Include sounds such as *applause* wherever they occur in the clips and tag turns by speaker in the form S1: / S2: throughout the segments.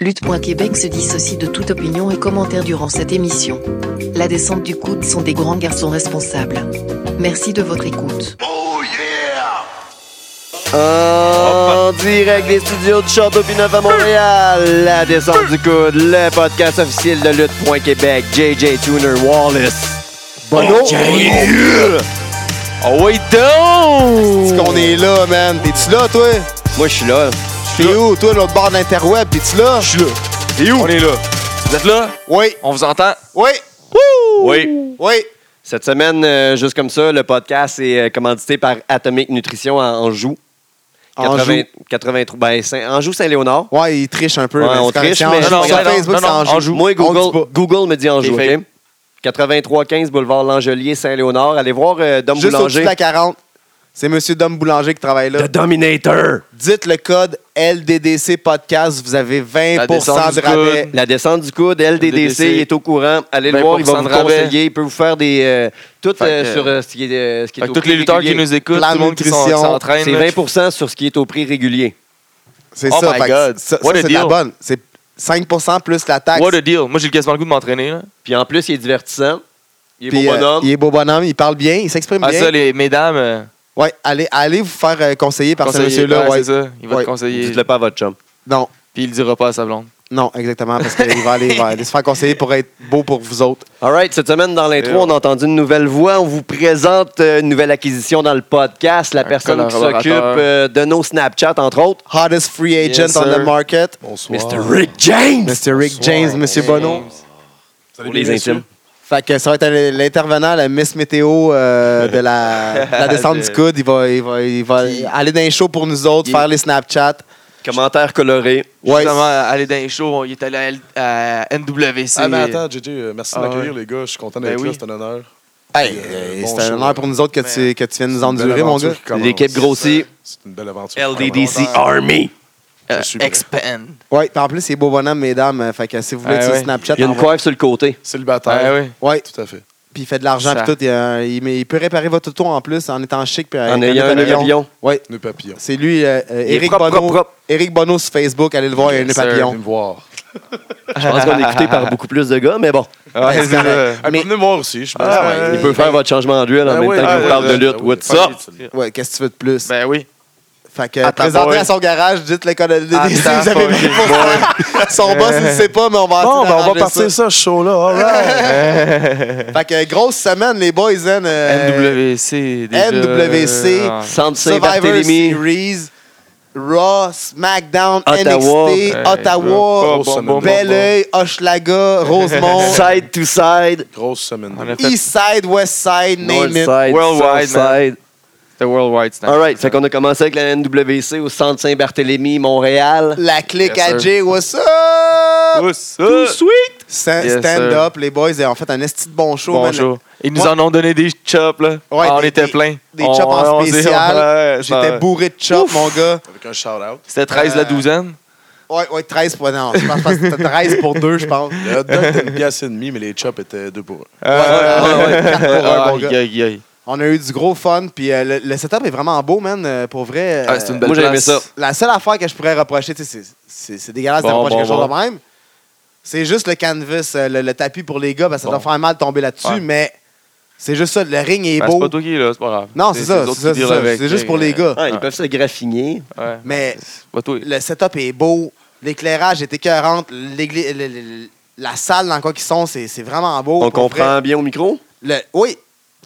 S1: Lutte.Québec se dissocie de toute opinion et commentaire durant cette émission. La descente du coude sont des grands garçons responsables. Merci de votre écoute.
S2: Oh.
S3: En direct des studios de Château Pinot à Montréal, la descente du coude, le podcast officiel de lutte.québec, JJ Tuner Wallace. Bono!
S2: Oh,
S3: yeah! Oh wait donc!
S2: Est-ce qu'on est là, man? T'es-tu là, toi?
S3: Moi je suis là.
S2: T'es où, toi, l'autre bord de l'interweb? T'es-tu là?
S3: suis là. Et où? On est là. Vous êtes là?
S2: Oui,
S3: On vous entend?
S2: oui,
S3: Oui.
S2: oui.
S3: Cette semaine, euh, juste comme ça, le podcast est euh, commandité par Atomic Nutrition à Anjou.
S2: Anjou.
S3: 83. Ben, Saint- Anjou Saint-Léonard.
S2: Ouais, il triche un peu.
S3: Ouais,
S2: mais
S3: on
S2: c'est correct.
S3: triche,
S2: C'est
S3: mais-
S2: Anjou.
S3: Non, non,
S2: Sur
S3: ouais, non,
S2: Facebook,
S4: non,
S2: c'est
S4: non,
S2: Anjou.
S4: Anjou.
S3: Moi,
S2: On dit
S3: Google, Google me dit Anjou,
S4: On dit
S3: OK? 8315 boulevard Langelier, Saint-Léonard. Allez voir euh, Dom
S2: pas. Juste au-dessus de
S3: Boulanger.
S2: la 40. C'est Monsieur Dom Boulanger qui travaille là.
S3: The Dominator.
S2: Dites le code LDDC Podcast, vous avez 20
S4: La descente
S2: de
S4: du
S2: rabais.
S4: coude.
S3: La descente du coude, LDDC,
S4: LDDC.
S3: il est au courant. Allez le
S4: 20%
S3: voir, il va vous
S4: de rabais.
S3: conseiller. Il peut vous faire des. euh, tout
S4: Fait
S3: euh,
S4: que-
S3: sur euh, ce qui est, euh, ce qui est
S4: Fait que
S3: au
S4: tous
S3: prix
S4: les lutteurs qui
S3: régulier.
S4: nous écoutent, tout
S2: Plan
S4: le monde qui s'en- qui
S2: nutrition.
S4: s'entraîne.
S3: C'est
S4: là,
S3: 20 sur ce qui est au prix régulier.
S2: C'est
S4: Oh
S2: ça.
S4: my
S2: fait que
S4: God.
S2: Ça, ça,
S4: What a
S2: c'est de la
S4: deal.
S2: bonne. C'est 5 plus la taxe.
S4: What a deal. Moi, j'ai quasiment le goût de m'entraîner. là.
S3: Puis en plus, il est divertissant. Il est
S2: Puis,
S3: beau
S2: euh,
S3: bonhomme.
S2: il est beau bonhomme, il parle bien, il s'exprime
S4: Ah,
S2: bien.
S4: ça, les mesdames, euh,
S2: Ouais, allez, allez vous faire euh, conseiller par ce
S4: conseiller,
S2: monsieur-là.
S4: ouais,
S2: ouais.
S4: c'est ça. Il va
S2: Ouais.
S4: te conseiller.
S3: Dites-le pas à votre chum.
S2: Non,
S4: Puis il le dira pas à sa blonde.
S2: Non, exactement, parce qu'il va aller, il va aller se faire conseiller pour être beau pour vous autres.
S3: All right, cette semaine, dans l'intro,
S4: Euh,
S3: on a entendu une nouvelle voix. On vous présente euh, une nouvelle acquisition dans le podcast. La
S4: Un
S3: personne qui
S4: collaborateur.
S3: s'occupe euh, de nos Snapchat, entre autres.
S2: Hottest free agent
S4: Yes,
S2: on the
S4: sir.
S2: market,
S3: Mr. Rick James!
S2: Mr. Rick James, Monsieur Bono.
S3: Pour les intimes.
S2: Fait que ça va être l'intervenant, la Miss Météo euh, de la, de la descente du coude. Il va, il va, il va aller dans les shows pour nous autres,
S4: Il-
S2: faire les Snapchat.
S3: Commentaire coloré.
S2: Ouais.
S4: Justement, aller dans les shows, il est allé à L- à, NWC.
S5: Ah, mais attends, JJ, euh, merci de
S4: Ah,
S5: m'accueillir,
S4: ouais.
S5: les gars. Je suis content
S4: Ben
S5: d'être
S4: oui.
S5: là, c'est un honneur.
S2: Hey,
S5: Euh,
S2: euh,
S5: bon
S2: c'est un
S5: show.
S2: honneur pour nous autres que tu, que tu viennes nous
S5: C'est une
S2: endurer,
S5: belle
S2: mon
S5: aventure
S2: gars.
S5: qui commence.
S3: L'équipe grossie.
S5: C'est une belle aventure.
S3: LDDC
S4: Vraiment.
S3: Army.
S4: Euh,
S5: je suis prêt.
S4: expand.
S2: Ouais, puis en plus, c'est beau bonhomme, mesdames. euh, Fait que si vous voulez
S4: Ah,
S2: sur
S4: ouais.
S2: Snapchat,
S3: Il y a une
S2: envoie-
S3: coiffe sur le côté.
S5: Célibataire.
S4: Ah, oui.
S2: Ouais,
S5: Tout à fait.
S2: puis il fait de l'argent,
S4: Ça.
S2: puis tout. Il, euh, il, mais il peut réparer votre auto en plus en étant chic. puis
S3: En
S2: avec
S3: ayant un avion.
S2: Ouais.
S5: Nœud papillon.
S2: C'est lui, euh, euh,
S3: Il est
S2: Eric,
S3: propre,
S2: Bono,
S3: propre, propre.
S2: Eric Bono sur Facebook. Allez le voir, il y a un
S4: Yes,
S2: papillon.
S5: Venez me voir.
S3: Je pense qu'on est écouté par beaucoup plus de gars, mais bon.
S4: c'est
S2: c'est correct.
S4: ça.
S5: Ah,
S2: Mais-
S5: Venez me voir aussi, je pense.
S4: Ah, ouais.
S3: Il peut faire votre changement d'huile en même temps que vous parle de lutte. What's up?
S2: Ouais, qu'est-ce que tu veux de plus?
S4: Ben oui.
S2: fait que,
S4: attends,
S2: présentez
S4: boy.
S2: à son garage, dites le code de vous *laughs*
S4: Attends,
S2: avez
S4: boy.
S2: 20%. *laughs* Son boss, il ne sait pas, mais on va
S5: Bon,
S2: essayer
S5: ben on
S2: d'arranger
S5: va partir ça, ce show-là. All right.
S2: Fait que, grosse semaine, les boys, hein, euh,
S4: NWC. Déjà.
S2: NWC.
S4: Ah.
S3: Centre
S2: Survivor
S3: Saint-Barthélemy.
S2: Series, Raw, SmackDown,
S3: Ottawa.
S2: NXT,
S4: Hey,
S2: Ottawa,
S4: bon, bon, bon, bon,
S2: Belleuil,
S4: *laughs*
S2: Hochelaga, Rosemont,
S3: Side to side.
S5: Grosse semaine.
S4: On a fait
S2: East Side, West Side,
S3: North
S2: name it.
S3: side.
S4: Worldwide,
S3: South side.
S4: The Worldwide Snap.
S3: All right. Fait qu'on a commencé avec la NWC au centre Saint-Barthélemy, Montréal.
S2: La clique
S4: Yes,
S2: à
S4: sir.
S2: Jay, what's up?
S4: Tout
S3: sweet.
S2: Sta-
S4: Yes,
S2: stand
S4: sir.
S2: up, les boys. Ils ont fait un esti de bon show. man.
S4: Bonjour. Ils nous
S2: Moi-
S4: en ont donné des chops, là.
S2: Ouais,
S4: Ah, on
S2: des-
S4: était
S2: des-
S4: plein.
S2: des chops en
S4: *laughs*
S2: spécial. J'étais
S4: beau.
S2: bourré de chop, mon gars.
S5: Avec un shout-out.
S4: C'était 13 la
S2: Euh,
S4: douzaine.
S2: Ouais, ouais, 13 pour... Non, je pense que c'était 13 pour 2, je pense.
S5: Le
S4: Euh,
S5: hot dog était une pièce et demie, mais les chops étaient deux pour un.
S2: ouais, ouais, ouais, quatre pour un, mon
S4: Aïe,
S2: gars.
S4: aïe, aïe.
S2: On a eu du gros fun. Puis euh, le, le setup est vraiment beau, man. euh, pour vrai. euh,
S4: Ah, c'est une belle
S3: Moi, j'ai aimé
S4: place.
S3: ça.
S2: La seule affaire que je pourrais reprocher, tu sais, c'est- c'est c'est dégueulasse de
S4: Bon,
S2: reprocher
S4: bon,
S2: quelque chose
S4: bon.
S2: de même. C'est juste le canvas, euh, le, le tapis pour les gars, parce que ça
S4: Bon.
S2: doit faire mal de tomber là-dessus,
S4: Ouais.
S2: mais c'est juste ça. Le ring est
S4: Ben,
S2: beau.
S4: C'est pas toi qui es là, c'est pas grave.
S2: non, c'est ça.
S4: les autres
S2: C'est ça,
S4: qui
S2: c'est
S4: deal
S2: ça,
S4: avec,
S2: c'est juste
S4: mais,
S2: pour les gars.
S3: Ah, ils peuvent se graffiner.
S4: Ouais.
S2: Mais
S4: C'est pas toi.
S2: le setup est beau, l'éclairage est écœurant, l'église- le- le- le- la salle dans quoi ils sont, c'est c'est vraiment beau.
S3: On
S2: pour vrai.
S3: comprend bien au micro?
S2: Le- oui,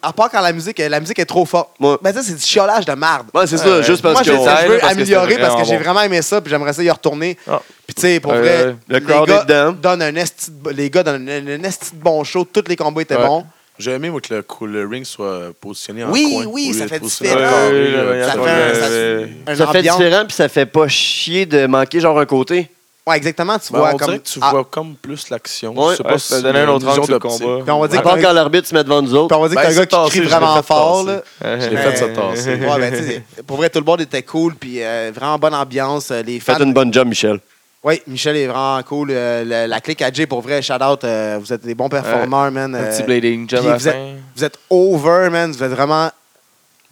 S2: à part quand la musique, la musique est trop forte.
S3: Ouais.
S2: Mais ça, c'est du chiolage de merde.
S3: Ouais, c'est ça.
S4: Ouais.
S3: Juste
S2: Ben, Moi,
S3: parce
S2: je,
S3: que
S4: j'ai-
S2: je veux
S4: Parce que c'était
S2: améliorer parce que
S4: vraiment
S2: j'ai
S4: bon.
S2: vraiment aimé ça, puis j'aimerais ça y retourner.
S4: Ah.
S2: Puis tu sais, pour
S4: Ouais,
S2: vrai,
S4: ouais.
S3: Le
S2: les
S3: crowd
S2: gars
S3: est dedans.
S2: donnent un esti de- les gars donnent un, un esti de bon show, tous les combats étaient
S4: Ouais.
S2: bons.
S5: J'ai aimé moi, que le, cou- le ring soit positionné en
S2: Oui,
S5: coin.
S2: oui,
S5: au lieu
S2: ça
S5: de
S2: fait
S5: positionné
S2: différent.
S5: en
S2: Ouais,
S5: rue,
S4: ouais,
S5: là,
S2: Ça
S5: tu
S2: fait
S5: vois,
S2: un, ça-
S5: euh,
S2: un
S3: Ça fait
S2: ambiance.
S3: différent, puis ça fait pas chier de manquer genre un côté.
S2: Ouais, exactement, tu
S5: Ben,
S2: vois
S5: on
S2: comme
S5: dirait que tu
S2: Ah,
S5: vois comme plus l'action.
S3: Ouais,
S5: je sais
S4: ouais,
S5: pas
S4: ça
S5: si
S4: donnait un
S5: une
S4: autre angle
S5: vision
S4: sur le
S5: d'optique.
S4: combat.
S2: puis on va
S3: À
S2: dire que
S3: part
S2: t'as
S3: quand
S2: un-
S3: l'arbitre se met devant nous
S2: puis
S3: autres.
S2: on va dire que
S5: Ben,
S2: t'as un gars
S5: c'est
S2: qui
S5: tassé,
S2: crie
S5: je l'ai
S2: vraiment
S5: fait
S2: fort
S5: tasser.
S2: là.
S5: Je
S4: Euh,
S5: l'ai fait ça tasser.
S2: Ouais, ben, tu sais, pour vrai, tout le monde était cool, puis euh, vraiment bonne ambiance. euh, Les fans.
S3: Faites une bonne job, Michel.
S2: Oui, Michel est vraiment cool. euh, le- la clique à Jay, pour vrai, shout out. euh, vous êtes des bons performeurs, man.
S4: Un
S2: euh,
S4: petit blading job
S2: puis
S4: à la
S2: vous êtes-
S4: fin.
S2: vous êtes over, man. Vous êtes vraiment.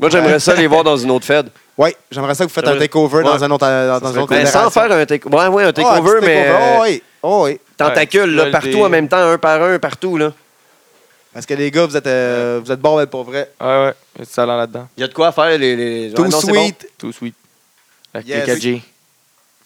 S3: Moi, j'aimerais ça les voir dans une autre Fed.
S2: Oui, j'aimerais ça que vous faites un
S5: J'aimerais-
S2: takeover dans
S5: Ouais.
S2: un autre, euh, dans un
S5: serait
S2: autre
S5: cool.
S3: Ben, sans
S2: fédération.
S3: faire un, take- ouais, ouais, un
S2: Ah, un
S3: takeover,
S2: petit
S3: mais
S2: takeover.
S3: euh,
S2: Oh, oui, oh, oui.
S3: tentacules, là,
S4: Ouais,
S3: partout
S4: des-
S3: en même temps, un par un, partout. Là.
S2: Parce que les gars, vous êtes, euh, vous êtes bons, mais pour vrai.
S6: Ouais, ouais. Il y a du talent là-dedans.
S3: Il y a de quoi faire. Les, les...
S2: Too
S3: Ouais, non, c'est bon.
S2: sweet.
S6: Tout sweet.
S4: Avec
S2: Yes.
S4: les 4G.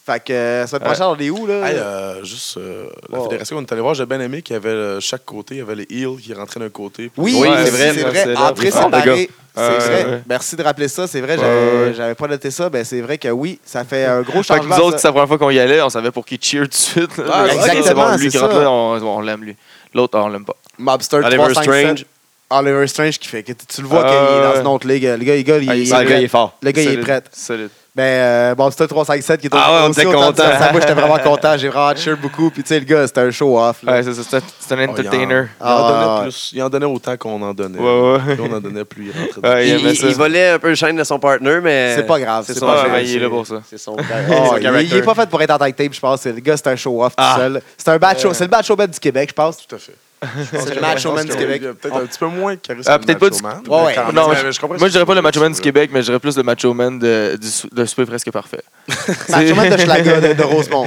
S2: Fait que euh, semaine prochaine, on est où, là?
S5: Hey, euh, juste euh, la
S2: Oh.
S5: fédération qu'on est allé voir, j'ai bien aimé qu'il y avait euh, chaque côté, il y avait les heels qui rentraient d'un côté. Oh,
S2: Oui,
S3: Oui,
S2: c'est
S3: c'est
S2: vrai.
S3: vrai,
S6: c'est là,
S2: Entrée
S6: oui. Ah, les
S2: séparée.
S6: gars.
S2: C'est
S6: Ouais,
S2: vrai.
S6: ouais.
S2: Merci de rappeler ça. C'est vrai,
S6: Ouais,
S2: j'avais
S6: ouais.
S2: j'avais pas noté ça. Ben, c'est vrai que oui, ça fait un gros
S4: Fait que
S2: changement.
S4: nous autres, c'est
S2: ça.
S4: la première fois qu'on y allait, on savait pour qui cheer tout de *laughs* suite.
S5: Ah,
S4: Ok,
S2: exactement,
S4: c'est bon, lui qui
S2: c'est
S4: rentre
S2: ça.
S4: là, on, on l'aime lui. L'autre, on l'aime pas.
S2: Mobster
S3: Oliver
S2: 357.
S3: Strange. Euh,
S2: Oliver Strange qui fait que tu tu le vois
S6: Ah,
S2: qu'il est dans
S6: ouais.
S2: une autre ligue. Le gars, le gars, il,
S3: Ah,
S2: il
S3: il- le gars, il
S2: est
S3: est fort.
S2: le gars, il est
S4: Solide,
S2: prêt.
S4: Solide.
S2: Ben, euh, Mobster 357 qui est
S3: Ah ouais, on
S2: aussi
S3: était
S2: autant de
S3: content.
S2: ça. Moi, j'étais
S3: *laughs*
S2: vraiment content. J'ai vraiment cheer beaucoup. Puis, tu sais, le gars, c'était un show-off. là.
S6: Ouais, c'est ça. C'est un- c'est un
S5: Oh, il y en-
S6: entertainer.
S5: Il en,
S2: Ah,
S5: donnait plus, il en donnait autant qu'on en donnait.
S6: Ouais, ouais.
S5: Plus on en donnait, plus il
S4: *laughs*
S5: rentrait
S6: Ouais,
S3: Il,
S6: il
S5: dedans.
S6: aimait
S3: il-
S6: ça.
S3: il volait un peu le chaîne de son partner, mais.
S2: C'est pas grave. C'est
S3: son-
S2: pas
S6: Ouais,
S2: grave.
S6: ben, il est là pour ça.
S3: C'est
S2: *laughs*
S3: son.
S2: Oh,
S3: son
S2: il, est- il est
S3: character.
S2: pas fait pour être en tag tape, je pense. Le gars, c'est un show-off
S3: Ah.
S2: tout seul. C'est un bad show. C'est le bad showman du Québec, je pense.
S5: Tout à fait.
S2: C'est le match showman
S5: Je
S2: du
S5: pense que
S2: Québec.
S5: il y a Peut-être un petit peu moins charismatique.
S6: Ah, peut-être pas du-
S2: Ouais, ouais.
S6: Non,
S5: mais je comprends.
S4: Moi, je dirais pas le macho man du Québec, mais je dirais plus le macho man de, du sou- de souper presque parfait.
S2: Macho Man
S3: *laughs*
S2: de Schlager de, de Rosemont.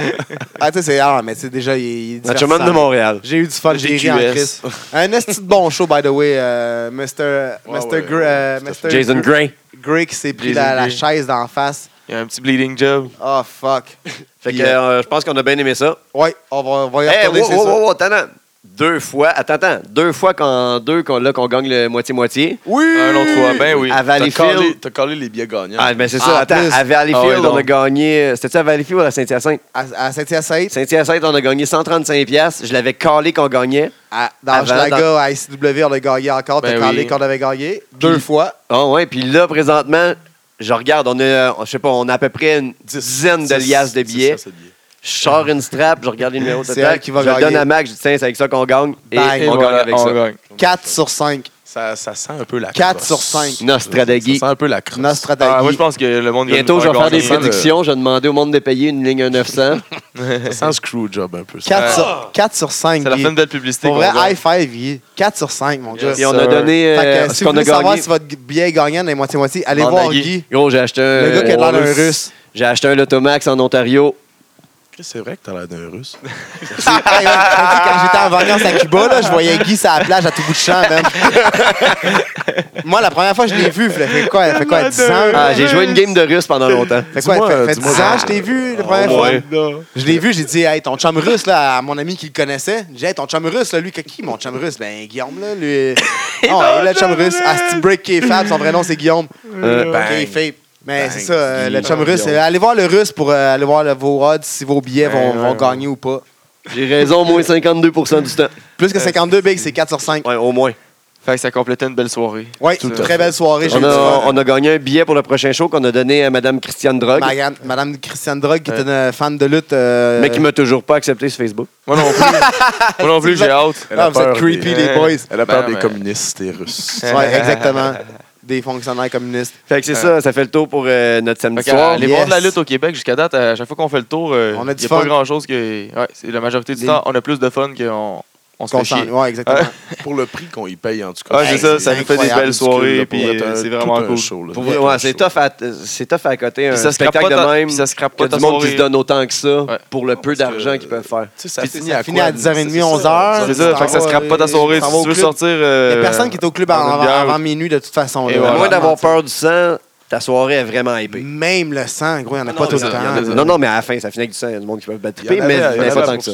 S2: Ah, tu sais, c'est ah, mais c'est déjà il, il est
S3: Macho Man de
S2: divertissant.
S3: Montréal.
S2: J'ai eu du fun, j'ai ri en
S4: GQS.
S2: Christ. Un esti de bon show, by the way, euh, Mr.
S5: Ouais,
S2: Mr.
S5: ouais,
S2: Gr- euh,
S5: tout à
S2: Mr.
S5: fait.
S3: Jason
S2: Gr-
S3: Gray.
S2: Gray qui s'est pris
S4: Jason
S2: la, la
S4: Gray.
S2: chaise d'en face.
S4: Il y a un petit bleeding job.
S2: Oh, fuck.
S3: Fait
S2: Puis,
S3: que euh, je pense qu'on a bien aimé ça.
S2: Ouais, on va, on va y
S3: Hey,
S2: retourner,
S3: wow,
S2: c'est
S3: wow,
S2: sûr.
S3: wow, wow, attends, attends. Deux fois, attends, attends. Deux fois qu'en deux, qu'on là, qu'on gagne le moitié-moitié.
S2: Oui!
S4: Un autre fois, ben oui.
S3: À
S5: T'as
S3: Valleyfield.
S5: collé- T'as collé les billets gagnants.
S3: Ah, ben c'est
S2: Ah, en
S3: ça, attends.
S2: plus.
S3: À Valleyfield,
S4: Ah ouais,
S3: on a
S4: donc.
S3: gagné. C'était-tu à Valleyfield ou à Saint-Hyacinthe?
S2: À, à Saint-Hyacinthe,
S3: Saint-Hyacinthe, on a gagné 135$. piastres. Je l'avais calé qu'on gagnait.
S2: à- dans
S3: Avant,
S2: Schlager, à ICW, on a gagné encore. T'as
S4: Ben
S2: parlé
S4: oui.
S2: qu'on avait gagné deux fois.
S3: Oh, ouais. Puis là, présentement, je regarde, on a, on- je sais pas, on a à peu près une dizaine de liasses de billets. Je sors une strap, je regarde les numéros
S2: *laughs* C'est
S3: total.
S2: elle qui va
S3: je le
S2: gagner.
S3: donne à Mac, je dis, tiens, c'est avec ça qu'on gagne. Et
S2: Bang.
S3: on
S6: voilà,
S3: gagne avec
S6: on
S3: ça.
S6: gagne.
S2: 4 sur 5.
S5: Ça, ça sent un peu la
S2: Quatre
S5: crosse.
S2: sur cinq.
S5: Ça
S3: Nostradagui.
S5: sent un peu la crosse.
S2: Nostradamus.
S4: Ah, moi, je pense que le monde
S3: Bientôt, je vais faire des
S5: gagner.
S3: prédictions. Je vais demander au monde de payer une ligne à 900.
S2: *laughs*
S5: Ça sent Screwjob un peu. ça.
S2: 4, sur, 4 sur 5.
S4: C'est la fin de belle publicité.
S2: Pour
S4: qu'on
S2: vrai,
S4: gagne.
S2: high five, Guy. 4 sur 5, mon gars.
S3: Et on
S6: sir.
S3: a donné euh,
S2: Fait que, si
S3: ce
S2: vous
S3: qu'on a
S2: voulez savoir
S3: gagné.
S2: si votre billet est gagnant dans les moitié-moitié, allez
S3: Demande
S2: voir
S3: à
S2: Guy.
S3: Gros, j'ai acheté un.
S2: Le gars qui a l'air d'un
S3: Walrus.
S2: russe.
S3: J'ai acheté un Lotomax en Ontario.
S5: C'est vrai que t'as l'air d'un russe.
S2: Hey, man, Quand j'étais en vacances à Cuba, là, je voyais Guy sur la plage à tout bout de champ,
S3: *laughs*
S2: man. Moi, la première fois que je l'ai vu, je l'ai fait quoi? Elle fait quoi? 10 ans?
S3: Ah, j'ai joué une game de russe pendant longtemps.
S2: Fait quoi?
S5: Dis-moi,
S2: Fait, fait 10
S5: dis-moi.
S2: ans, je t'ai vu la première fois.
S3: Ouais.
S2: Je l'ai vu, j'ai dit, hey, ton chum russe, là, à mon ami qui le connaissait, j'ai dit, hey, ton chum russe, là, lui, qui, mon chum russe? Ben, Guillaume,
S3: *laughs*
S2: là, lui. Non, il est le chum russe. Asti Break K-Fab, son vrai nom, c'est Guillaume.
S3: Euh,
S5: bang.
S2: K-Fab. Mais
S5: Bang.
S2: Ben, c'est ça, euh, le
S5: Guillaume.
S2: chum russe. euh, Allez voir le russe pour euh, aller voir le- vos odds, si vos billets vont, vont gagner ou pas.
S3: J'ai raison, moins 52 du temps.
S2: Plus que 52 big, c'est 4 sur 5.
S3: Ouais, au moins.
S4: Fait que ça complétait une belle soirée.
S2: Oui,
S5: Tout à
S2: très
S5: fait.
S2: belle soirée. j'ai eu
S3: On
S2: du
S3: a,
S2: fun.
S3: on a gagné un billet pour le prochain show qu'on a donné à Madame Christiane Drogue,
S2: Madame, Madame Christiane Drogue, qui est une fan de lutte. euh,
S3: mais qui m'a toujours pas accepté sur Facebook.
S4: Moi non plus. Moi non plus, j'ai hâte.
S5: Elle
S2: Ah,
S5: a
S2: vous êtes
S5: peur
S2: creepy,
S5: des-
S2: les boys.
S5: Elle a peur
S4: Ben,
S5: des
S4: mais-
S5: communistes et *laughs* russes.
S2: Ouais, exactement. Des fonctionnaires communistes.
S3: Fait que c'est ça, ça fait le tour pour euh, notre samedi
S4: Fait que,
S3: soir.
S4: euh, les
S2: yes.
S4: voir de la lutte au Québec, jusqu'à date, à chaque fois qu'on fait le tour, euh,
S2: On
S4: il
S2: a du
S4: n'y a pas
S2: fun.
S4: grand-chose que... Ouais, c'est la majorité du
S2: Des-
S4: temps, on a plus de fun qu'on on se fait
S2: Consent-
S4: chier.
S2: Ouais, exactement.
S5: Pour le prix qu'on y paye, en tout cas.
S4: Ah, c'est ça, ça
S2: c'est
S4: nous fait des
S2: incroyable,
S4: belles soirées, puis euh, c'est vraiment cool.
S3: Pour vrai, ouais, c'est tough, à, c'est tough à côté un
S4: Puis ça se crappe
S3: spectacle
S4: pas
S3: de
S4: ta-
S3: même.
S4: puis ça se crappe
S3: Il y
S4: pas
S3: a du
S4: ta
S3: monde qui
S4: soirée.
S3: se donne autant que ça
S4: Ouais.
S3: pour le peu
S5: Parce que-
S3: d'argent qu'ils peuvent faire.
S5: Ça
S2: Puis
S5: finit
S2: ça
S5: à
S2: finit à 10h30, 11h.
S4: C'est
S2: Tu
S4: ça,
S2: t'en
S4: fait que ça
S2: vas,
S4: se crappe pas
S2: euh,
S4: ta soirée.
S2: tu t'en
S4: Si
S2: vas au
S4: tu veux
S2: club.
S4: sortir...
S2: Il
S4: euh,
S2: n'y a personne qui est au club
S4: prendre
S2: avant,
S4: une bière
S2: avant
S4: ou-
S2: minuit de toute façon.
S4: Et
S2: là.
S4: voilà.
S3: À moins
S4: Vraiment,
S3: d'avoir peur du sang, ta soirée est vraiment épée.
S2: Même le sang, gros, il n'y en a pas tout le
S4: il y en a- il y en a-
S2: temps. là.
S3: Non, non, mais à la fin, ça finit avec du sang. Il y a du monde qui peut battre triper, mais mais pas tant que ça.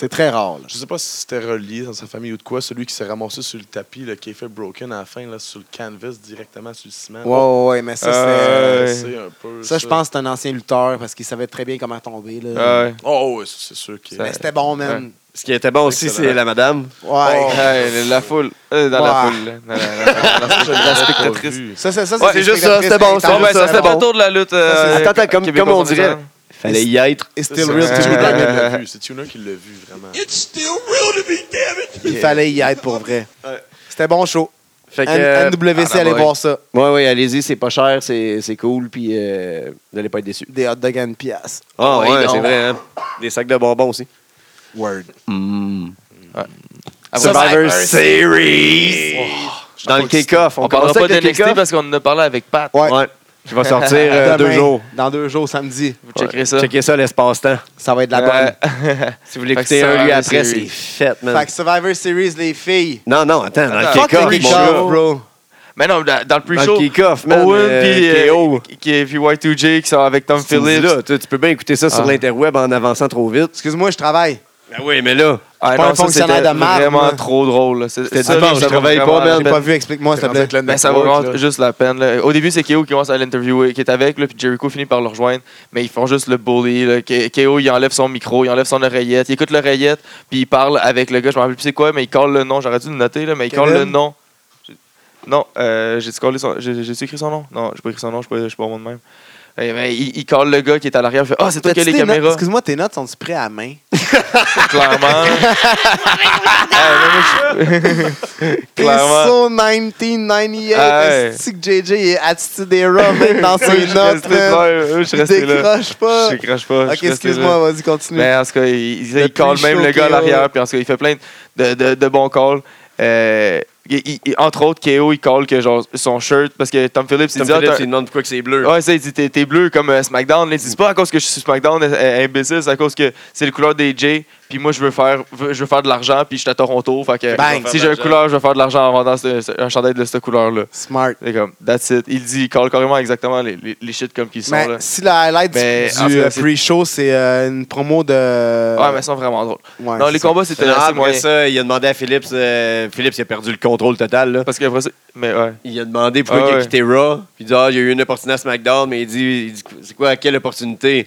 S2: C'est très rare. là.
S5: Je sais pas si c'était relié dans sa famille ou de quoi, celui qui s'est ramassé sur le tapis, là, qui a fait broken à la fin, là, sur le canvas, directement sur le ciment.
S2: Ouais, ouais, ouais, mais ça, c'est.
S6: Euh,
S5: Euh, c'est un peu
S2: Ça, je pense que c'est un ancien lutteur parce qu'il savait très bien comment tomber. là.
S6: Ouais.
S5: Oh, ouais, ça, c'est sûr que.
S2: Mais c'était bon, man.
S3: Ce qui était bon aussi,
S5: Excellent.
S3: c'est la madame.
S2: Ouais.
S6: Hey, la foule. Euh, dans la
S2: Ouais.
S6: foule. là. Dans la- dans
S2: *laughs*
S6: la-
S5: *laughs*
S6: dans la-
S5: Je l'avais
S6: la
S5: pas
S6: spectatrice.
S5: vu.
S2: Ça, c'est ça.
S3: Ouais, c'est juste ça, c'était bon,
S2: c'est
S3: c'est
S4: Bon,
S2: spectatrice
S4: ben,
S3: ça,
S4: ça,
S2: très
S4: c'était
S3: bon.
S4: le tour de la lutte. euh,
S3: Attends, attends, comme,
S4: québécoise
S3: comme on
S4: en
S3: dirait,
S4: général.
S3: fallait y être.
S2: It's still
S5: Ça,
S2: real to
S5: c'est
S2: be
S5: Tuner
S2: damn
S5: qui
S2: it.
S5: l'a vu. C'est Tuner qui l'a vu, vraiment.
S2: Il fallait y être pour vrai. C'était bon show.
S3: Fait que, euh,
S2: N- NWC,
S6: ah,
S2: allez
S6: bah,
S2: voir ça.
S3: ouais, ouais, allez-y, c'est pas cher, c'est c'est cool, puis euh, vous n'allez pas être déçus.
S2: Des hot dogs à une pièce.
S3: Ah
S4: Ouais,
S3: ouais,
S4: non.
S3: c'est vrai, hein? Des sacs de bonbons aussi.
S2: Word.
S3: Mmh.
S6: Ah,
S4: Après,
S6: ben,
S3: Survivor Series! Dans le kick-off.
S4: On parlera
S3: commence
S4: pas
S3: avec le
S4: d'NXT
S3: kick-off?
S4: parce qu'on en a parlé avec Pat.
S2: Ouais.
S3: Ouais. qui va sortir euh, deux
S2: Demain,
S3: jours.
S2: Dans deux jours, samedi.
S4: Vous checkerez ça.
S3: Checkez ça, l'espace-temps.
S2: Ça va être la bonne.
S6: Ouais. *laughs*
S3: Si vous l'écoutez
S6: Fait que
S3: un lieu
S6: Survivor
S3: après, c'est
S6: Series.
S3: fait, man.
S2: Fait que Survivor Series, les filles.
S3: Non, non, attends, dans le kick-off,
S2: Fuck le
S3: Ah, mon
S2: kick-off,
S3: gars.
S2: bro.
S4: Mais non, dans, dans le
S3: Dans
S4: pre-show,
S3: le kick-off, man.
S6: Owen
S3: euh,
S6: puis euh,
S3: KO.
S6: qui est- puis Y2J qui sont avec Tom
S3: Tu me dis
S6: Phillips.
S3: là, tu, tu peux bien écouter ça sur
S6: Ah.
S3: l'interweb en avançant trop vite.
S2: Excuse-moi, je travaille.
S3: Ben oui, mais là,
S6: Ah,
S2: pas
S6: non,
S2: un
S6: ça,
S2: fonctionnaire
S6: c'était
S2: de marde,
S6: vraiment
S2: moi.
S6: trop drôle. là. C'est- ça,
S3: Attends,
S6: là,
S3: je
S6: ça
S3: travaille
S6: vaut
S3: pas,
S6: vraiment-
S3: man.
S2: J'ai pas vu, explique-moi, s'il te plaît.
S5: Ben,
S6: Ben, ça vaut vraiment juste la peine. là. Au début, c'est KO qui commence à l'interviewer, qui est avec, là, puis Jericho finit par le rejoindre, mais ils font juste le bully. là. K- KO, il enlève son micro, il enlève son oreillette, il écoute l'oreillette, puis il parle avec le gars, je me rappelle plus c'est quoi, mais il colle le nom. J'aurais dû le noter, là, mais il colle
S2: Kevin?
S6: le nom. J'ai- Non, euh, j'ai-tu collé son- j'ai- j'ai-tu écrit son nom? Non, j'ai pas écrit son nom, je suis pas- je suis pas au monde même. Eh, mais il, il colle le gars qui est à l'arrière, il fait Ah, c'est toi qui as
S2: T'as-tu
S6: les
S2: tes notes?
S6: caméras,
S2: Excuse-moi, tes notes sont-tu prêtes à la main? *laughs*
S6: clairement. Ah, mais moi, je- *laughs*
S2: T'es
S6: Clairement.
S2: so 1998.
S6: Ah ouais.
S2: Est-ce que JJ est attitude era même dans
S6: Moi,
S2: ses
S6: *laughs* je
S2: notes?
S6: restais
S2: man?
S6: là, moi, je
S2: Il
S6: restais là.
S2: décroche pas.
S6: Je crache pas. je Ben,
S2: Ok,
S6: restais là.
S2: excuse-moi, vas-y, continue.
S6: Mais en tout cas, il, il,
S2: Le
S6: il colle
S2: plus
S6: même
S2: chaud
S6: le gars à
S2: KO.
S6: l'arrière. Puis en tout cas, il fait plein de, de, de bons calls. Euh, il- il- il- entre autres, KO, il colle que genre, son shirt, parce que Tom Phillips, il
S3: Tom
S6: dit ah,
S3: Phillips,
S6: t'as-
S3: il demande pourquoi que c'est bleu.
S6: Ouais, ça, il dit t'es t'es bleu comme euh, SmackDown. là. Il dit c'est pas à cause que je suis sur SmackDown, euh, euh, imbécile, c'est à cause que c'est le couleur des J. Puis moi, je veux faire, veux- je veux faire de l'argent, puis je suis à Toronto. Fait que
S2: Bang.
S6: si j'ai une couleur, je veux faire de l'argent en vendant ce- ce- un chandail de cette couleur-là.
S2: Smart.
S6: C'est comme, that's it. Il dit, il colle carrément exactement les, les, les shit comme qu'ils sont.
S2: Mais
S6: là.
S2: Ben, si le highlight du-
S6: Mais, en tout
S2: du
S6: cas,
S2: euh,
S6: c'est-
S2: pre-show, c'est euh, une promo de.
S6: Ouais, mais ils sont vraiment drôles.
S2: Ouais,
S6: non, les
S2: c'est ça.
S6: combats, c'était
S3: Ah,
S6: assez
S3: après
S6: moyen.
S3: ça, il a demandé à Phillips. euh, Phillips, il a perdu le contrôle total. Là.
S6: Parce que après ça. Mais ouais.
S3: Il a demandé pourquoi
S6: Ah
S3: il a
S6: ouais.
S3: quitté Raw. Puis il dit Ah, il y a eu une opportunité à SmackDown, mais il dit, il dit, C'est quoi, quelle opportunité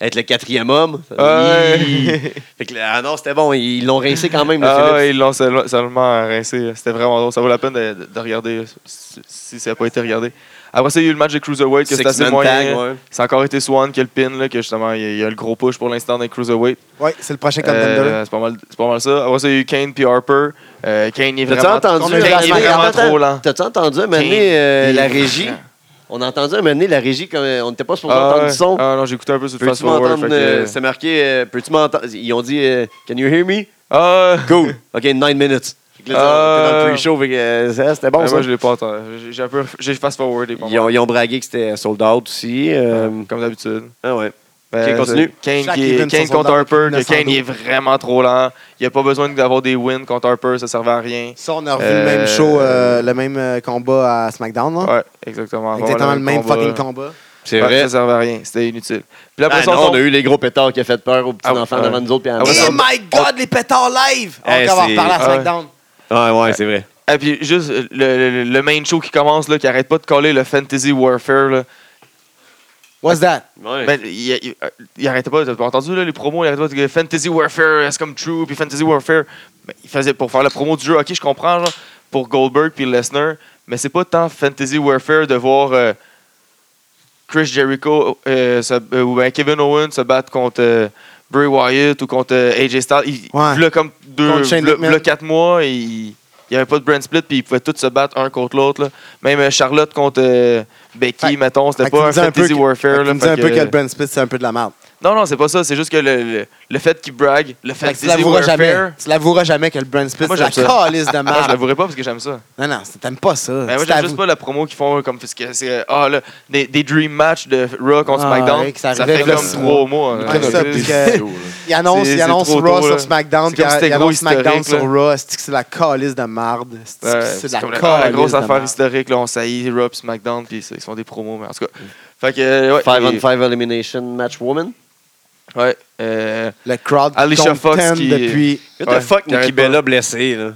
S3: Être le quatrième homme
S6: Ah
S3: *laughs* Hi. Fait que, ah non, c'était bon, ils l'ont rincé quand même, le
S6: Ah, ouais,
S3: Phillips.
S6: ils l'ont seulement, seulement rincé. C'était vraiment drôle. Ça vaut la peine de, de- de regarder euh, si, si ça n'a pas été regardé. Après ça, il y a eu le match de Cruiserweight, que
S3: Six
S6: c'était assez
S3: man
S6: moyen.
S3: tag, ouais.
S6: C'est encore été Swan qui a le pin, là, que justement, il y a- il y a le gros push pour l'instant dans les Cruiserweight.
S2: Ouais, c'est le prochain contender.
S6: Euh, c'est, pas mal, c'est pas mal ça. Après ça, il y a eu Kane puis Harper. Euh, Kane il est
S3: T'as-tu
S6: vraiment.
S3: entendu,
S2: on a
S3: la-
S6: Kane est vraiment
S3: Attends,
S6: trop lent.
S3: t'as-tu entendu un moment donné,
S6: Kane,
S3: euh,
S6: il est
S3: la
S6: vraiment
S3: régie
S6: lent.
S3: On a entendu un moment donné, la régie, comme, euh, on n'était pas supposé
S6: Ah,
S3: entendre
S6: ouais.
S3: du son.
S6: Ah non, j'ai écouté un peu sur le fast
S3: Peux-tu
S6: forward.
S3: m'entendre
S6: fait que-
S3: euh, C'est marqué euh, Peux-tu m'entendre Ils ont dit euh, Can you hear me
S6: Ah,
S3: Cool. OK, 9 minutes. Fait que là,
S6: Ah.
S3: t'es dans le pre-show, fait que, euh, ça, c'était bon.
S6: mais
S3: ça.
S6: moi, je l'ai pas entendu. J'ai- J'ai un peu. J'ai fast forwardé. pas mal.
S3: Ils ont, ils ont bragué que c'était sold out aussi. euh,
S6: Comme d'habitude.
S3: Ah ouais.
S6: Ben,
S3: Ok, continue.
S6: c'est- Kane,
S2: Chaque
S6: qui est-
S2: event
S6: Kane
S2: sont
S6: contre
S2: dans le
S6: Harper, que
S2: 912.
S6: Kane il est vraiment trop lent. Il n'y a pas besoin d'avoir des wins contre Harper, ça ne servait à rien.
S2: Ça, on a revu
S6: euh,
S2: le même show, euh, le même euh, combat à SmackDown, non?
S6: Ouais, exactement.
S2: Exactement
S6: Voilà,
S2: le même
S6: combat.
S2: fucking combat.
S3: C'est
S6: Ouais,
S3: vrai.
S6: Ça servait à rien, c'était inutile. Puis après
S3: Ah,
S6: ça,
S3: non,
S6: on
S3: on a eu les gros pétards qui a fait peur aux petits
S6: Ah,
S3: enfants
S6: ouais.
S3: devant nous autres. puis à
S6: Ah, ouais,
S3: nous
S2: Oh
S3: autres.
S2: my god, les pétards live!
S3: Hey,
S2: on va en
S3: c'est-
S2: reparler à
S6: Ah ouais.
S2: SmackDown.
S3: Ah ouais, c'est vrai.
S6: Et puis juste euh, le, le- le main show qui commence, là, qui arrête pas de coller le Fantasy Warfare. Là.
S2: What's that?
S3: Ouais.
S6: Ben, il, il- euh, il arrêtait pas, t'as pas entendu là, les promos, il arrêtait pas de dire Fantasy Warfare, c'est comme True, puis Fantasy Warfare. Ben, il faisait pour faire la promo du jeu, ok, je comprends, genre, pour Goldberg puis Lesnar, mais c'est pas tant Fantasy Warfare de voir euh, Chris Jericho euh, se- euh, ou ben, Kevin Owens se battre contre euh, Bray Wyatt ou contre euh, AJ Styles. Il,
S2: Ouais.
S6: v'là comme deux,
S2: Contre Shane
S6: v'là-
S2: McMahon.
S6: v'là quatre mois, il n'y avait pas de brand split, puis ils pouvaient tous se battre un contre l'autre. là. Même euh, Charlotte contre euh, Becky,
S2: Fait-
S6: mettons, c'était
S2: Fait que
S6: pas
S2: tu me
S6: un
S2: dis un peu
S6: Fantasy
S2: que-
S6: Warfare.
S2: Tu
S6: là,
S2: me dis
S6: fait
S2: un peu
S6: que-
S2: que le Brand Split, c'est un peu de la merde.
S6: non, non, c'est pas ça. C'est juste que le, le, le fait qu'il brague, le fait
S2: Fait que
S6: que
S2: tu
S6: c'est
S2: l'avoueras
S6: warfare.
S2: jamais. Tu l'avoueras jamais que le Brand Split,
S6: Moi,
S2: c'est la
S6: j'aime ça.
S2: calice de
S6: Moi, je
S2: merde.
S6: l'avouerai pas parce que j'aime ça.
S2: Non, non, c'est- t'aimes pas ça.
S6: Mais moi,
S2: Tu
S6: j'aime
S2: t'avoues-
S6: juste pas la promo qu'ils font comme parce que c'est ah là des, des dream match de Raw contre
S2: Ah,
S6: SmackDown.
S2: ouais, que ça
S6: ça
S2: arrivait
S6: fait
S2: là,
S6: comme
S2: c'est
S6: trois mois. hein.
S2: Ouais, c'est ça,
S6: C'est-
S2: puis que- Il annonce,
S6: C'est-
S2: il
S6: c'est
S2: annonce
S6: trop
S2: Raw
S6: tôt, là.
S2: sur SmackDown,
S6: C'est
S2: puis
S6: comme si
S2: il
S6: c'était
S2: annonce
S6: gros
S2: SmackDown
S6: historique,
S2: sur Raw. C'est que c'est la calice de merde. C'est
S6: Ouais,
S2: c'est de
S6: c'est
S2: la
S6: comme la, ah, la
S2: calice
S6: grosse
S2: de
S6: affaire
S2: merde.
S6: historique là, on saillit Raw puis SmackDown puis ça, ils se font des promos mais en tout cas. Fait que euh, ouais,
S3: 5 on
S6: et-
S3: 5 Elimination Match Woman.
S6: ouais, euh,
S2: Le crowd
S6: Alicia
S2: contend
S6: Fox qui-
S2: depuis...
S3: What
S6: Ouais,
S3: the fuck,
S6: t'arrêtes
S3: Nikki Bella blessée, là.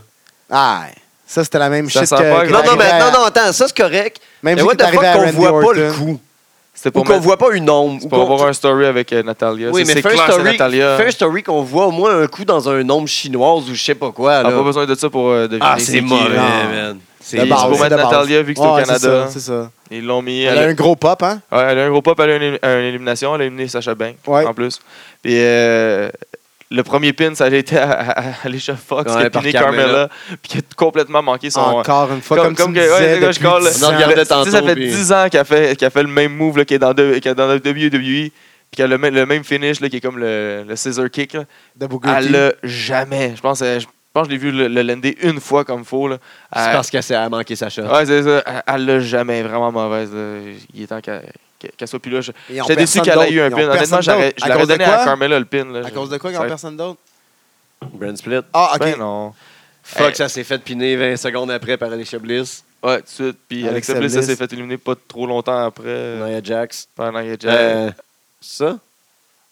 S2: Ah, ça, c'était la même
S6: Ça
S2: shit
S6: sent
S2: que...
S6: pas
S2: que
S6: que-
S3: Non, non,
S2: t'arrivais
S3: mais
S2: à-
S3: non, non, attends, ça c'est correct.
S2: Même
S3: mais
S2: si
S3: what
S2: t'es
S3: the fuck
S2: arrivé à
S3: qu'on
S2: Randy
S3: voit pas
S2: Orton.
S3: le coup.
S6: c'était
S3: Ou
S6: pour
S3: qu'on
S6: mettre-
S3: voit pas une ombre.
S6: c'est
S3: ou
S6: pour
S3: qu'on-
S6: avoir un story avec euh, Natalia.
S3: Oui,
S6: C'est-
S3: mais
S6: c'est
S3: First
S6: clair, c'est
S3: Story,
S6: Natalia.
S3: First Story qu'on voit au moins un coup dans un ombre chinoise ou je sais pas quoi.
S6: On
S3: Là.
S6: a Ah, pas besoin de ça pour euh, deviner.
S3: Ah,
S6: c'est
S3: c'est
S6: qui,
S3: mauvais,
S6: là.
S2: là.
S3: man. C'est
S2: De
S6: Ils
S2: base,
S6: vont
S2: de
S6: mettre
S2: base.
S6: Natalia vu que c'est au
S2: Ouais, c'est
S6: Canada.
S2: ça, c'est ça.
S6: Ils l'ont mis.
S2: Elle a un gros pop, hein?
S6: Ouais, elle a un gros pop, elle a une, euh, une élimination, elle a éliminé Sacha Bank
S2: Ouais.
S6: en plus. Puis euh, le premier pin, ça a été à, à, à Alicia Fox
S3: Ouais,
S6: qui a
S3: par
S6: piné
S3: Carmella.
S6: Carmella, puis qui a complètement manqué son.
S2: Encore une fois,
S6: Comme-
S2: comme,
S6: comme
S2: tu
S6: que-
S2: me
S6: ouais,
S2: disais
S6: les gars,
S2: depuis
S6: je colle.
S2: 10
S3: On en
S2: ans.
S6: Tu
S3: regardait
S6: sais, ça
S3: tantôt,
S6: fait
S3: puis-
S6: 10 ans qu'elle fait, qu'elle fait le même move là, qui est dans, de, qui est dans la WWE, puis qu'elle a le, même- le même finish là, qui est comme le, le scissor kick. là.
S2: de Booker
S6: Elle
S2: T.
S6: l'a jamais. Je pense, euh, je pense que je l'ai vu le, le lander une fois comme faux. Là.
S3: C'est
S6: Euh,
S3: parce qu'elle s'est manqué sa shot.
S6: ouais, c'est ça. Elle- Elle l'a jamais vraiment mauvaise. là. Il est temps qu'elle qu'elle- qu'elle soit plus là. Je-
S2: Ils ont
S6: J'étais déçu
S2: personne
S6: qu'elle ait eu
S2: d'autre.
S6: un
S2: Ils ont
S6: pin.
S2: personne
S6: Honnêtement, j'aurais-
S2: d'autre.
S6: je l'aurais
S2: cause de
S6: donné
S2: quoi?
S6: à Carmela le pin. là.
S2: À cause de quoi,
S6: Ça
S2: quand
S6: va être-
S2: personne d'autre?
S3: Brand Split.
S2: Ah, OK.
S6: Ben non.
S3: Fuck,
S6: Hey.
S3: ça s'est fait piner 20 secondes après par Alicia Bliss.
S6: Ouais, tout de suite. Puis
S2: Alexa
S6: Alexa Bliss, ça
S2: Bliss.
S6: s'est fait éliminer pas trop longtemps après.
S3: Nia Jax.
S6: Pendant qu'il était.
S3: Euh, ça?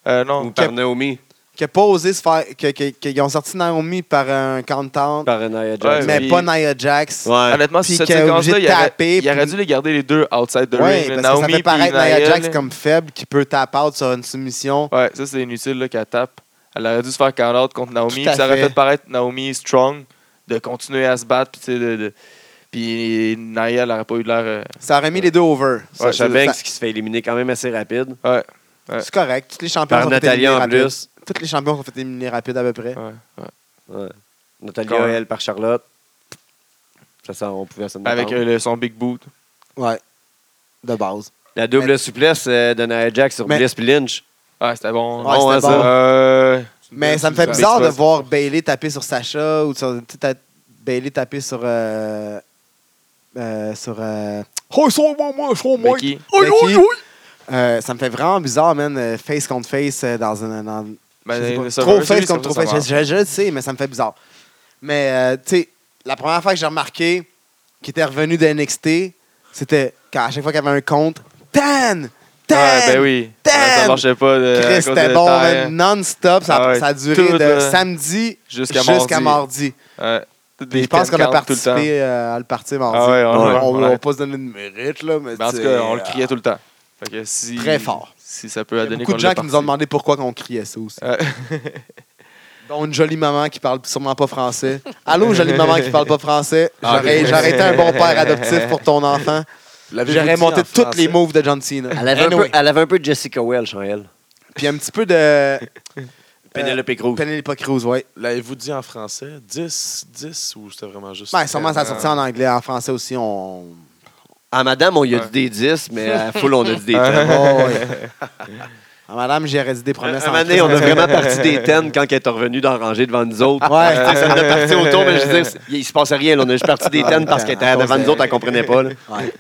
S6: Euh,
S3: Ou
S6: non.
S3: par
S2: Cap-
S3: Naomi?
S2: Qui a pas osé se faire. que- que- Qu'ils ont sorti Naomi par un countdown,
S3: Par Nia Jax.
S2: mais
S6: oui.
S2: pas Nia Jax.
S3: Ouais.
S6: Honnêtement,
S2: Puis
S6: si cette
S2: qu'elle est
S6: séquence-là,
S2: obligée de
S6: il, aurait-
S2: taper,
S6: il aurait
S2: puis-
S6: dû les garder les deux outside the
S2: Ouais,
S6: ring.
S2: parce
S6: là.
S2: que
S6: Naomi
S2: ça fait paraître
S6: puis
S2: Nia Jax
S6: là.
S2: comme faible qui peut tap out sur une soumission.
S6: Ouais, ça, c'est inutile là, qu'elle tape. Elle aurait dû se faire count-out contre Naomi.
S2: Tout à
S6: puis Ça aurait
S2: fait.
S6: fait paraître Naomi strong, de continuer à se battre. Puis, tu sais, de, de- puis Naya, elle n'aurait pas eu l'air. euh,
S2: Ça aurait mis les deux over.
S6: Ouais,
S3: Sacha
S6: ça-
S3: Banks qui se fait éliminer quand même assez rapide.
S6: Ouais. ouais.
S2: C'est correct. Tous les champions
S3: Par
S2: sont fait éliminer
S3: Natalia en
S2: rapide.
S3: plus.
S2: Tous les champions sont fait éliminer rapide à peu près.
S6: ouais, ouais.
S3: Ouais.
S6: Quand
S3: Natalia,
S6: même.
S3: elle, par Charlotte. Ça, ça, on pouvait s'en
S6: Avec
S3: attendre.
S6: euh, le- son big boot.
S2: Ouais. De base.
S3: La double souplesse euh, de Nia Jax sur
S2: Mais-
S3: Bliss puis Lynch.
S6: Ouais, Ah, c'était bon.
S2: Ouais,
S3: Bon,
S2: c'était
S3: hein, ça.
S2: bon.
S6: Euh,
S2: Mais ça me fait
S6: Mais
S2: bizarre
S6: c'est
S2: de
S6: pas-
S2: voir Bailey taper sur Sacha ou sur, tu sais, ta- Bailey taper sur. euh, euh, sur. euh, Oh, moi, moi, moi.
S6: Becky.
S2: Becky. Euh, ça me fait vraiment bizarre, man, euh, face contre face euh, dans un. dans-
S6: Ben,
S2: je sais pas,
S6: ça
S2: trop
S6: va,
S2: face
S6: ça,
S2: contre
S6: ça,
S2: trop
S6: ça
S2: face.
S6: marche.
S2: Je, je- je le sais, mais ça me fait bizarre. Mais, euh, tu sais, la première fois que j'ai remarqué qu'il était revenu de NXT, c'était quand à chaque fois qu'il y avait un compte, Tan! Tan!
S6: Ouais, ben Ah, oui.
S2: Damn!
S6: Ça marchait pas. de- à
S2: Chris,
S6: cause
S2: C'était
S6: de
S2: bon,
S6: taille,
S2: man, non-stop. Ça,
S6: Ah ouais,
S2: ça a duré
S6: tout,
S2: de
S6: là.
S2: samedi
S6: Jusqu'à
S2: jusqu'à
S6: mardi.
S2: mardi.
S6: Ouais. Toutes
S2: Puis
S6: des
S2: je pense qu'on a
S6: ten counts tout le temps.
S2: participé euh, à le partir mardi.
S6: Ah ouais, on-
S2: on
S6: ouais,
S2: on-
S6: on
S2: on
S6: a-
S2: va pas se donner de mérite, là, mais,
S6: Mais en tout
S2: tu
S6: cas,
S2: sais,
S6: on le
S2: euh,
S6: criait tout le temps. Fait que si,
S2: Très fort.
S6: Si ça peut
S2: Il y a
S6: donner
S2: beaucoup de gens qui nous ont Euh, demandé pourquoi on criait ça aussi. Dont une jolie maman qui parle sûrement
S6: *laughs*
S2: pas français. Allô, jolie maman qui parle pas français.
S6: Ah,
S2: J'aurais
S6: oui.
S2: j'aurais été un bon père adoptif pour ton enfant. J'aurais monté toutes les moves de John Cena.
S3: Elle avait, un peu,
S2: Anyway.
S3: elle avait un peu de Jessica Welch en elle.
S2: Puis un petit peu de
S6: Euh,
S3: Penelope Cruz.
S2: Penelope Cruz, ouais.
S5: L'avez-vous dit en français 10, 10 ou c'était vraiment juste.
S2: Ben, sûrement, ça a sorti en anglais. En français aussi, on.
S3: À Ah, madame, on y a dit des 10, mais à full, on a dit des 10.
S6: *laughs*
S2: Oh, ouais. Ah, madame, j'aurais dit des promesses
S3: À Euh, un
S2: en
S3: moment donné, on a vraiment parti des 10 quand elle est revenue d'en ranger devant nous autres.
S2: Ouais.
S3: Tu sais, ça en a parti autour, mais je veux dire, il se passait rien. là. On a juste parti des 10 parce qu'elle était devant nous autres, elle comprenait pas. là.
S2: Ah, Ouais.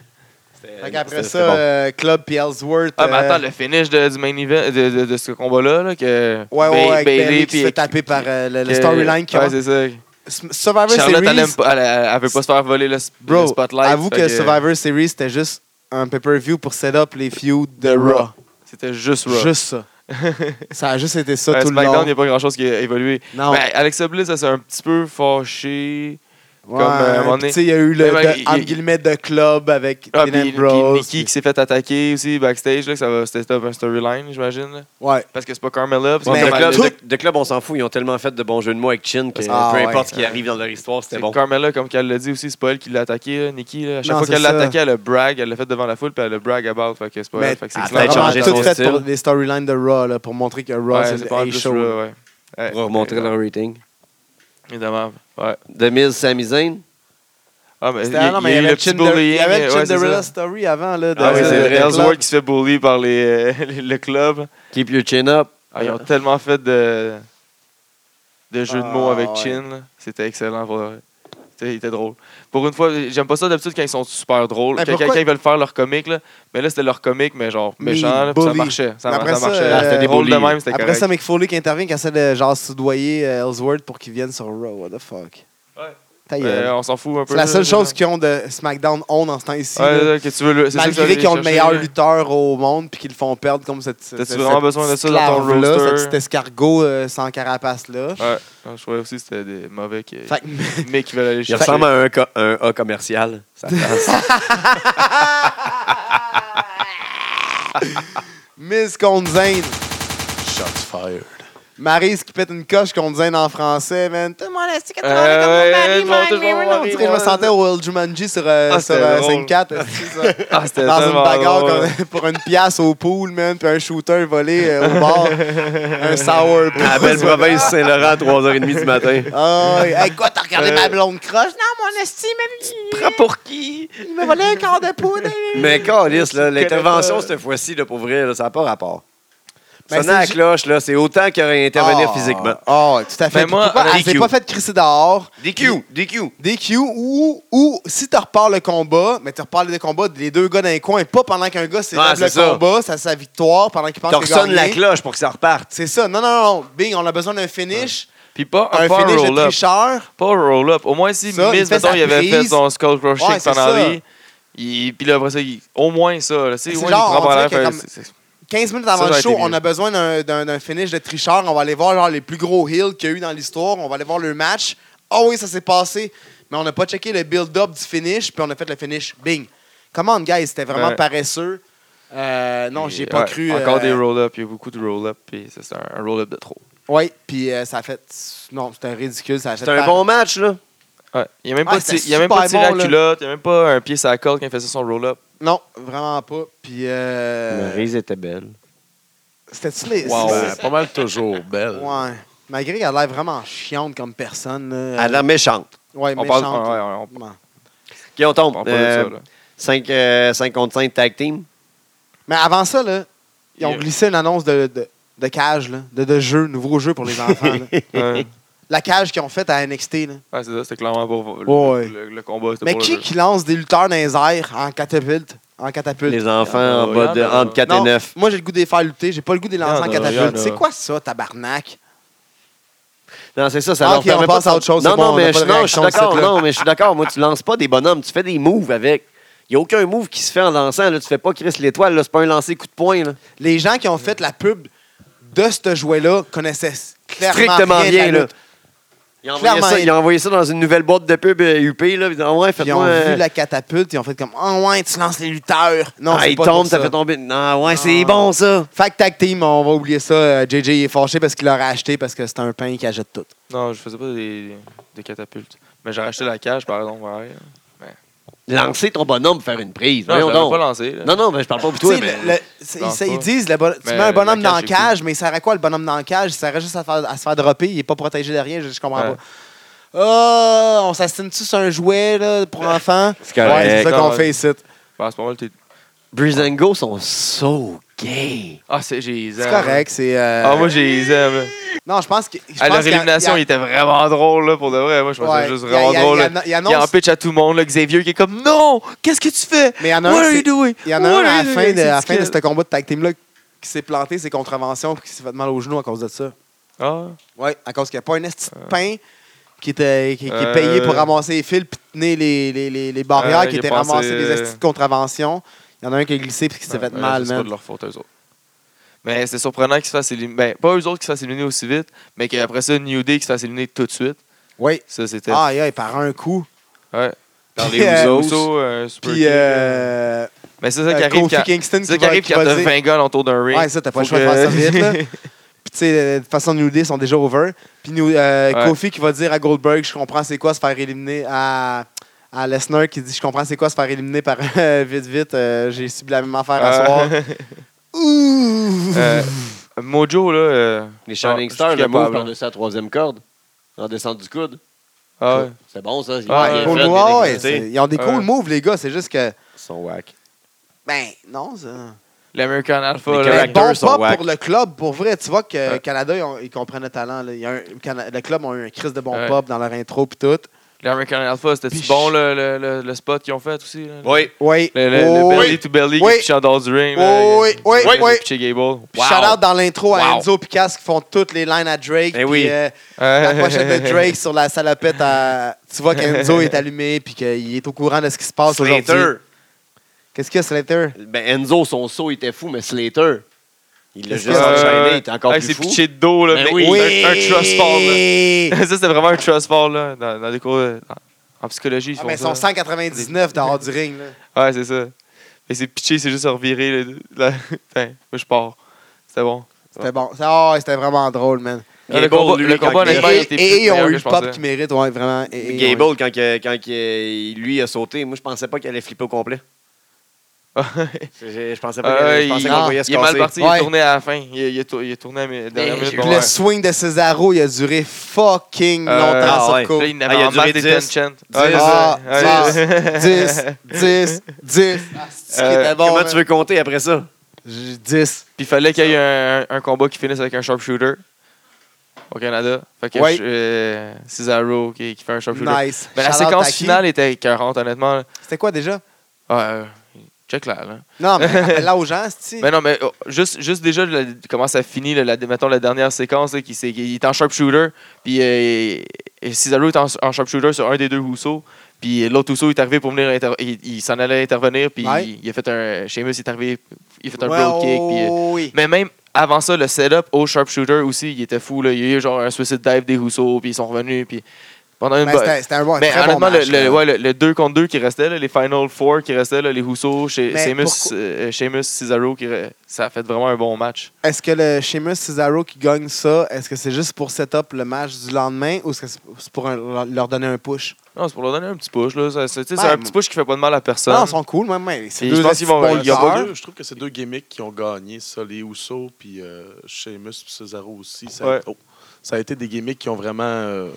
S2: Fait qu'après
S3: C'était-
S2: ça,
S3: c'était bon.
S2: euh, Club puis Ellsworth.
S6: Ah, mais
S2: euh,
S6: attends, le finish de, du main event, de, de, de ce combat-là, là, que
S2: Ouais, ouais,
S6: Ba-
S2: ouais, avec Bailey qui
S6: puis-
S2: se fait taper par euh, le, le
S6: que-
S2: storyline qui
S6: Ouais, c'est ça.
S2: Survivor
S6: Charlotte, elle,
S2: Series.
S6: aime pas- elle, elle- elle veut pas se faire voler le, s-
S2: Bro,
S6: le spotlight.
S2: avoue
S6: fait
S2: que, Survivor Series, c'était juste un pay-per-view pour set up les feuds de Raw.
S6: C'était juste Raw. *laughs*
S2: Juste ça. ça a juste été ça
S6: Ouais,
S2: tout le
S6: SmackDown, il
S2: long.
S6: n'y a pas grand-chose qui a évolué.
S2: Non,
S6: Ben, Alexa Bliss, elle s'est un petit peu fâchée. comme, euh, à un moment
S2: ouais,
S6: donné-
S2: puis tu sais, il y a eu le,
S6: Mais ben,
S2: de,
S6: il-
S2: entre
S6: il-
S2: guillemets, de club avec
S6: Ah,
S2: Dean
S6: puis,
S2: Ambrose.
S6: puis Nikki qui s'est fait attaquer aussi backstage. Là, que ça va- C'était un storyline, j'imagine. là.
S2: Ouais.
S6: Parce que c'est pas Carmella. parce que
S3: Ouais,
S2: Mais
S3: mais
S6: Carmella-
S3: de, club,
S2: tout-
S3: de- de club, on s'en fout. Ils ont tellement fait de bons jeux de mots avec Chin que
S2: Ah,
S3: peu
S2: ouais.
S3: importe ce qui arrive dans leur histoire, c'était
S6: C'est
S3: bon.
S6: Carmella, comme qu'elle l'a dit aussi, c'est pas elle qui l'a attaqué, là, Nikki. là. À chaque
S2: Non,
S6: fois
S2: c'est
S6: qu'elle l'a
S2: ça.
S6: attaqué, elle le brag, elle l'a fait devant la foule, puis elle le brag about. Fait que c'est pas
S2: Mais
S6: elle. Fait que c'est
S3: elle a
S2: C'était
S6: clair.
S3: peut-être
S2: vraiment
S3: changé
S2: tout
S3: son
S2: fait
S3: style.
S2: pour les storylines de Raw, là, pour montrer que Raw,
S6: Ouais,
S2: c'est
S6: c'est pas
S2: le
S6: en
S2: A
S6: plus
S2: show.
S6: Raw, ouais. Ouais.
S3: Pour remontrer leur rating.
S6: Évidemment. Ouais.
S3: De Miz, Sami Zayn.
S6: Ah, mais il y
S2: C'était- ah, non, mais il
S6: a
S2: y
S6: eu
S2: avait
S6: le
S2: le
S6: petit
S2: Chin de- il
S6: bullying.
S2: y avait le
S6: ouais,
S2: Chin
S6: c'est
S2: de Real
S6: ça.
S2: Story avant. Là, de,
S6: Ah, oui,
S2: de-
S6: c'est
S2: de
S6: vrai.
S2: club.
S6: Ellsworth qui se fait bully par les, *laughs* euh, les- le club.
S3: Keep your chin up.
S6: Ah, ils ont tellement fait de, de jeux de mots
S2: Euh, Ah,
S6: avec
S2: ouais.
S6: Chin. là. C'était excellent. Pour... Il était drôle. Pour une fois, j'aime pas ça d'habitude quand ils sont super drôles.
S2: Mais
S6: Quand,
S2: pourquoi-
S6: quand ils veulent faire leur comique, là. mais là c'était leur comique, mais genre
S2: Mais
S6: méchant. là, puis ça
S2: bully.
S6: marchait. Ça,
S2: Mais après
S6: ça
S2: ça,
S6: marchait.
S2: euh, Ah, c'était des
S6: drôle de
S3: bullies.
S6: même, c'était
S2: Après
S6: correct.
S2: ça, Mick Foley qui intervient, qui essaie de genre soudoyer euh, Ellsworth pour qu'il vienne sur Raw. What the fuck?
S6: Ouais.
S2: Ta gueule.
S6: Euh, on s'en fout un peu.
S2: c'est la
S6: là,
S2: seule
S6: genre.
S2: chose qu'ils ont de SmackDown on en ce temps ici.
S6: Ouais,
S2: là.
S6: là, que tu veux le- c'est ça que
S2: Malgré
S6: j'allais
S2: qu'ils ont le
S6: chercher,
S2: meilleur
S6: là.
S2: lutteur au monde puis qu'ils le font perdre comme cette.
S6: T'as-tu
S2: cette-
S6: vraiment
S2: cette
S6: besoin de ça dans ton
S2: esclave-là,
S6: roster?
S2: Cet escargot euh, sans carapace là.
S6: Ouais, non, je trouvais aussi que c'était des mauvais qui.
S2: Fait que- *laughs*
S6: Mais qui veulent aller
S3: Il
S6: chercher.
S3: ressemble à un, co- un A commercial. Ça passe.
S2: Miz contre Zane.
S5: Shots fired.
S2: Maryse qui pète une coche contre Zane en français, man. Tout le monde est que tu
S6: Euh,
S2: parles comme
S6: ouais,
S2: Marie,
S6: ouais,
S2: Marie,
S6: tout le monde,
S2: Marie,
S6: Marie,
S2: on dirait que Je me
S6: ouais.
S2: sentais au World Jumanji sur, euh,
S6: Ah,
S2: sur
S6: c'était
S2: euh,
S6: drôle.
S2: 5-4. c'est ça.
S6: Ah, *laughs* c'était
S2: dans une
S6: tellement
S2: bagarre
S6: drôle.
S2: comme- *laughs* pour une pièce au pool, man, puis un shooter volé euh, au bar, un
S6: Ah,
S2: sour
S3: À la belle province Saint-Laurent, à 3h30 du matin.
S2: Oh, hey, quoi, t'as regardé
S6: Euh.
S2: ma blonde croche? Non, mon esti, même
S6: Prends pour qui
S2: il me volait un quart de poudre. *laughs*
S3: Mais Calis, là, l'intervention cette fois-ci, là, pour vrai, là, ça n'a pas rapport.
S2: Ben,
S3: Sonner à la
S2: c'est-
S3: cloche, là, c'est autant qu'il aurait intervenir
S2: Ah.
S3: physiquement.
S2: Ah, tout à fait.
S6: Ben, moi,
S2: Pourquoi
S6: euh,
S2: elle s'est
S6: DQ.
S2: pas fait crisser dehors?
S6: DQ, DQ.
S2: DQ ou, ou si tu repars le combat, mais tu repars le combat des deux gars dans les coins, pas pendant qu'un gars s'établit
S3: Ouais, c'est
S2: le
S3: ça.
S2: combat, ça sa victoire, pendant qu'il pense
S3: T'en
S2: qu'il a
S3: ressonnes la
S2: gagné.
S3: cloche pour que ça reparte.
S2: C'est ça. Non, non, non. Bing, on a besoin d'un finish.
S6: Puis pas un,
S2: Un
S6: pas un
S2: finish de
S6: roll-up.
S2: tricheur.
S6: Pas un roll-up. Au moins, si
S2: Ça, il
S6: Miz,
S2: fait
S6: mettons,
S2: sa
S6: il avait fait
S2: prise.
S6: son skull crushing
S2: Ouais, c'est
S6: pendant
S2: ça.
S6: lui. il- Puis là, après ça, il- au moins ça. Là, tu sais,
S2: C'est
S6: ouais, il
S2: genre,
S6: prend
S2: on
S6: par l'air,
S2: dirait que
S6: fait-
S2: comme-
S6: c'est- c'est-
S2: 15 minutes avant
S6: Ça, ça
S2: le
S6: a
S2: show,
S6: été
S2: on
S6: mieux.
S2: a besoin d'un- d'un d'un finish de tricheur. On va aller voir genre, les plus gros heels qu'il y a eu dans l'histoire. On va aller voir le match. Ah oui, ça s'est passé. Mais on n'a pas checké le build-up du finish, puis on a fait le finish. Bing. Comment, guys, c'était vraiment
S6: Ouais.
S2: paresseux. Euh, non, j'ai
S6: Et,
S2: pas
S6: ouais,
S2: cru.
S6: Encore
S2: euh,
S6: des roll-up. Il y a beaucoup de roll-up. Puis ça, c'est un, un roll-up de trop.
S2: Oui, puis euh, ça a fait. Non, c'était ridicule. Ça a fait
S3: C'est un
S2: par-
S3: bon match, là.
S6: Ouais. Il n'y a même
S2: Ah,
S6: pas, de
S2: c'était
S6: tir- il y a même pas de
S2: super
S6: tir à
S2: bon, là.
S6: culotte. Il n'y a même pas un pied sur la corde quand il faisait son roll-up.
S2: Non, vraiment pas. Puis. euh,
S3: Maryse était belle.
S2: C'était-tu les.
S5: Wow.
S2: c'est-
S5: Ben, pas mal toujours belle.
S2: Oh. Ouais. Malgré qu'elle a l'air vraiment chiante comme personne. là. euh,
S3: Elle a l'air Euh, méchante.
S2: Ouais,
S6: On
S2: méchante.
S6: parle. ouais, ouais, on-
S2: Ouais.
S3: OK, on
S6: on
S3: tombe. Euh,
S6: parle pas de ça.
S2: *laughs*
S6: là.
S3: 5 contre 5 tag team.
S2: Mais avant ça, là, ils ont
S6: Yeah.
S2: glissé une annonce de, de, de cage, là, de, de jeu, nouveau jeu pour les enfants.
S6: *laughs*
S2: là.
S6: Ouais,
S2: La cage qu'ils ont faite à NXT. Là.
S6: Ouais, c'est ça. C'était clairement pour le,
S2: Ouais.
S6: le- le combat. c'était
S2: Mais
S6: pour le
S2: qui
S6: jeu.
S2: qui lance des lutteurs dans les airs en catapulte? En catapulte.
S3: Les enfants
S6: Ah,
S3: en bas de
S6: regarde,
S3: entre 4 et
S2: Non,
S3: 9.
S2: Moi, j'ai le goût de les faire lutter. J'ai pas le goût de les lancer
S6: Y en
S2: en
S6: a,
S2: catapulte.
S6: y en a.
S2: C'est quoi ça, tabarnak?
S3: Non, c'est ça, ça
S2: Ah,
S3: leur
S2: ok,
S3: permet
S2: on
S3: pas
S2: passe
S3: de-
S2: à autre chose,
S3: Non,
S2: c'est bon,
S3: non,
S2: on
S3: mais
S2: a pas
S3: je
S2: de
S3: non, je suis
S2: réaction de
S3: d'accord.
S2: cette là.
S3: Non, mais je suis d'accord. Moi, tu lances pas des bonhommes, tu fais des moves avec. Il n'y a aucun move qui se fait en lançant. Là. Tu fais pas Chris l'étoile, là. c'est pas un lancer coup de poing. Là.
S2: Les gens qui ont fait la pub de ce jouet-là connaissaient clairement
S3: Strictement
S2: rien de la
S3: rien. Là.
S2: lutte.
S3: Il, a envoyé
S2: Clairement,
S3: ça, il a envoyé ça dans une nouvelle boîte de pub euh, UP. Là. Ils ont, ouais,
S2: Puis Ils
S3: faites-moi,
S2: ont
S3: euh,
S2: vu la catapulte, ils ont fait comme « Ah ouais, tu lances les lutteurs! » Non,
S3: ah,
S2: c'est
S3: il
S2: pas
S3: tombe,
S2: pour ça.
S3: ça fait tomber. Non, ouais, c'est
S2: Ah.
S3: bon, ça.
S2: Fact Tag Team, on va oublier ça. Euh, JJ est fâché parce qu'il l'aurait acheté parce que c'est un pain qui achète tout.
S6: Non, je faisais pas des, des catapultes. Mais j'ai racheté la cage, par exemple. Ouais.
S3: Lancer ton bonhomme pour faire une prise.
S6: Non, je
S3: Voyons
S6: l'aurais pas
S3: donc.
S6: lancé. là.
S3: Non, non, mais je parle pas pour
S2: Tu
S3: toi. ben,
S2: sais,
S3: mais-
S2: le- le- c'est-
S6: Lance
S2: ils,
S6: pas.
S2: ils disent, le bon- tu
S3: Ben,
S6: Mais
S2: mets un bonhomme
S6: la
S2: dans
S6: cage,
S2: la
S6: c'est
S2: cage, mais il sert à quoi le bonhomme dans la cage? Il sert à juste à, faire- à se faire dropper, il est pas protégé de rien, je, je comprends
S6: Ouais.
S2: pas. Ah, on s'assine-tu sur un jouet là,
S3: *laughs*
S2: pour enfants?
S3: C'est correct.
S2: Ouais, c'est ça qu'on
S6: correct.
S2: fait ici.
S6: Ben, à ce moment-là, t'es.
S3: Breezango sont so gay.
S6: Ah, c'est, j'ai les
S2: C'est
S6: aime, là.
S2: correct, c'est... euh,
S6: Ah, moi, j'ai les aime. là.
S2: Non, je pense que... je
S6: À
S2: pense
S6: leur
S2: qu'il y a-
S6: élimination,
S2: il
S6: il
S2: y a-
S6: était vraiment drôle, là, pour de vrai. Moi, je pensais
S2: ouais,
S6: juste
S2: il y a-
S6: vraiment
S2: il y a-
S6: drôle.
S2: il y
S6: là.
S2: a- il y a-
S6: Il y a en pitch à tout le monde, là, Xavier, qui est comme Non, qu'est-ce que tu fais
S2: Mais il y en a un,
S6: What are
S2: c'est-
S6: you doing
S2: Il y en a un
S6: What
S2: à
S6: are
S2: la
S6: you
S2: fin
S6: doing?
S2: de, à la
S6: C'est
S2: fin de
S6: que-
S2: ce combat de tag team-là qui s'est planté ses contraventions et qui s'est fait mal aux genoux à cause de ça.
S6: Ah,
S2: Oui, à cause qu'il n'y a pas un esti de pain qui, était, qui, qui est payé
S6: Euh.
S2: pour ramasser les fils puis tenir les, les, les, les barrières
S6: Ouais,
S2: qui
S6: il est
S2: étaient
S6: passé,
S2: ramassées des
S6: euh,
S2: estis de contravention. Il y en a un qui a glissé puis qui s'est
S6: ouais,
S2: fait
S6: ben,
S2: mal,
S6: C'est pas
S2: man.
S6: de leur faute, eux autres. Mais c'est surprenant qu'ils se fassent éliminer. Ben, pas eux autres qui se fassent éliminer aussi vite, mais qu'après ça, New Day qui se fasse éliminer tout de suite.
S2: Oui.
S6: Ça, c'était.
S2: Ah, yeah, il part un coup.
S6: Ouais. Dans
S2: Puis,
S6: les
S2: euh,
S6: Usos, un super
S2: Puis,
S6: kick, là.
S2: euh,
S6: Mais c'est ça qui
S2: euh,
S6: arrive
S2: Kofi
S6: quand.
S2: Kingston
S6: C'est ça
S2: qui
S6: qui
S2: va,
S6: arrive
S2: qui
S6: quand
S2: va
S6: t'as
S2: dire...
S6: 20 gars autour d'un ring.
S2: Ouais, ça, t'as pas le
S6: Faut
S2: choix de faire ça
S6: que-
S2: vite, là. Puis, tu sais, de toute façon, New Day sont déjà over. Puis, nous, euh,
S6: Ouais.
S2: Kofi qui va dire à Goldberg, je comprends c'est quoi se faire éliminer à, à Lesnar qui dit, je comprends c'est quoi se faire éliminer par *laughs* vite, vite, euh, j'ai subi la
S6: *laughs*
S2: même affaire à soir.
S6: Euh,
S2: Ouh!
S6: euh, Mojo, là. euh,
S3: Les
S6: ah,
S3: Shining
S6: je suis
S3: Stars, le
S6: capable,
S3: move
S6: là.
S3: par-dessus la troisième corde. En descente du coude.
S6: Ah ouais.
S3: C'est bon, ça. Ils
S6: Ah,
S3: ont bien
S2: Cool
S3: fait,
S2: move,
S3: bien
S2: ouais,
S3: exécuté.
S2: c'est- ils ont des
S6: Ouais.
S2: cool moves, les gars. C'est juste que.
S3: Ils sont whack.
S2: Ben, non, ça.
S6: L'American Alpha,
S3: Les
S6: là.
S2: Ben,
S3: caractères
S2: bon
S3: sont
S2: pop
S3: whack.
S2: pour le club, pour vrai. Tu vois que euh,
S6: Ouais.
S2: Canada, ils, ont- ils comprennent le talent. là. Il y a un- Cana- le club a eu un crise de bon
S6: Ouais.
S2: pop dans leur intro puis tout.
S6: L'American Alpha, c'était
S2: Puis-
S6: bon, le, le, le, le spot qu'ils ont fait aussi. Là.
S3: Oui.
S2: Oui.
S6: Le, le, le
S2: Oh, oui.
S6: belly to belly
S2: Oui.
S6: qui pitch en dehors du ring.
S2: Oui, oui, oui, oui.
S6: Chez Gable. Wow.
S2: Puis shout out dans l'intro à
S6: Wow. Eh
S2: Enzo Picasso qui font toutes les lines à Drake.
S3: Ben
S2: puis,
S3: oui.
S2: euh, la
S6: *laughs*
S2: pochette de Drake sur la salopette à. Tu vois qu'Enzo est allumé puis qu'il est au courant de ce qui se passe aujourd'hui.
S3: Slater.
S2: Qu'est-ce qu'il y a, Slater?
S3: Ben, Enzo, son saut était fou, mais Slater, il l'a
S2: Est-ce
S3: juste
S2: que-
S3: enchaîné. Il était encore
S6: Avec
S3: plus
S6: ses
S3: fou.
S6: pitchés de dos, là.
S3: Ben
S6: mais
S3: oui.
S6: Un, un trust fall,
S2: Oui.
S6: là. *laughs* ça, c'était vraiment un trust fall, là. Dans, dans les cours de- en, en psychologie, ils
S2: Ah,
S6: font
S2: mais ils sont
S6: ça.
S2: 199 dehors du ring. Là.
S6: Ouais, c'est ça. Mais c'est pitché, c'est juste reviré. Là, *laughs* là. Putain, moi, je pars. C'était bon.
S2: C'était bon. Ça, ah, c'était vraiment drôle, man.
S6: le
S3: Gable,
S6: combat,
S3: lui,
S6: le
S3: quand
S6: combat
S3: il-
S2: Et,
S6: honnêtement, il était
S2: et-
S6: plus
S2: et ils
S6: meilleur
S2: ont
S6: que
S2: eu le
S6: je
S2: pop
S6: pensais.
S2: qui mérite, ouais, vraiment. Et- et- ouais.
S3: Gable, quand, que- quand que- lui a sauté, moi, je pensais pas qu'il allait flipper au complet.
S6: Ouais.
S3: Je, je pensais pas
S6: Ah,
S3: qu'il
S6: il,
S3: je pensais
S2: non,
S3: qu'on voyait se
S6: il est mal
S3: casser.
S6: parti, il
S2: Ouais.
S6: est tourné à la fin. Il, il est, tou- il est tourné à la dernière
S3: Mais
S6: minute.
S3: je-
S6: bon,
S2: Le
S6: ouais.
S2: swing de Cesaro, il a duré fucking
S6: Euh,
S2: longtemps
S3: ah,
S2: sur
S3: ouais.
S2: le coup.
S6: Là,
S3: Ah,
S6: il
S3: il
S6: n'avait
S3: a
S6: en
S3: duré
S6: marre des
S3: 10.
S6: tensions.
S2: Ah,
S6: Ouais, ouais.
S2: 10, 10, 10. Ah, c'est ce qui
S6: Euh,
S2: était bon.
S3: Ah, Comment
S2: man.
S3: tu veux compter après ça?
S2: J'ai 10.
S6: *laughs* Puis il fallait qu'il y ait un, un combat qui finisse avec un sharpshooter au Canada. Fait que
S2: Ouais.
S6: je- euh, Cesaro qui, qui fait un sharpshooter.
S2: Nice.
S6: Mais la
S2: Shout out
S6: séquence
S2: Taki.
S6: finale était écœurante, honnêtement. là.
S2: C'était quoi déjà?
S6: Ah, euh, check là, là.
S2: Non, mais rappelle-la aux gens, c'est
S6: Mais non, mais oh, juste, juste déjà, le- comment ça finit, là, la, mettons la dernière séquence, là, qui, c'est, qu'il est en sharpshooter, puis euh, et Cesaro est en, en sharpshooter sur un des deux Housseaux, puis l'autre Housseau est arrivé pour venir, inter- il, il s'en allait intervenir, puis
S2: Ouais.
S6: il, il a fait un, Sheamus est arrivé, il a fait un
S2: Ouais,
S6: blow kick, puis, euh,
S2: oh, oui.
S6: mais même avant ça, le setup au sharpshooter aussi, il était fou, là, il y a eu genre un suicide dive des Housseaux, puis ils sont revenus, puis pendant une
S2: Mais
S6: bo-
S2: Ben, c'était- c'était un bon,
S6: mais
S2: très bon
S6: Ben, honnêtement,
S2: match.
S6: le, le-
S2: là.
S6: ouais, le- le 2 contre 2 qui restait, là, les Final Four qui restaient, là, les Housseaux, chez
S2: Mais
S6: Seamus,
S2: pourquoi-
S6: euh, Seamus, Cesaro, qui re- ça a fait vraiment un bon match.
S2: Est-ce que le Sheamus Cesaro qui gagne ça, est-ce que c'est juste pour setup le match du lendemain ou est-ce que c'est pour un- leur donner un push?
S6: Non, c'est pour leur donner un petit push. là. Ça- C'est tu sais, c'est
S2: Ouais,
S6: un petit push qui fait pas de mal à personne.
S2: Ben, Non, ils sont cool, même. mais C'est
S6: Et
S2: deux
S6: je pense
S2: estis
S6: qu'ils vont-
S5: Ben,
S2: bons
S6: ils ont pas
S2: lutteurs.
S5: Je trouve que c'est deux gimmicks qui ont gagné, ça, les Usos puis euh, Sheamus puis Cesaro aussi. Ça,
S6: Ouais.
S5: oh, ça a été des gimmicks qui ont vraiment, euh,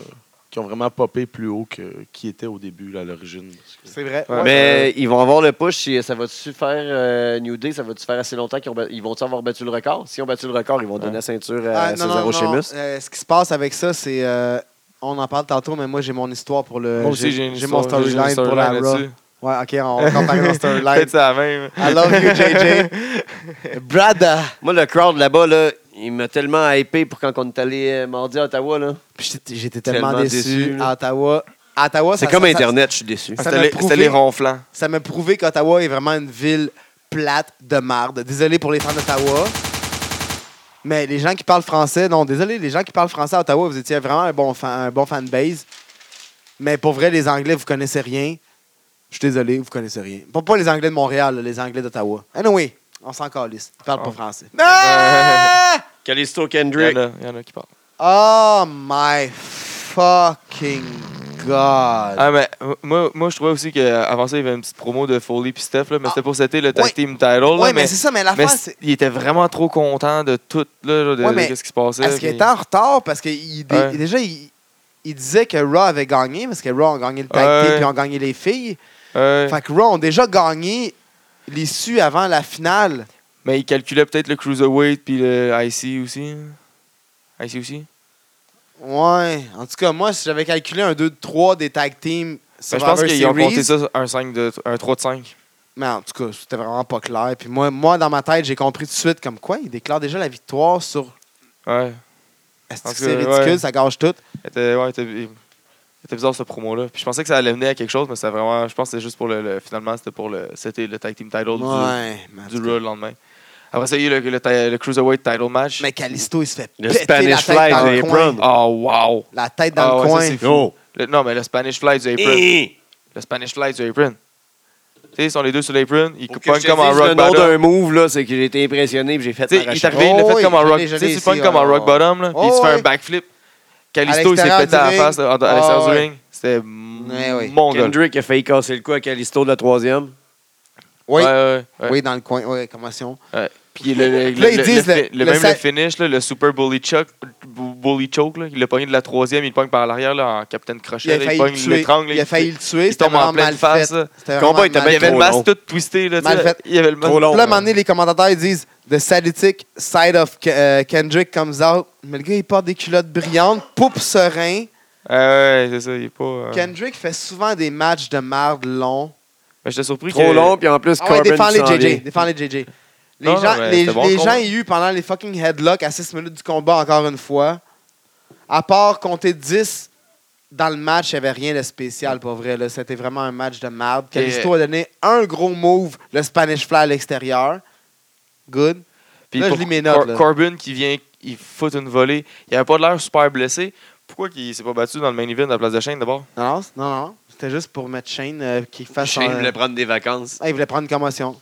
S5: qui ont vraiment popé plus haut que qui était au début, là, à l'origine. Parce que-
S2: C'est vrai.
S6: Ouais.
S3: Mais ils vont avoir le push. et Ça va-tu faire euh, New Day? Ça va-tu faire assez longtemps qu'ils ont bat- ils vont-tu avoir battu le record? S'ils ont battu le record, ils vont donner la ceinture euh,
S6: euh,
S3: à
S2: Ah, non, non,
S3: Cesaro
S2: non, non.
S3: Sheamus.
S2: Euh, ce qui se passe avec ça, c'est. euh, on en parle tantôt, mais moi, j'ai mon histoire pour le.
S6: Moi aussi, Euh, j'ai une
S2: mon
S6: histoire- j'ai une
S2: storyline pour la
S6: storyline
S2: Raw.
S6: là-dessus. *laughs*
S2: Ouais, ok, on va comparer nos storylines.
S6: Peut-être ça même. Ah,
S2: I love you, JJ.
S3: *laughs*
S2: Brada.
S3: Moi, le crowd là-bas, là, il m'a tellement hypé pour quand on est allé euh, mardi à Ottawa. là.
S2: Puis J'étais j'étais tellement,
S3: Tellement
S2: déçu.
S3: déçu, là.
S2: à Ottawa. à Ottawa,
S3: C'est
S2: ça-
S3: comme
S2: ça-
S3: Internet, je suis déçu.
S2: Ça
S6: C'était
S2: m'a
S6: les-
S2: prouvé-
S6: c'était les ronflants.
S2: Ça m'a prouvé qu'Ottawa est vraiment une ville plate de marde. Désolé pour les fans d'Ottawa. Mais les gens qui parlent français, non, désolé, les gens qui parlent français à Ottawa, vous étiez vraiment un bon, fan, un bon fanbase. Mais pour vrai, les Anglais, vous connaissez rien. Je suis désolé, vous connaissez rien. Pas, pas les Anglais de Montréal, là, les Anglais d'Ottawa. Anyway, on s'en calisse. Ils
S3: Oh.
S2: parlent pas français.
S6: *laughs*
S2: Ah!
S3: Calisto
S6: Il y,
S3: Kendrick.
S6: en a, il y en a qui parlent.
S2: Oh my fucking god.
S6: Ah, mais euh, moi, moi je trouvais aussi qu'avant ça, il y avait une petite promo de Foley puis Steph, là, mais
S2: Ah.
S6: c'était pour c'était le tag
S2: Ouais.
S6: team title. là,
S2: ouais, mais,
S6: mais
S2: c'est ça, mais la
S6: mais
S2: face,
S6: c- il était vraiment trop content de tout, là, là, de,
S2: Ouais,
S6: de
S2: mais
S6: qu'est-ce qui se passait.
S2: Est-ce qu'il
S6: puis-
S2: était en retard? Parce que il dé-
S6: Ouais.
S2: déjà, il, il disait que Raw avait gagné, parce que Raw a gagné le tag
S6: Ouais.
S2: team, puis ont gagné les filles.
S6: Ouais.
S2: Fait que Raw ont déjà gagné l'issue avant la finale.
S6: Mais il calculait peut-être le Cruiserweight puis le IC aussi. IC aussi?
S2: Ouais. En tout cas, moi, si j'avais calculé un 2-3 des tag teams
S6: Ben, je
S2: Survivor
S6: pense qu'ils ont
S2: Series,
S6: compté ça un, 5 de, un 3 de 5.
S2: Mais en tout cas, c'était vraiment pas clair. Puis moi, moi dans ma tête, j'ai compris tout de suite comme quoi il déclare déjà la victoire sur...
S6: Ouais.
S2: Est-ce
S6: En
S2: que
S6: tout
S2: c'est
S6: cas,
S2: ridicule,
S6: ouais.
S2: ça gâche tout.
S6: C'était, ouais, c'était, il- c'était bizarre ce promo-là. Puis je pensais que ça allait mener à quelque chose, mais c'était vraiment. Je pense que c'était juste pour le. le- finalement, c'était pour le. C'était le tag team title du-
S2: Ouais. mais en
S6: du,
S2: tout
S6: Raw le lendemain. Après ça, il y a eu le, le, ta- le Cruiserweight title match.
S2: cas. Mais Calisto, il se fait
S3: Le
S2: péter la
S3: Spanish
S2: tête dans
S3: Fly,
S2: le coin.
S3: l'apron.
S6: Oh, wow!
S2: La tête dans
S6: Ah
S2: le
S6: ouais, ça,
S2: coin.
S6: c'est fou. Le- non, mais le Spanish Fly du apron. Le Spanish Fly du apron. Tu sais, ils sont les deux sur l'apron. Ils
S3: Pour que
S6: pognent
S3: je te
S6: comme un
S3: dise le
S6: rock
S3: nom
S6: bottom.
S3: d'un move, là, c'est que j'ai été impressionné et j'ai fait
S6: Tu sais,
S3: ma
S6: il est
S3: rachette.
S6: arrivé, il
S2: Oh
S6: l'a fait
S2: oui,
S6: comme un
S2: je
S6: rock.
S2: l'ai-
S6: Tu
S2: je
S6: sais,
S2: l'ai
S6: tu pognes
S2: ici,
S6: comme un
S2: ouais,
S6: rock
S2: ouais.
S6: bottom, là. Puis il se
S2: Oh
S6: fait un
S2: oui.
S6: backflip. Calisto, il s'est
S2: l'extérieur
S6: pété
S2: du
S6: à la
S2: ring.
S6: face là, à l'extérieur
S2: Ah
S6: du
S2: ouais.
S6: ring. C'était
S2: Ouais, ouais.
S6: mon gars.
S3: Kendrick a failli casser le cou à Calisto de la troisième.
S6: Ouais,
S2: Oui.
S6: ouais, ouais.
S2: Oui, dans le coin. Oui, comment
S6: Puis le, le,
S2: Là, ils
S6: le-
S2: disent
S6: le-
S2: le-
S6: le-
S2: le
S6: même
S2: sa-
S6: le finish, là, le Super Bully Choke, bully choke là, il l'a pogné de la troisième, il le pogne par l'arrière là, en Captain
S2: Il
S6: Crochet.
S2: a
S6: là, Il
S2: failli
S6: pogne
S2: le tuer.
S6: l'étrangle.
S2: Il a failli le tuer.
S6: il
S2: C'était
S6: tombe en
S2: vraiment
S6: pleine
S2: mal
S6: face,
S2: fait.
S6: là.
S2: C'était
S3: Le combat
S2: vraiment
S3: était
S2: mal
S6: Il y
S3: bien
S2: fait.
S6: avait le
S3: trop long.
S6: masque tout twisté. Là, tu
S2: Mal
S6: sais,
S2: fait. hein.
S6: Il y avait le masque.
S3: Trop long. hein.
S2: Puis Là, à un moment donné, les commentateurs ils disent The Saditic side of Ke- euh, Kendrick comes out. Mais le gars, il porte des culottes brillantes, poupe serein.
S6: Ouais, ouais, c'est ça. Il est pas. euh,
S2: Kendrick fait souvent des matchs de marde longs.
S6: mais Ben, J'étais surpris
S3: Trop
S6: que-
S3: long, puis en plus,
S2: Ah ouais,
S3: Corbin
S2: défends les
S3: s'en vient.
S2: JJ. Défends les JJ. Les
S6: Non, non,
S2: gens,
S6: mais
S2: les,
S6: c'était bon,
S2: les
S6: le
S2: gens
S6: combat.
S2: y eu pendant les fucking headlocks à 6 minutes du combat, encore une fois. À part compter 10 dans le match, il n'y avait rien de spécial, pas vrai. là. C'était vraiment un match de merde. Calisto a donné un gros move, le Spanish Fly à l'extérieur. Good.
S6: Puis
S2: Là, je
S6: pour
S2: lis mes notes, là.
S6: Corbin qui vient, il fout une volée. Il avait pas l'air super blessé. Pourquoi il s'est pas battu dans le main event à la place de Shane d'abord?
S2: Non, non, non. non. C'était juste pour mettre Shane euh, qui fasse
S3: Shane
S2: un-
S3: voulait prendre des vacances.
S2: Ah, il voulait prendre une commotion.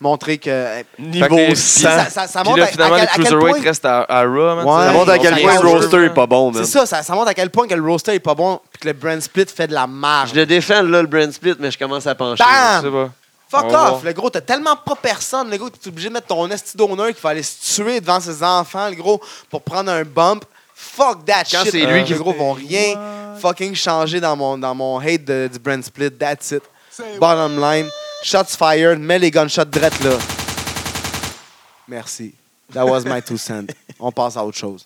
S2: Montrer que.
S3: Niveau
S6: Fait que-
S3: 100.
S2: ça, ça- ça
S6: Puis
S2: montre
S6: là,
S2: à- à
S6: finalement,
S2: quel-
S6: le
S2: à quel
S6: Cruiserweight
S2: point-
S6: reste à, à Raw. man.
S2: Ouais.
S6: C'est-
S3: Ça montre à quel
S6: ils
S3: point
S6: sont
S3: le
S6: sur-
S3: roster est pas bon, man.
S6: ben.
S2: C'est ça, ça, ça montre à quel point que le roster est pas bon et que le brand split fait de la marge.
S3: Je le défends, là, le brand split, mais je commence à pencher.
S2: Bam!
S6: Je sais pas.
S2: Fuck
S6: On va
S2: off,
S6: voir.
S2: le gros, t'as tellement pas personne, le gros, que t'es obligé de mettre ton esti d'honneur qu'il fallait se tuer devant ses enfants, le gros, pour prendre un bump. Fuck that
S3: Quand
S2: shit.
S3: c'est
S6: lui
S2: les
S6: qui-
S2: gros vont rien fucking changer dans mon, dans mon hate de- du brand split. That's it. Bottom line, shots fired, mets les gunshots drettes là. Merci. That was my two cents. On passe à autre chose.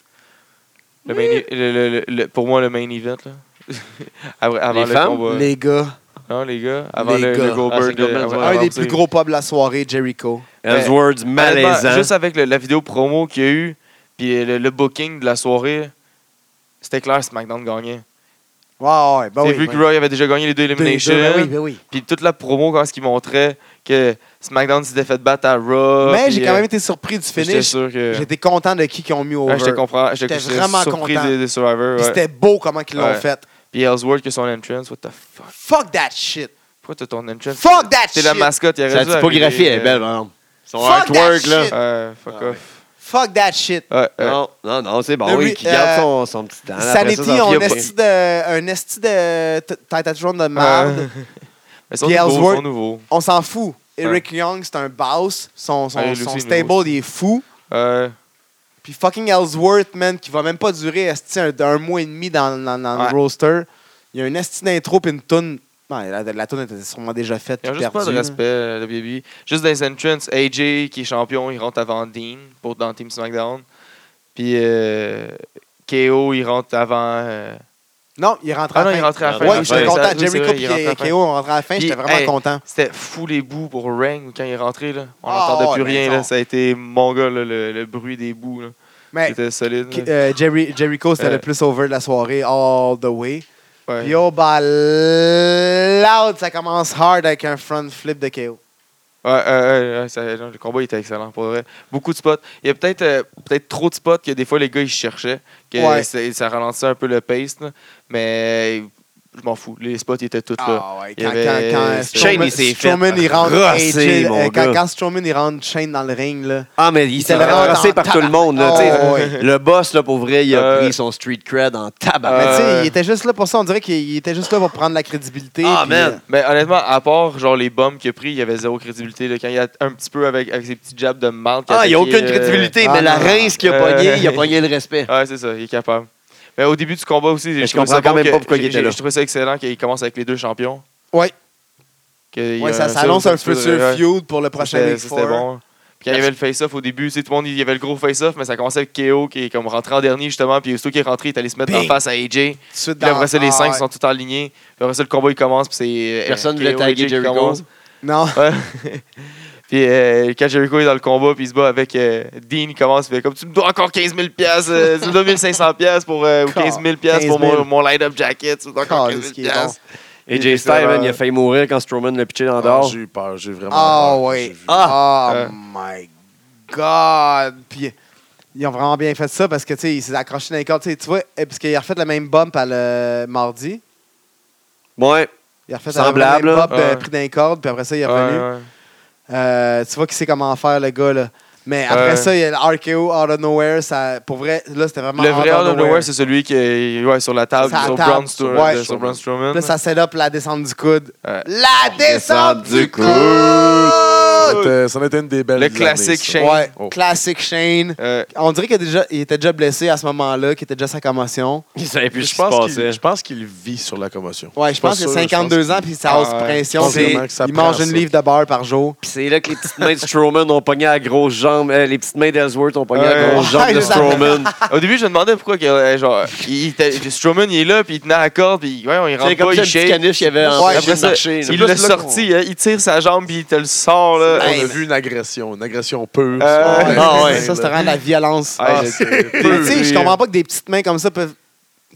S6: Le main e- le- le- le- le- pour moi, le main event, là. *laughs* Après- avant
S3: Les
S6: le
S3: femmes?
S6: combat.
S2: Les gars,
S6: Non, les gars. Avant
S2: Les
S6: le,
S2: gars.
S6: le Goldberg.
S4: Ah, c'est
S6: de-
S4: Goldberg,
S6: avant-
S4: ouais.
S6: avant
S2: un des
S6: de-
S2: plus gros pubs de la soirée, Jericho.
S3: Ellsworth,
S6: Honnêtement,
S3: malaisant.
S6: Ben, Juste avec le- la vidéo promo qu'il y a eu, puis le, le booking de la soirée, c'était clair, SmackDown gagnait.
S2: Ouais, ouais, ouais, ben
S6: J'ai
S2: oui.
S6: vu
S2: ben-
S6: que Roy avait déjà gagné les deux Eliminations.
S2: ben oui, ben oui.
S6: Puis toute la promo, quand ce qu'ils montraient que SmackDown s'était fait battre à Raw.
S2: Mais
S6: puis,
S2: j'ai
S6: euh,
S2: quand même été surpris du
S6: J'étais
S2: finish.
S6: sûr que.
S2: J'étais content de qui qu'ils ont mis over.
S6: Euh, Ouais, je te comprends. J'étais
S2: J'étais
S6: vraiment
S2: vraiment
S6: surpris
S2: content.
S6: Des, des Survivors.
S2: Puis
S6: Ouais.
S2: C'était beau comment ils l'ont
S6: Ouais.
S2: fait.
S6: Puis Ellsworth, que son entrance, what the fuck.
S2: Fuck that shit.
S6: Pourquoi t'as ton entrance?
S2: Fuck that
S6: T'es la
S2: shit.
S6: mascotte, il y a
S3: Sa typographie est belle, par exemple. Son
S2: Fuck that
S3: artwork, là.
S2: shit.
S6: Euh, fuck
S5: Ah,
S6: off.
S2: Fuck that shit.
S6: Ouais, ouais.
S3: Non, euh, non, non, c'est
S2: Le
S3: bon.
S2: re-
S3: Il qui garde
S2: euh,
S3: son, son petit temps. Après
S2: Sanity,
S3: ça, ça
S2: on
S3: file pas.
S2: esti de, un esti de t- Titatron de merde.
S6: Ouais. Mais son
S2: Puis
S6: nouveau,
S2: Ellsworth-
S6: son nouveau.
S2: On s'en fout. Eric Young, c'est un boss. Son, son,
S6: Ouais, lui
S2: son
S6: aussi,
S2: stable,
S6: nouveau.
S2: il est fou.
S6: Euh,
S2: Puis fucking Ellsworth, man, qui va même pas durer esti, un, un mois et demi dans, dans- dans
S6: Ouais.
S2: le roster. Il y a une esti d'intro puis une toune. Ouais, la, la toune était sûrement déjà faite.
S6: ils ont
S2: puis
S6: juste pas de
S2: perdue.
S6: respect, euh, le baby. Juste dans les entrances, AJ, qui est champion, il rentre avant Dean pour dans Team SmackDown. Puis euh, KO, il rentre avant. euh,
S2: Non, il est rentré
S6: Ah
S2: à
S6: non,
S2: la
S6: il
S2: fin.
S6: est rentré à la
S3: Ouais,
S6: fin.
S2: Ouais, j'étais
S3: Ouais,
S6: ça-
S2: content.
S6: oui, c'est
S2: Jericho
S6: vrai, il est rentré à
S2: et
S6: la fin.
S2: KO ont rentré à la fin.
S6: Puis,
S2: J'étais vraiment
S6: hey,
S2: content.
S6: C'était fou les bouts pour Rang quand il est rentré. Là. On
S2: Ah,
S6: n'entendait plus
S2: ouais,
S6: rien.
S2: ben
S6: Là.
S2: non.
S6: Ça a été mon gars, là, le, le bruit des bouts. là.
S2: Mais
S6: C'était solide.
S2: K-
S6: là.
S2: euh, Jerry, Jericho, c'était
S6: Euh.
S2: le plus over de la soirée, all the way.
S6: Ouais.
S2: Puis oh, bah, loud, ça commence hard avec un front flip de KO.
S6: Ouais, ouais, ouais, ouais, ça- non, le combat était excellent pour vrai. Beaucoup de spots. Il y a peut-être euh, peut-être trop de spots que des fois les gars ils cherchaient. Que
S2: Ouais.
S6: c'est- ça ralentissait un peu le pace. là. Mais je m'en fous. Les spots ils étaient tous là.
S2: Ah ouais,
S6: Il
S2: quand,
S6: y avait-
S2: quand, quand
S3: Shane,
S2: Strowman-
S3: il s'est fait
S2: Strowman, il rentre
S3: rosser,
S2: AJ,
S3: mon
S2: euh, quand,
S3: gars.
S2: quand Strowman, il rentre Shane dans le ring, là.
S3: Ah, mais il s'est
S2: était vraiment
S3: renversé
S2: en
S3: par tout le monde. Là,
S2: Oh,
S3: tu sais.
S2: ouais.
S3: Le boss, là, pour vrai, il a
S6: Euh,
S3: pris son street cred en tabac.
S2: Mais tu
S6: Euh.
S2: sais, il était juste là pour ça. On dirait qu'il était juste là pour prendre la crédibilité.
S3: Ah,
S2: puis,
S3: man.
S6: Mais honnêtement, à part genre les bombes qu'il a pris, il y avait zéro crédibilité. là. Quand il a un petit peu avec, avec ses petits jabs de mal.
S3: Ah, il n'y a aucune crédibilité,
S2: Ah,
S3: mais la
S2: non.
S3: rince qu'il a
S6: Euh,
S3: pogné, il a pogné le respect.
S6: *laughs* Ouais, c'est ça, il est capable. Mais au début du combat aussi, j'ai
S3: je
S6: trouvé
S3: comprends
S6: ça
S3: quand
S6: bon
S3: même
S6: que-
S3: pas pourquoi il
S6: j'ai-
S3: était là.
S6: J'ai trouvé ça excellent qu'il commence avec les deux champions.
S2: Ouais.
S6: Que
S2: euh, Ouais, ça s'annonce un futur feud pour le prochain
S6: C'était
S2: Big
S6: c'était
S2: Four.
S6: bon. Puis quand il y avait le face-off au début, tu sais, tout le monde, il y avait le gros face-off, mais ça commençait avec KO qui est comme rentré en dernier justement, puis aussitôt qu'il est rentré, il est allé se mettre en
S2: Bing.
S6: face à AJ.
S2: Tout de suite
S6: Puis là,
S2: dans-
S6: après ça, les
S2: Ah,
S6: cinq
S2: ouais.
S6: sont tout alignés. Puis après ça, le combat, il commence, puis c'est. euh,
S3: Personne
S6: KO,
S3: voulait taguer
S6: AJ qui
S3: Jericho.
S6: commence.
S2: Non.
S6: Ouais. *laughs* puis euh, quand Jericho est dans le combat, puis il se bat avec euh, Dean, il commence, il fait comme tu me dois encore 15 000 piastres, euh, tu me dois 1500 piastres pour, euh, ou 15 000 piastres pour
S2: 15 000.
S6: mon, mon light-up jacket, tu me dois encore 15 000
S2: Calisse qu'il est
S6: piastres.
S3: Et
S6: Il
S3: Jay
S6: est
S3: Styles, man,
S6: vraiment-
S3: il a failli mourir quand Strowman l'a pitché dans le
S5: Ah,
S3: dehors.
S5: j'ai eu peur, j'ai vraiment
S2: Ah
S5: peur.
S2: ouais.
S5: J'ai vu-
S2: Ah,
S6: Euh.
S2: my God. Puis ils ont vraiment bien fait ça parce que tu sais, il s'est accroché dans les cordes. Tu sais, tu vois, et parce qu'il a refait le même bump à le mardi.
S3: Ouais.
S2: Il a refait
S3: Semblable,
S2: le
S3: là.
S2: même bump de
S6: Ouais.
S2: pris dans les cordes, puis après ça, il est
S6: Ouais,
S2: revenu.
S6: ouais.
S2: Euh, tu vois qu'il sait comment faire, le gars, là. Mais après
S6: Ouais.
S2: ça, il y a le RKO out of nowhere. Ça, pour vrai, là, c'était vraiment
S6: Le vrai Out of Nowhere, c'est celui qui est ouais, sur la table,
S2: C'est à la
S6: sur,
S2: table,
S6: Braun Stor-
S2: ouais.
S6: de- sur Braun Strowman.
S2: Là, ça set up la descente du coude.
S6: hein. Ouais.
S2: La descente du coude!
S5: C'était- Ça en était une des belles
S6: Le
S5: années,
S6: classique
S5: ça.
S6: Shane.
S2: Ouais,
S5: Oh.
S2: classique Shane.
S6: Euh,
S2: On dirait qu'il était déjà- il était déjà blessé à ce moment-là, qu'il était déjà sa commotion.
S3: Il savait plus ce
S5: Je
S3: qui se
S5: pense qu'il-
S3: passait.
S5: je pense qu'il vit sur la commotion.
S2: Ouais, je
S5: Pas
S2: pense que
S5: sûr,
S2: 52
S5: je pense
S2: ans, puis ça hausse
S6: Ah ouais.
S2: pression.
S5: Je pense
S2: c'est-
S5: vraiment que ça
S2: il
S5: prend
S2: mange
S5: ça.
S2: une livre de beurre par jour.
S3: Puis c'est là que les petites mains de Strowman ont pogné à la grosse jambe. euh, les petites mains d'Ellsworth ont pogné à la
S6: Ouais.
S3: grosse jambe
S2: Ouais,
S3: de
S2: je
S3: Strowman.
S6: au début, je me demandais pourquoi que, euh, genre, il, il était- Strowman, il est là, puis il tenait à la corde, puis ouais, il rentre
S3: C'est comme
S6: pas,
S3: ça,
S6: il
S3: le petit
S6: shake.
S3: caniche, il avait
S2: Ouais,
S3: empêché
S6: après
S3: de
S6: ça,
S3: marcher. là.
S6: Il
S5: plus
S6: l'a
S5: là
S6: sorti, hein, il tire sa jambe, puis il te le sort.
S5: On
S6: Là.
S5: a
S2: Hey,
S5: vu une agression, une agression pure.
S6: Euh,
S5: Ouais.
S3: ah ouais.
S2: Ça, c'était vraiment de la violence.
S6: Ah,
S2: Ah,
S6: j'ai-
S2: tu sais, je comprends pas que des petites mains comme ça peuvent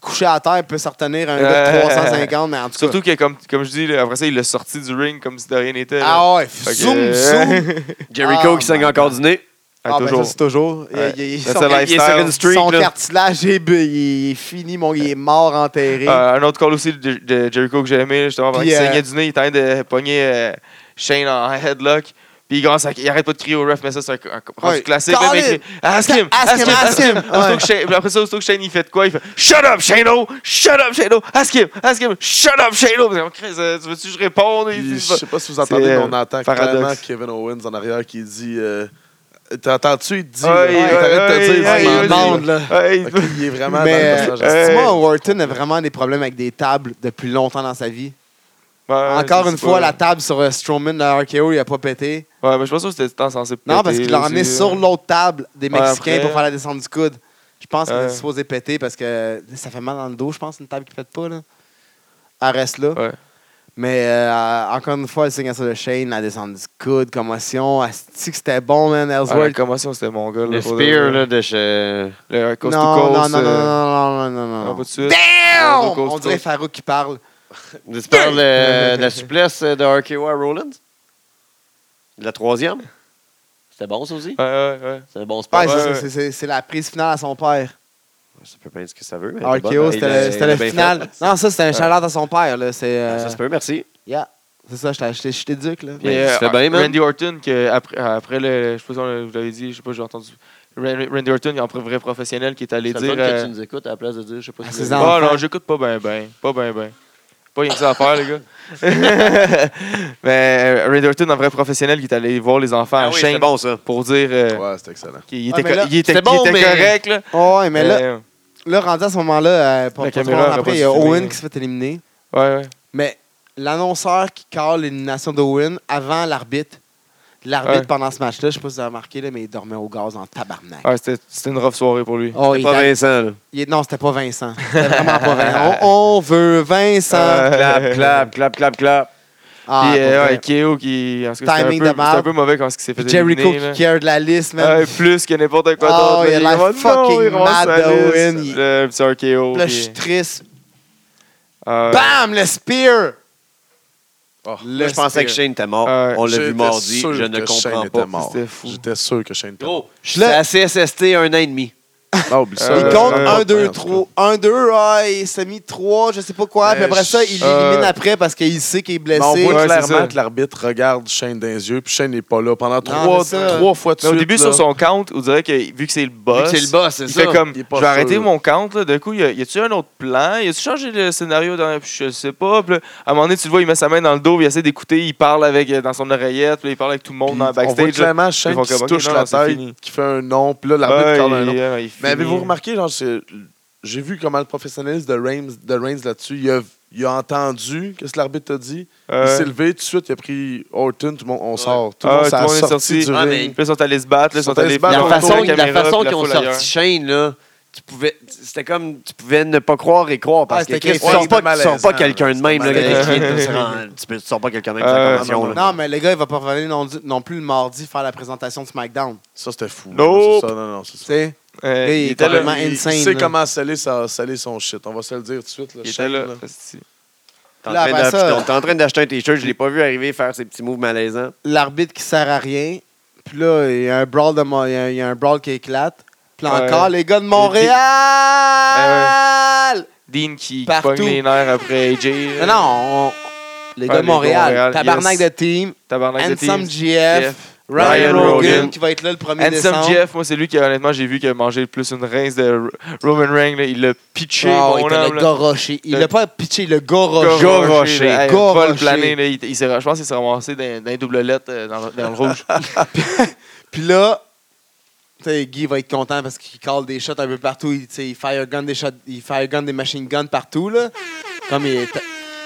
S2: coucher à terre, peuvent se retenir un gars de
S6: Euh,
S2: 350, mais en tout cas.
S6: Surtout que, comme, comme je dis, là, après ça, il l'a sorti du ring comme si de rien n'était. là.
S2: Ah ouais,
S6: Fait que-
S2: zoom, zoom.
S3: Jericho
S2: Ah,
S3: qui saigne
S2: my
S3: encore du nez.
S6: Ah,
S2: Ah, ben
S6: toujours.
S2: ça, c'est toujours. Il-
S6: Ouais.
S2: il- il-
S6: Ça,
S2: son
S3: Il
S6: c'est
S3: est sur une
S6: lifestyle.
S3: streak.
S2: son
S3: là.
S2: cartilage est, bu- il est fini, mon, il est mort, enterré.
S6: Euh, un autre call aussi de, de Jericho que j'ai aimé, justement, pendant
S2: Puis,
S6: qu'il
S2: euh,
S6: saignait du nez, il était en train de pogner euh, Shane en headlock. Puis il, commence à- il arrête pas de crier au ref, mais ça, c'est un, un- un
S2: Ouais.
S6: classique.
S2: Call
S6: Même
S2: it!
S6: écrit, ask him! Ask him! Ask him! Aussitôt que Shane- puis après ça, aussitôt que Shane, il fait de quoi? Il fait Shut up, Shane! O! Shut up, Shane! O! Ask him! Ask him! Shut up, Shane! O! Puis, oh, Chris, euh, tu veux-tu que je réponde?
S5: Puis,
S6: Il-
S5: je sais pas si vous entendez, mais
S6: euh,
S5: on entend
S6: paradoxe.
S5: clairement Kevin Owens en arrière qui dit. euh, T'entends-tu? Il te dit.
S6: Ouais,
S5: là,
S6: ouais,
S5: T'arrêtes de
S6: ouais,
S5: dire.
S6: ouais,
S5: il
S2: il
S5: dit,
S2: demande, là.
S6: Ouais, il-
S5: Ok, il est vraiment
S2: Mais
S5: dans le personnage.
S2: euh, moi, Wharton a vraiment des problèmes avec des tables depuis longtemps dans sa vie. Encore une fois, la table sur euh, Strowman de RKO, il a pas pété.
S6: Ouais, mais je pense que c'était tant censé
S2: Non,
S6: péter,
S2: parce qu'il
S6: là,
S2: l'a emmené
S6: c'est-
S2: sur l'autre table des
S6: euh, Ouais,
S2: Mexicains
S6: après.
S2: pour faire la descente du coude. Je pense qu'il
S6: Ouais.
S2: est supposé péter parce que ça fait mal dans le dos, je pense, une table qui pète pas. Là. Elle reste là.
S6: Ouais.
S2: Mais euh, encore une fois, le signature de Shane, la descente du coude, commotion. Asti que c'était bon, man.
S6: Ah, la
S2: Ellsworth.
S6: commotion, c'était mon gars.
S3: Le spear, là, de chez.
S6: Le coast
S2: non,
S6: to coast.
S2: non,
S6: euh,
S2: non,
S6: Ah,
S2: non, non, non, non, non,
S6: non,
S2: non,
S6: pas
S2: non.
S6: de suite.
S2: Damn!
S6: Coast to
S2: On
S6: coast.
S2: dirait Farouk qui parle.
S3: Tu parles euh, de la souplesse de RKO à Rollins? La troisième? C'était bon, ça aussi?
S6: Ouais, ouais, ouais.
S3: C'était bon, c'est
S2: Ouais,
S3: pas
S2: c'est
S6: Ah ouais,
S2: ça,
S6: ouais.
S2: c'est- c'est- c'est la prise finale à son père.
S3: Ça peut pas être ce que ça veut, mais. elle était bonne.
S2: RKO,
S3: Il
S2: c'était
S3: l'a-
S2: le,
S3: il
S2: c'était
S3: l'a
S2: le
S3: bien
S2: final.
S3: fait. Ah,
S2: Non, ça, c'était un shout-out à son père. là. C'est euh,
S3: Ça se peut, merci.
S2: yeah. C'est ça, je t'ai acheté je t'ai duc. Là.
S6: Puis,
S3: Mais
S6: euh,
S3: tu fais bien, man.
S6: Randy Orton, que après, euh, après le. Je sais pas si on vous l'avez dit, je sais pas, j'ai entendu. Ran- Randy Orton, il est un vrai professionnel qui est allé
S3: C'est le
S6: dire.
S3: fun que
S6: euh,
S3: tu nous écoutes à la place de dire, je sais pas
S2: Ah,
S3: si
S2: c'est
S3: vous
S2: ça.
S3: avez-
S6: Ah
S2: enfants.
S6: non, j'écoute pas ben ben. Pas ben ben. Pas rien que ça à faire, les
S2: *laughs*
S6: gars. mais euh, Randy Orton, un vrai professionnel qui est allé voir les enfants
S3: Ah
S6: à
S3: oui,
S6: Shane
S3: c'est bon, Ah, ça.
S6: pour dire euh,
S5: Ouais, c'est excellent.
S6: qu'il
S2: Ouais,
S6: était,
S2: mais là,
S6: co- il était,
S3: c'était
S6: il
S3: bon,
S6: était
S3: mais-
S6: correct. Là.
S2: Oh, ouais, mais là,
S6: Euh,
S2: là, rendu à ce moment-là, euh, pas-
S6: La
S2: pas trop
S6: caméra
S2: longtemps
S6: aurait
S2: après,
S6: pas
S2: il y a
S6: dû filmer,
S2: Owen
S6: là.
S2: qui se fait éliminer.
S6: ouais, ouais.
S2: Mais l'annonceur qui cale l'élimination d'Owen avant l'arbitre. L'arbitre
S6: Ouais.
S2: pendant ce match-là, je sais pas si vous avez remarqué, là, mais il dormait au gaz en tabarnak.
S6: Ouais, Ah, c'était, c'était une rough soirée pour lui.
S2: Oh,
S3: C'est
S2: il
S3: pas
S2: était-
S3: Vincent, là.
S2: il est- non, c'était pas Vincent. C'était vraiment
S6: *laughs*
S2: pas Vincent. On, on veut Vincent.
S6: Euh,
S3: Clap, clap, clap, clap, clap.
S2: Ah,
S6: Puis,
S2: pour
S6: euh,
S2: vrai.
S6: ouais, KO qui. en tout cas, c'était
S2: Timing
S6: un
S2: de
S6: peu, c'était un
S2: marde.
S6: peu mauvais quand ce qui s'est fait
S2: Puis Jericho
S6: éliminer,
S2: qui
S6: là. Ah,
S2: care de la liste, man.
S6: Ouais, plus que n'importe quoi
S2: Oh,
S6: d'autre.
S2: il a
S6: là,
S2: l'air
S6: vraiment, non,
S2: fucking
S6: il ramasse
S2: mad
S6: la liste.
S2: d'Owen, il-
S6: Le petit RKO.
S2: Puis là, je
S6: puis-
S2: suis triste.
S6: Ah, ouais.
S2: Bam! Le spear!
S5: Oh.
S2: Le
S3: Là, je pensais
S2: spear.
S3: que Shane était mort.
S6: Ouais.
S3: On l'a
S5: J'étais
S3: vu mardi.
S5: sûr
S3: Je ne
S5: que Shane
S3: comprends
S5: était
S3: pas.
S5: mort.
S6: C'était fou.
S5: J'étais sûr que Shane était mort.
S3: Gros, c'est à CSST un an et demi.
S5: Ah, oublie ça.
S2: Il
S6: Euh,
S2: compte
S6: euh,
S2: 1,
S5: ouais, en
S2: 2,
S5: tout
S2: 3. 1, 2, ah, il s'est mis 3, je sais pas quoi.
S5: Mais
S2: Puis après ça, il
S5: je-
S2: l'élimine
S6: euh,
S2: après parce qu'il sait qu'il est
S5: Mais
S2: blessé.
S5: on voit
S6: Ouais, c'est ça.
S5: clairement que l'arbitre regarde Shane dans les yeux, puis Shane n'est pas là. Pendant trois,
S2: mais ça-
S5: trois fois de
S6: Mais au
S5: suite,
S6: début,
S5: là,
S6: sur son count, on dirait que vu que c'est le
S3: Vu
S6: boss.
S3: que C'est le boss, c'est
S6: Il
S3: ça.
S6: fait comme,
S5: il est
S6: je
S5: pas
S6: vais arrêter
S5: sûr.
S6: mon count. Là. De coup, y a- y a-tu un autre plan? Y a-tu changé le scénario? Dans... Je sais pas. Puis là, à un moment donné, tu le vois, il met sa main dans le dos, il essaie d'écouter, il parle avec, euh, dans son oreillette, puis là, il parle avec tout le monde
S5: puis
S6: dans le
S5: on voit
S6: backstage. là.
S5: clairement
S6: Ils
S5: Shane
S6: font
S5: qui se
S6: comme, OK,
S5: touche
S6: non,
S5: la
S6: c'est
S5: tête,
S6: fini.
S5: qui fait un nom, puis là, l'arbitre
S6: Ouais,
S5: parle un
S6: il-
S5: nom.
S6: euh, il
S5: Mais
S6: finit.
S5: avez-vous remarqué, genre, c'est- j'ai vu comment le professionnaliste de Reigns, de Reigns là-dessus, il a, il a entendu que ce que l'arbitre t'a dit.
S6: Ouais.
S5: Il s'est levé tout de suite, il a pris Orton, tout le monde, on sort. Tout le
S6: Ah,
S5: monde,
S6: tout
S5: ça
S6: le
S5: a
S6: monde est
S5: sorti
S6: sorti.
S5: du
S3: Ah,
S5: ring.
S6: Puis là, ils sont allés se battre, là, ils
S5: Ils
S6: sont
S5: sont allés
S6: allés
S5: se battre,
S3: la
S5: on
S3: façon,
S5: tourne
S3: la façon qu'ils ont
S6: ont
S3: sorti Shane, là, tu pouvais, c'était comme, tu pouvais ne pas croire et croire parce
S2: Ah,
S3: que
S2: c'était
S3: Chris, tu
S2: Chris
S3: sors
S5: Paul,
S3: pas, tu sors pas
S5: malaisant,
S3: quelqu'un de même, là,
S5: c'était
S3: quelqu'un qui *laughs*
S6: malaisant.
S3: te rend- tu peux- tu sors pas quelqu'un de même,
S6: Euh,
S3: avec sa convention,
S5: non,
S3: là.
S2: Non, mais le gars, il va pas revenir non, non plus le mardi faire la présentation de SmackDown.
S5: Ça, c'était fou.
S6: Nope.
S5: C'est ça, non, non, c'est
S2: Tu
S5: ça.
S2: sais?
S6: Euh,
S2: Là, il
S6: il
S2: est
S6: était là.
S2: complètement
S5: il,
S2: insane,
S5: il sait
S2: là.
S5: comment sceller, sa- sceller son shit. On va se le dire tout de suite. Là,
S6: Il était
S5: Shane,
S6: là.
S5: là.
S3: T'es en
S2: Là,
S3: train
S2: après
S3: de-
S2: ça-
S3: puis t'es- t'es en train d'acheter un t-shirt, je l'ai pas vu arriver faire ses petits moves malaisants.
S2: L'arbitre qui sert à rien. Puis là, il y a un brawl, de, Mo- il y a, il y a un brawl qui éclate. Puis là
S6: Ouais.
S2: encore, les gars de Montréal!
S6: Dean qui
S2: Partout.
S6: pogne les nerfs après AJ. là.
S2: Non, non, on- les gars
S6: Ouais,
S2: de
S6: les
S2: Montréal.
S6: gars de Montréal,
S2: Tabarnak
S6: yes.
S2: de team.
S6: Tabarnak de
S2: Handsome
S6: team.
S2: GF.
S6: Jeff.
S2: Ryan,
S6: Ryan
S2: Rogan,
S6: Rogan.
S2: qui va être là le 1er
S6: Handsome
S2: décembre.
S6: Jeff, moi, c'est lui qui, honnêtement, j'ai vu qui a mangé le plus une rince de R- Roman Reigns. là. Il l'a pitché,
S2: Ah ouais,
S6: mon
S2: il
S6: homme.
S2: l'a
S6: là.
S2: goroché. Il
S6: Le-
S2: l'a pas pitché, il l'a
S6: Goroché,
S2: goroché.
S6: là.
S3: Goroché,
S6: Hey,
S2: goroché.
S6: Paul Plané, là, il, il s'est- je pense qu'il s'est ramassé dans, dans les doublettes euh, dans, le- dans le rouge.
S2: Puis là, tu sais, Guy va être content parce qu'il call des shots un peu partout. Il, tu sais, il fire gun des shots, il fire gun des machine guns partout. Là. Comme il est-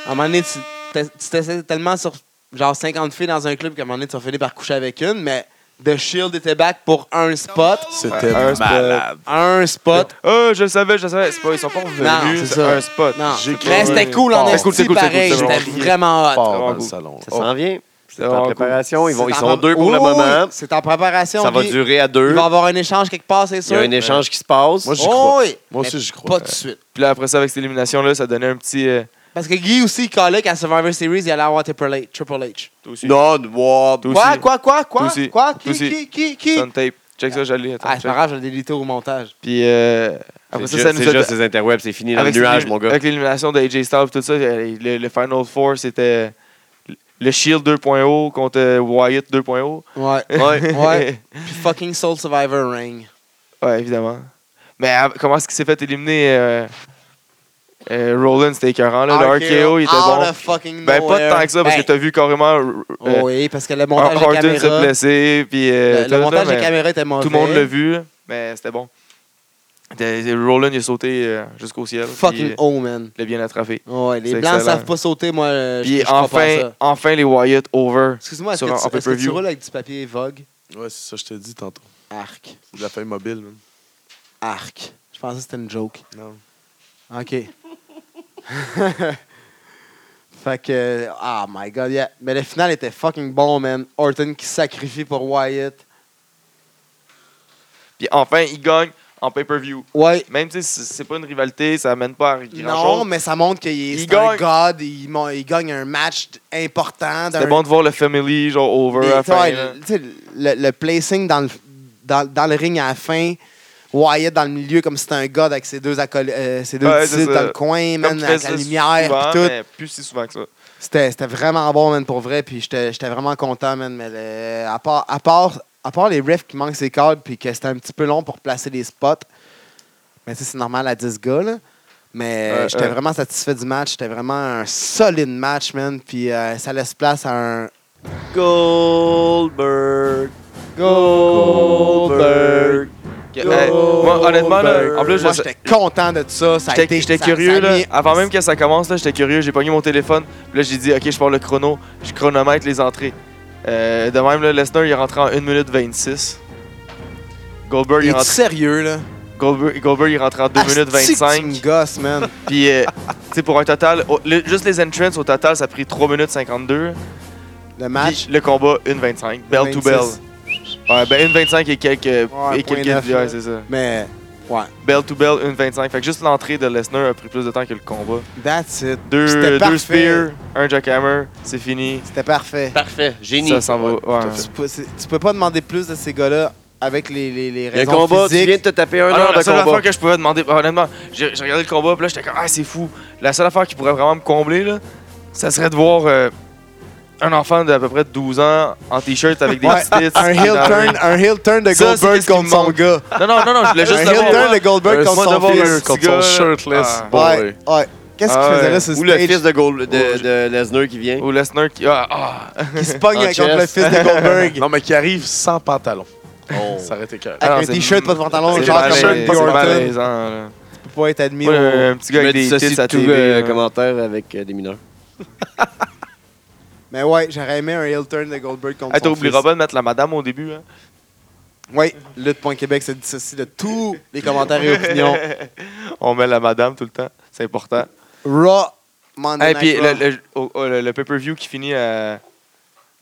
S2: À un moment donné, tu t'es- tu t'essayes tellement sur genre 50 filles dans un club qu'à un moment donné, tu vas finir par coucher avec une, mais The Shield était back pour un spot.
S5: C'était
S6: Un spot.
S5: malade.
S2: Un spot.
S6: Ah, je le savais, je le savais. C'est pas, ils sont pas
S2: Non, c'est
S6: revenus. C'est
S2: ça.
S6: un spot.
S2: Non.
S5: J'ai
S2: Mais
S5: cru-
S2: c'était cool en
S5: C'était
S2: esti
S5: cool, c'était cool, c'était
S2: pareil.
S6: cool, c'était
S2: C'était
S6: cool.
S2: vraiment hot.
S5: Fort dans le
S6: cool.
S5: salon.
S3: Ça
S5: Oh,
S3: s'en vient. C'est
S6: vraiment
S3: en
S6: Ah, cool.
S3: préparation. Ils, vont- ils
S2: C'est
S3: sont
S2: en-
S3: deux pour
S2: Oui,
S3: le
S2: oui,
S3: moment.
S2: C'est en préparation.
S3: Ça va
S2: Guy.
S3: durer à
S2: Il
S3: deux.
S2: va y avoir un échange quelque part, c'est
S3: Il y
S2: sûr.
S3: a un échange qui se passe.
S5: Moi, j'y
S2: Oh,
S5: crois.
S2: oui.
S5: Moi
S2: Mais
S5: aussi, j'y crois.
S2: Pas de suite.
S6: Puis là, après ça, avec cette élimination-là, ça donnait un petit. euh,
S2: Parce que Guy aussi, il collait qu'à Survivor Series, il allait avoir Triple H. Triple H.
S3: Non, de wow,
S6: Toi
S2: Quoi,
S6: aussi.
S2: quoi, quoi, quoi,
S6: Toi aussi.
S2: quoi,
S6: Toi
S2: qui,
S6: aussi.
S2: qui, qui, qui?
S6: Sun tape. Check ça, j'allais. Attends,
S2: Ah, c'est
S6: check.
S2: pas grave, je vais déliter au montage.
S6: Puis euh, après
S3: C'est
S6: ça, ça
S3: juste-
S6: nous
S3: c'est
S6: a
S3: juste ces interwebs, c'est fini dans le
S6: avec
S3: nuage,
S6: l'élim-
S3: mon gars.
S6: Avec l'élimination de AJ Styles et tout ça, euh, le, le Final Four, c'était euh, le Shield 2.0 contre euh, Wyatt 2.0.
S2: Ouais.
S6: *laughs*
S3: Ouais.
S2: Ouais. Puis fucking Soul Survivor Ring.
S6: ouais, évidemment. Mais euh, comment est-ce qu'il s'est fait éliminer euh, euh, Rollins, c'était écœurant. Là.
S2: Ah,
S6: Le RKO, il était
S2: out
S6: bon.
S2: of fucking
S6: Ben, pas
S2: nowhere.
S6: tant que ça, parce
S2: Ben,
S6: que t'as vu carrément euh, euh,
S2: Oh, oui, parce que le montage de
S6: Orton
S2: caméra...
S6: se blesser. Puis, euh,
S2: Le,
S6: tout ça,
S2: le montage de
S6: mais
S2: caméra était mauvais.
S6: Tout le monde l'a vu, mais c'était bon. De- Roland, il a sauté euh, jusqu'au ciel.
S2: Fucking
S6: puis, euh,
S2: oh, man.
S6: Il l'a bien attrapé.
S2: Ouais, les
S6: c'est
S2: Blancs
S6: excellent.
S2: savent pas sauter, moi. euh, je-
S6: Puis
S2: je crois pas à
S6: enfin,
S2: ça.
S6: enfin, les Wyatt over.
S2: Excuse-moi, est-ce
S6: sur un- en
S2: que, tu- est-ce que tu
S6: pay-per-view.
S2: roules avec du papier Vogue?
S5: Oh, Ouais, c'est ça, je te dis tantôt.
S2: Arc.
S5: C'est de la feuille mobile, man.
S2: Arc. Je pensais que c'était une joke.
S5: Non.
S2: OK. *laughs* fait que, ah my God, yeah. Mais le final était fucking bon, man. Orton qui sacrifie pour Wyatt.
S6: Puis enfin, il gagne en pay-per-view.
S2: Ouais.
S6: Même si c'est c'est pas une rivalité, ça amène pas à grand-chose.
S2: Non, mais ça montre qu'il est
S6: Il
S2: c'est un
S6: gagne.
S2: god. Il, mon- il gagne un match important.
S6: C'était
S2: d'un-
S6: bon de voir le family, genre, over
S2: Mais,
S6: à la fin.
S2: ouais,
S6: là.
S2: le- tu sais, le, le placing dans le, dans, dans le ring à la fin. Wyatt dans le milieu comme si c'était un god avec ses deux, accol- euh, ses deux
S6: Ouais,
S2: titres
S6: c'est ça.
S2: dans le coin,
S6: Comme
S2: man,
S6: tu
S2: avec
S6: fais
S2: la
S6: ça
S2: lumière
S6: souvent,
S2: pis tout.
S6: mais plus si souvent que ça.
S2: C'était c'était vraiment bon, man, pour vrai. Puis j'étais j'étais vraiment content, man. Mais le- à, part, à, part, à part les refs qui manquent ses câbles puis que c'était un petit peu long pour placer les spots, mais tu sais, c'est normal à 10 gars, là. Mais
S6: Ouais,
S2: j'étais
S6: ouais.
S2: vraiment satisfait du match. C'était vraiment un solide match, man. Puis euh, ça laisse place à un
S3: Goldberg.
S6: Goldberg. Que- hey, moi, honnêtement, là, Ben, en plus,
S2: Moi,
S6: je-
S2: j'étais content de ça. Ça a
S6: j'étais
S2: été-
S6: j'étais
S2: ça-
S6: curieux.
S2: ça a
S6: là,
S2: mis-
S6: avant même que ça commence, là, j'étais curieux. J'ai pogné mon téléphone. Puis là, j'ai dit, OK, je pars le chrono. Je chronomètre les entrées. Euh, de même, là, Lesnar, il est rentré en 1 minute 26. Goldberg, il est
S2: Es-tu
S6: rentré,
S2: sérieux, là?
S6: Goldberg, Goldberg, il est rentré en 2 minutes
S2: Asti Ah, que tu
S6: 25.
S2: me gosses, man.
S6: Puis, euh, tu sais, pour un total, au- le- juste les entrances au total, ça a pris 3 minutes 52. *laughs*
S2: Le
S6: Puis
S2: match.
S6: le combat, 1,25. Bell to
S2: 26.
S6: bell. Ouais, ben 1,25 et quelques.
S2: Ouais,
S6: et
S2: point
S6: quelques
S2: neuf,
S6: ouais,
S2: là.
S6: c'est ça.
S2: Mais, ouais.
S6: Bell to bell, 1,25. Fait que juste l'entrée de Lesnar a pris plus de temps que le combat.
S2: That's it. C'était
S6: Deux,
S2: parfait.
S6: deux spears, un jackhammer, c'est fini.
S2: C'était parfait.
S3: Parfait, génie.
S6: Ça s'en va. ouais.
S2: Tu peux, c'est- tu peux pas demander plus de ces gars-là avec les, les, les
S3: Le
S2: raisons
S3: combat, tu viens de
S2: physiques.
S3: te taper un
S6: Ah non,
S3: heure
S6: la
S3: de
S6: seule
S3: combat.
S6: affaire que je pouvais demander, ah, honnêtement, j'ai j'ai regardé le combat, puis là, j'étais comme, ah, c'est fou. La seule affaire qui pourrait vraiment me combler, là, ça serait de voir euh, un enfant d'à peu près 12 ans en t-shirt avec des
S2: Ouais,
S6: petites tits.
S2: un heel
S6: dans le-
S2: turn, un heel turn de
S6: Ah, Ça, c'est
S2: Goldberg
S6: qu'est-ce qui
S2: contre
S6: me
S2: son
S6: manque.
S2: gars.
S6: Non, non, non, non, je voulais
S2: Un
S6: juste
S2: heel
S6: savoir.
S2: turn de Goldberg
S6: Moi,
S2: contre
S6: de
S2: son
S6: voir
S2: fils.
S6: un petit
S5: Quand
S6: gars,
S5: son shirtless,
S6: ah.
S5: boy.
S2: Ouais, ouais. Qu'est-ce qu'il
S6: Ah
S2: faisait
S6: ouais.
S2: là sur
S3: Ou
S2: stage?
S3: le fils de, Gold, de,
S6: Oh, je-
S3: de Lesnar qui vient.
S6: Ou Lesnar qui. Ah, ah.
S2: qui se pogne
S3: en
S2: contre le
S3: chest.
S2: fils de
S6: *laughs*
S2: Goldberg.
S5: Non, mais qui arrive sans pantalon. Ça aurait été cœur.
S6: Ah, non,
S2: Avec un
S6: c'est-
S2: t-shirt, pas de pantalon,
S6: C'est
S2: genre comme
S6: malaisant,
S2: un
S6: c'est
S2: Orton.
S6: malaisant, là.
S2: Tu peux pas être admis.
S6: Moi,
S2: au-
S6: un petit gars avec
S3: Je
S6: des
S3: mets
S6: tits à
S3: tout
S6: TV.
S3: euh,
S6: là.
S3: commentaire avec euh, des mineurs.
S2: Mais ouais, j'aurais aimé un heel turn de Goldberg contre
S6: Hey,
S2: son fils.
S6: T'oublieras pas de mettre la madame au début. Hein.
S2: Oui, Lutte.Québec se dissocie de tous les commentaires et opinions.
S6: *laughs* On met la madame tout le temps. C'est important.
S2: Raw, Monday
S6: Ah, Et
S2: Night
S6: puis
S2: Raw.
S6: le, le- oh, oh, le- le pay-per-view qui finit à,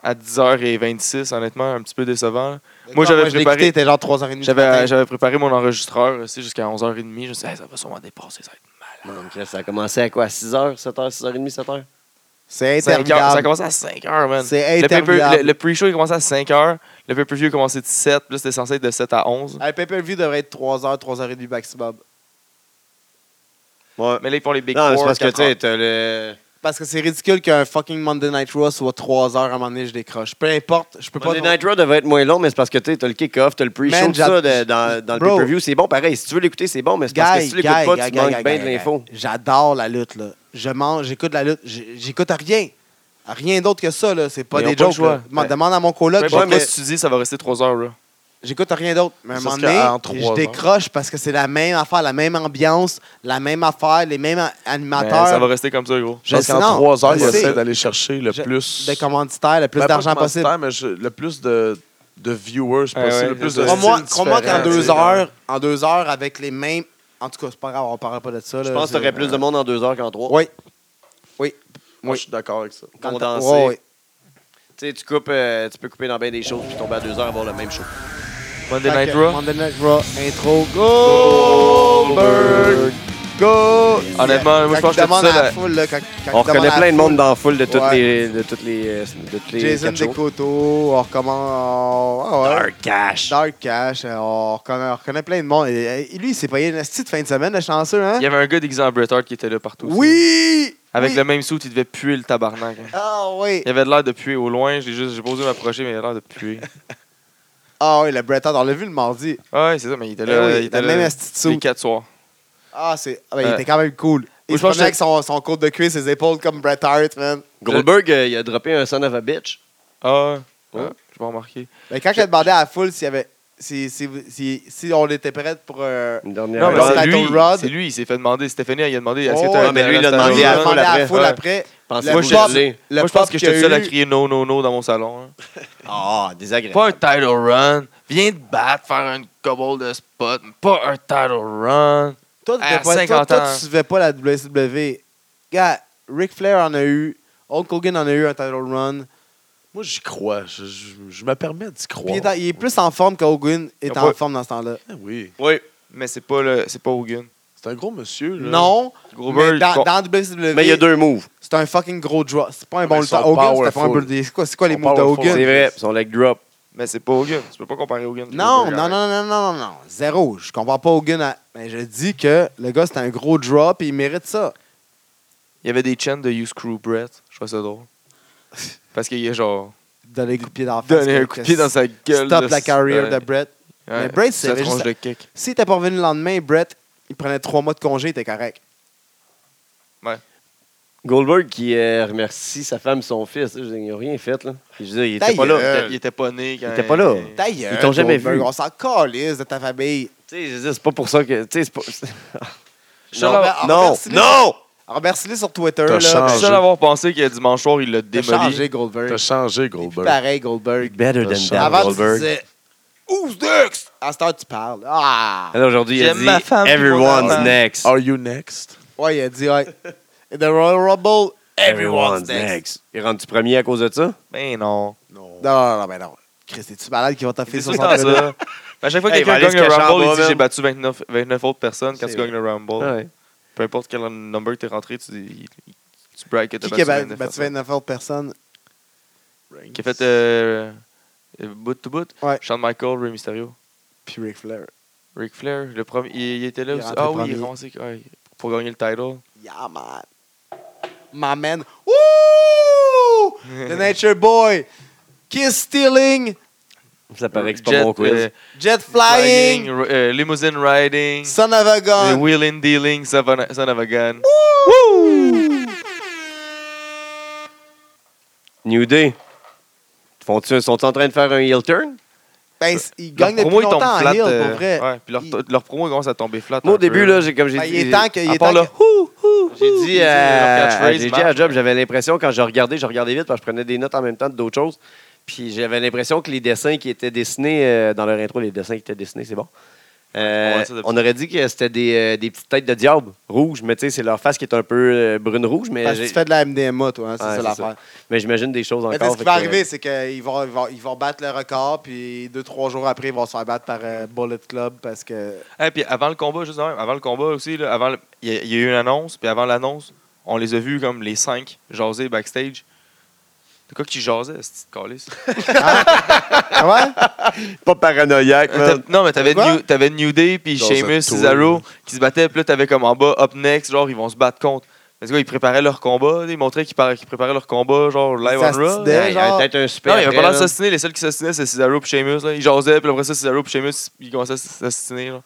S6: à 10h26, honnêtement, un petit peu décevant. là. Moi, j'avais
S2: je l'ai
S6: préparé-
S2: quitté, C'était genre 3h30. du matin.
S6: J'avais j'avais préparé mon enregistreur aussi jusqu'à 11h30. Je me suis dit, Hey, ça va sûrement dépasser. Ça va être malade.
S3: Donc, euh, ça a commencé à quoi 6h, 7h, 6h30, 7h
S2: C'est
S6: Cinq heures, Ça a
S2: interminable.
S6: commencé à 5h, man.
S2: C'est
S6: Le, pay-per-
S2: interminable.
S6: le- le pre-show il commençait à 5h. Le pay-per-view il commençait de 7. Puis là, c'était censé être de 7 à 11.
S2: Un pay-per-view devrait être 3h, 3h30 maximum.
S3: Ouais.
S6: Mais là, ils font les big
S3: Non, mais c'est
S6: four,
S3: parce que, tu
S6: quatre
S3: sais, t'as le.
S2: Parce que c'est ridicule qu'un fucking Monday Night Raw soit 3h à un moment donné, je décroche. Peu importe, je peux pas.
S3: Monday Night Raw devait être moins long, mais c'est parce que, tu sais, t'as le kick-off, t'as le pre-show,
S2: Man,
S3: tout ça, de-
S2: j'a-
S3: dans, dans le
S2: Bro.
S3: pay-per-view. C'est bon, pareil. Si tu veux l'écouter, c'est bon, mais c'est parce que si tu l'écoutes
S2: Guy,
S3: pas,
S2: guy,
S3: tu
S2: guy, guy,
S3: manques bien de
S2: guy, guy.
S3: l'info.
S2: J'adore la lutte, là. Je mange, j'écoute la lutte, j'- j'écoute à rien. À rien d'autre que ça, là. C'est pas
S6: Ils ont
S2: des
S6: pas le
S2: jokes,
S6: choix.
S2: là. Demande
S6: Ouais.
S2: demande à mon
S6: heures.
S2: coloc,
S6: Peu
S2: j'écoute-
S6: importe ce que tu dis, ça va rester 3h. là.
S2: j'écoute à rien d'autre. Mais à un
S5: C'est
S2: moment
S5: parce
S2: donné,
S5: qu'en trois
S2: je
S5: heures.
S2: décroche parce que c'est la même affaire, la même ambiance, la même affaire, les mêmes
S6: Mais Ben,
S2: a-
S6: ça va
S2: animateurs.
S6: rester comme ça, gros.
S5: Je pense
S2: sais,
S5: qu'en
S2: non,
S5: trois heures,
S2: je
S5: il
S2: sais.
S5: essaie d'aller chercher le
S2: Je-
S5: plus.
S2: Des commanditaires, le plus
S5: Ben, pas
S2: d'argent
S5: de
S2: possible.
S5: commanditaire, mais je- le plus de, de viewers possible.
S6: Ouais, ouais,
S5: le plus
S6: c'est
S5: de
S6: ça.
S5: styles
S2: Crois-moi crois-moi
S5: différents,
S2: qu'en
S5: tu
S2: deux
S5: sais.
S2: heures, en deux heures, avec les mêmes. En tout cas, c'est pas grave, on parlera pas de ça.
S3: Je pense que t'aurais plus de monde en deux heures qu'en trois.
S2: Oui.
S5: Moi, je suis d'accord avec ça.
S3: Condensé.
S2: Ouais, ouais.
S3: Tu sais, tu coupes, euh, tu peux couper dans bien des choses puis tomber à deux heures avoir le même show.
S6: Monday
S2: Fait
S6: Night
S2: que
S6: Raw.
S2: Monday Night Raw, intro. Goldberg! Go!
S6: Honnêtement, moi, je
S2: Quand
S6: pense que
S2: il demande
S6: c'est
S2: à
S6: ça,
S2: la
S6: la-
S2: foule, là, quand- quand
S3: On
S2: il demande
S3: reconnaît
S2: à la
S3: plein de
S2: foule,
S3: monde dans la foule de toutes
S2: Ouais.
S3: les de toutes les euh, de toutes les
S2: Jason
S3: quatre shows.
S2: Descoteaux, on recommence. ah ouais.
S3: Dark Cash.
S2: Dark Cash, euh, on reconnaît, on reconnaît plein de monde. Et, et lui, il s'est payé une petite fin de semaine, le chanceux, hein?
S6: Il y avait un gars déguisé en Bret Hart qui était là partout. aussi.
S2: Oui!
S6: Avec
S2: Oui!
S6: le même suit, il devait puer le tabarnak. hein.
S2: Ah oui!
S6: Il avait de l'air de puer au loin. J'ai juste j'ai pas osé m'approcher, mais il avait l'air de puer.
S2: Ah oui, le Bretton, on l'a vu le mardi.
S6: Ah ouais, c'est ça, mais il était
S2: Eh
S6: là.
S2: oui,
S6: il était
S2: la même
S6: là
S2: astuce.
S6: les quatre soirs.
S2: Ah, c'est. ah, ben, il
S6: Ouais.
S2: était quand même cool. Il
S6: Moi,
S2: se
S6: je pense
S2: promenait
S6: que-
S2: avec son, son côte de cuisse, ses épaules comme Bret Hart, man.
S3: Goldberg, euh, il a droppé un son of a bitch.
S6: Ah, ouais.
S3: Ouais.
S6: Ah, j'ai pas remarqué.
S2: Ben, Mais quand il a demandé à la foule s'il y avait si, si, si, si on était prêt pour. euh,
S3: Une dernière.
S6: Non, mais
S2: Dans
S6: c'est
S2: Battle
S6: lui,
S2: Rod.
S6: c'est lui, il s'est fait demander. Stéphanie, elle lui a demandé est-ce que
S2: Oh,
S6: t'as
S2: ouais,
S6: un
S3: mais lui, il a
S6: restaurant?
S3: demandé
S2: il a demandé à
S3: après.
S2: la foule
S3: Ouais.
S2: après.
S3: Pensez
S2: Le
S3: moi,
S2: pop-
S3: je
S2: le
S6: Moi, je pense
S2: pop
S6: que
S2: qu'il y
S6: j'étais
S2: a
S6: le seul à
S2: eu-
S6: crier no, no, no dans mon salon. hein.
S3: Ah, désagréable.
S6: Pas un title run. Viens te battre, faire un cobble de spot. mais Pas un title run.
S2: Toi, t'étais
S6: À
S2: pas, toi,
S6: 50
S2: toi,
S6: ans.
S2: tu suivais pas la WCW. Gars, Ric Flair en a eu. Hulk Hogan en a eu un title run.
S5: Moi, j'y crois. Je, je- je me permets
S2: Puis il
S5: d'y croire.
S2: est, en- il est plus en forme qu'Hogan est
S6: Y a
S2: en
S6: pas-
S2: forme dans ce temps-là.
S5: Ah oui.
S6: Oui. Mais c'est pas, le, c'est pas Hogan.
S5: C'est un gros monsieur. Là.
S2: Non, mais
S6: Goldberg,
S2: dans,
S6: con-
S2: dans WWE,
S3: Mais il y a deux moves.
S2: c'est un fucking gros draw. C'est pas un
S5: Ouais,
S2: bon
S5: mais ils
S2: lutteur.
S5: sont
S2: Hogan, c'était pas un
S5: powerful.
S2: bon... C'est quoi, c'est quoi les
S5: Ils
S2: moves de
S5: sont powerful.
S2: Hogan?
S3: C'est vrai, son leg drop.
S6: Mais c'est pas Hogan. Tu peux pas comparer Hogan. puis
S2: Non,
S6: Goldberg,
S2: non, non,
S6: arrête.
S2: non, non, non, non. Zéro. Je compare pas Hogan à. Mais je dis que le gars, c'est un gros drop et il mérite ça.
S6: Il y avait des chants de You Screw Brett. Je trouve ça *laughs* drôle. Parce qu'il a genre
S2: Donner un coup de pied dans la face.
S6: donné un
S2: que-
S6: coup de pied dans sa gueule.
S2: Stop
S6: de-
S2: la carrière de Brett.
S6: Ouais,
S2: Mais Brett,
S6: sa
S2: c'est
S6: tronche
S2: juste-
S6: de kick.
S2: S'il était pas revenu le lendemain, Brett, il prenait trois mois de congé, il était correct.
S3: Goldberg qui euh, remercie sa femme et son fils. là, je veux dire, Ils n'ont rien fait. Là. Je veux dire, il
S2: Ta
S3: était pas
S2: gueule.
S3: là.
S6: Il était- il était pas né quand
S3: Il était pas là.
S2: D'ailleurs,
S3: Ils t'ont jamais
S2: Goldberg,
S3: vu.
S2: On s'en calisse de ta famille.
S3: Tu sais, je veux dire, c'est pas pour ça que. Tu sais, c'est pas. *laughs*
S6: Non,
S2: Robert-
S3: non,
S2: Robert-
S3: non!
S2: Remercie-les sur Twitter.
S5: T'as
S2: là.
S6: Je suis
S5: changé.
S6: seul à avoir pensé que dimanche soir, il l'a
S2: T'as
S6: démoli.
S2: changé Goldberg.
S5: T'as changé,
S2: T'es plus
S5: Goldberg.
S2: pareil, Goldberg.
S3: Better than
S5: Ça
S3: that,
S2: Avant, tu
S3: Goldberg.
S2: disais Who's next? À cette heure, tu parles. Ah!
S3: Alors aujourd'hui, il a
S6: J'aime
S3: dit
S6: ma femme, puis mon
S3: Everyone's
S6: enfant.
S3: next.
S5: Are you next?
S2: Ouais, il a dit, ouais. Et The Royal Rumble,
S3: Everyone's next. Il rentre premier à cause de ça?
S6: Ben non.
S5: Non.
S2: Non, non, non, mais non. Chris, es-tu malade qui va
S6: C'est
S2: t'afficher
S6: tout
S2: sur
S6: le
S2: son
S6: temps
S2: là?
S6: ça. À chaque fois que
S3: Hey,
S6: quelqu'un
S3: il va aller
S6: gagne le
S3: se cacher en bas,
S6: Rumble, il dit
S3: man.
S6: J'ai battu 29, 29 autres personnes quand
S3: C'est
S6: tu gagnes le Rumble.
S3: Ouais.
S6: Peu importe quel number t'es rentré, tu, dis- tu braques que t'as
S2: Qui qui a
S6: battu
S2: ba-
S6: 29
S2: battu
S6: personnes.
S2: 29 autres personnes?
S6: Qui a fait euh, euh, bout to bout
S2: Ouais.
S6: Shawn Michaels, Rey Mysterio.
S2: Puis Ric Flair.
S6: Ric Flair, le premier, il, il était là
S2: Il est
S6: aussi.
S2: rentré
S6: Ah oui, il est
S2: premier.
S6: rentré ouais, pour gagner le title.
S2: Yeah, man. My man. Woo! The Nature Boy. Kiss Stealing.
S3: Ça paraît que c'est pas mon quiz.
S6: euh,
S2: Jet
S6: flying,
S2: Flying.
S6: ri- euh, limousine riding,
S2: Son of a
S6: euh,
S2: Gun.
S6: wheeling dealing, son of a son of a gun.
S3: New Day. Font-tu- Sont-ils en train de faire un heel turn?
S2: Ben, c- il
S6: Leur
S2: gagne depuis
S6: promo, ils tombent
S2: longtemps en
S6: flat,
S2: heel,
S6: euh,
S2: pour vrai.
S6: Ouais, puis leur,
S2: Il-
S6: leur promo, ils commencent à tomber flat.
S3: Moi,
S6: un
S3: au début,
S6: peu.
S3: là, j'ai comme j'ai
S2: Ben,
S3: dit.
S2: il est temps que- il
S3: à
S2: est
S3: part le
S2: temps
S3: hou, hou, hou,
S6: J'ai dit,
S3: euh,
S6: leur
S3: à
S6: catchphrase
S3: j'ai dit
S6: marche.
S3: à job, j'avais l'impression quand je regardais, je regardais vite parce que je prenais des notes en même temps de d'autres choses. Puis j'avais l'impression que les dessins qui étaient dessinés euh, dans leur intro, les dessins qui étaient dessinés, c'est bon. Euh,
S6: On va ça de-
S3: on aurait dit que c'était des, euh, des petites têtes de diable rouges, mais tu sais, c'est leur face qui est un peu euh, brune rouge, mais
S2: Parce que
S3: j'ai-
S2: tu fais de la MDMA, toi, hein, c'est
S3: Ouais,
S2: ça
S3: c'est
S2: l'affaire.
S3: mais j'imagine des choses
S2: Mais
S3: encore.
S2: tu sais, ce
S3: fait
S2: qui va
S3: que-
S2: arriver, c'est qu'ils vont, ils vont, ils vont battre le record, puis deux, trois jours après, ils vont se faire battre par euh, Bullet Club parce que.
S6: Eh, puis avant le combat, juste de même, avant le combat aussi, là, avant le- il y, a- il y a eu une annonce, puis avant l'annonce, on les a vus comme les cinq jaser backstage. C'est quoi qui jasait, ce petit calice?
S2: Ah *laughs* ouais?
S3: euh, Pas
S2: *laughs*
S3: paranoïaque,
S6: T'as- Non, mais t'avais
S2: Euh, Quoi?
S6: New, t'avais New Day puis
S5: Dans un
S6: Sheamus,
S5: tour.
S6: Cesaro qui se battaient. Puis là, t'avais comme en bas, up next, genre, ils vont se battre contre. Parce que, ils préparaient leur combat. Ils montraient qu'ils par- qu'ils préparaient leur combat, genre, live on Raw.
S2: s'astinaient.
S3: Il y avait
S2: genre-
S3: peut-être un super.
S6: Non, il y avait pas l'air de
S3: là.
S6: s'assiner. Les seuls qui s'assinaient, c'est Cesaro puis Sheamus. Là. Ils jasaient, puis après ça, Cesaro puis Sheamus, ils commençaient à s'assiner. genre.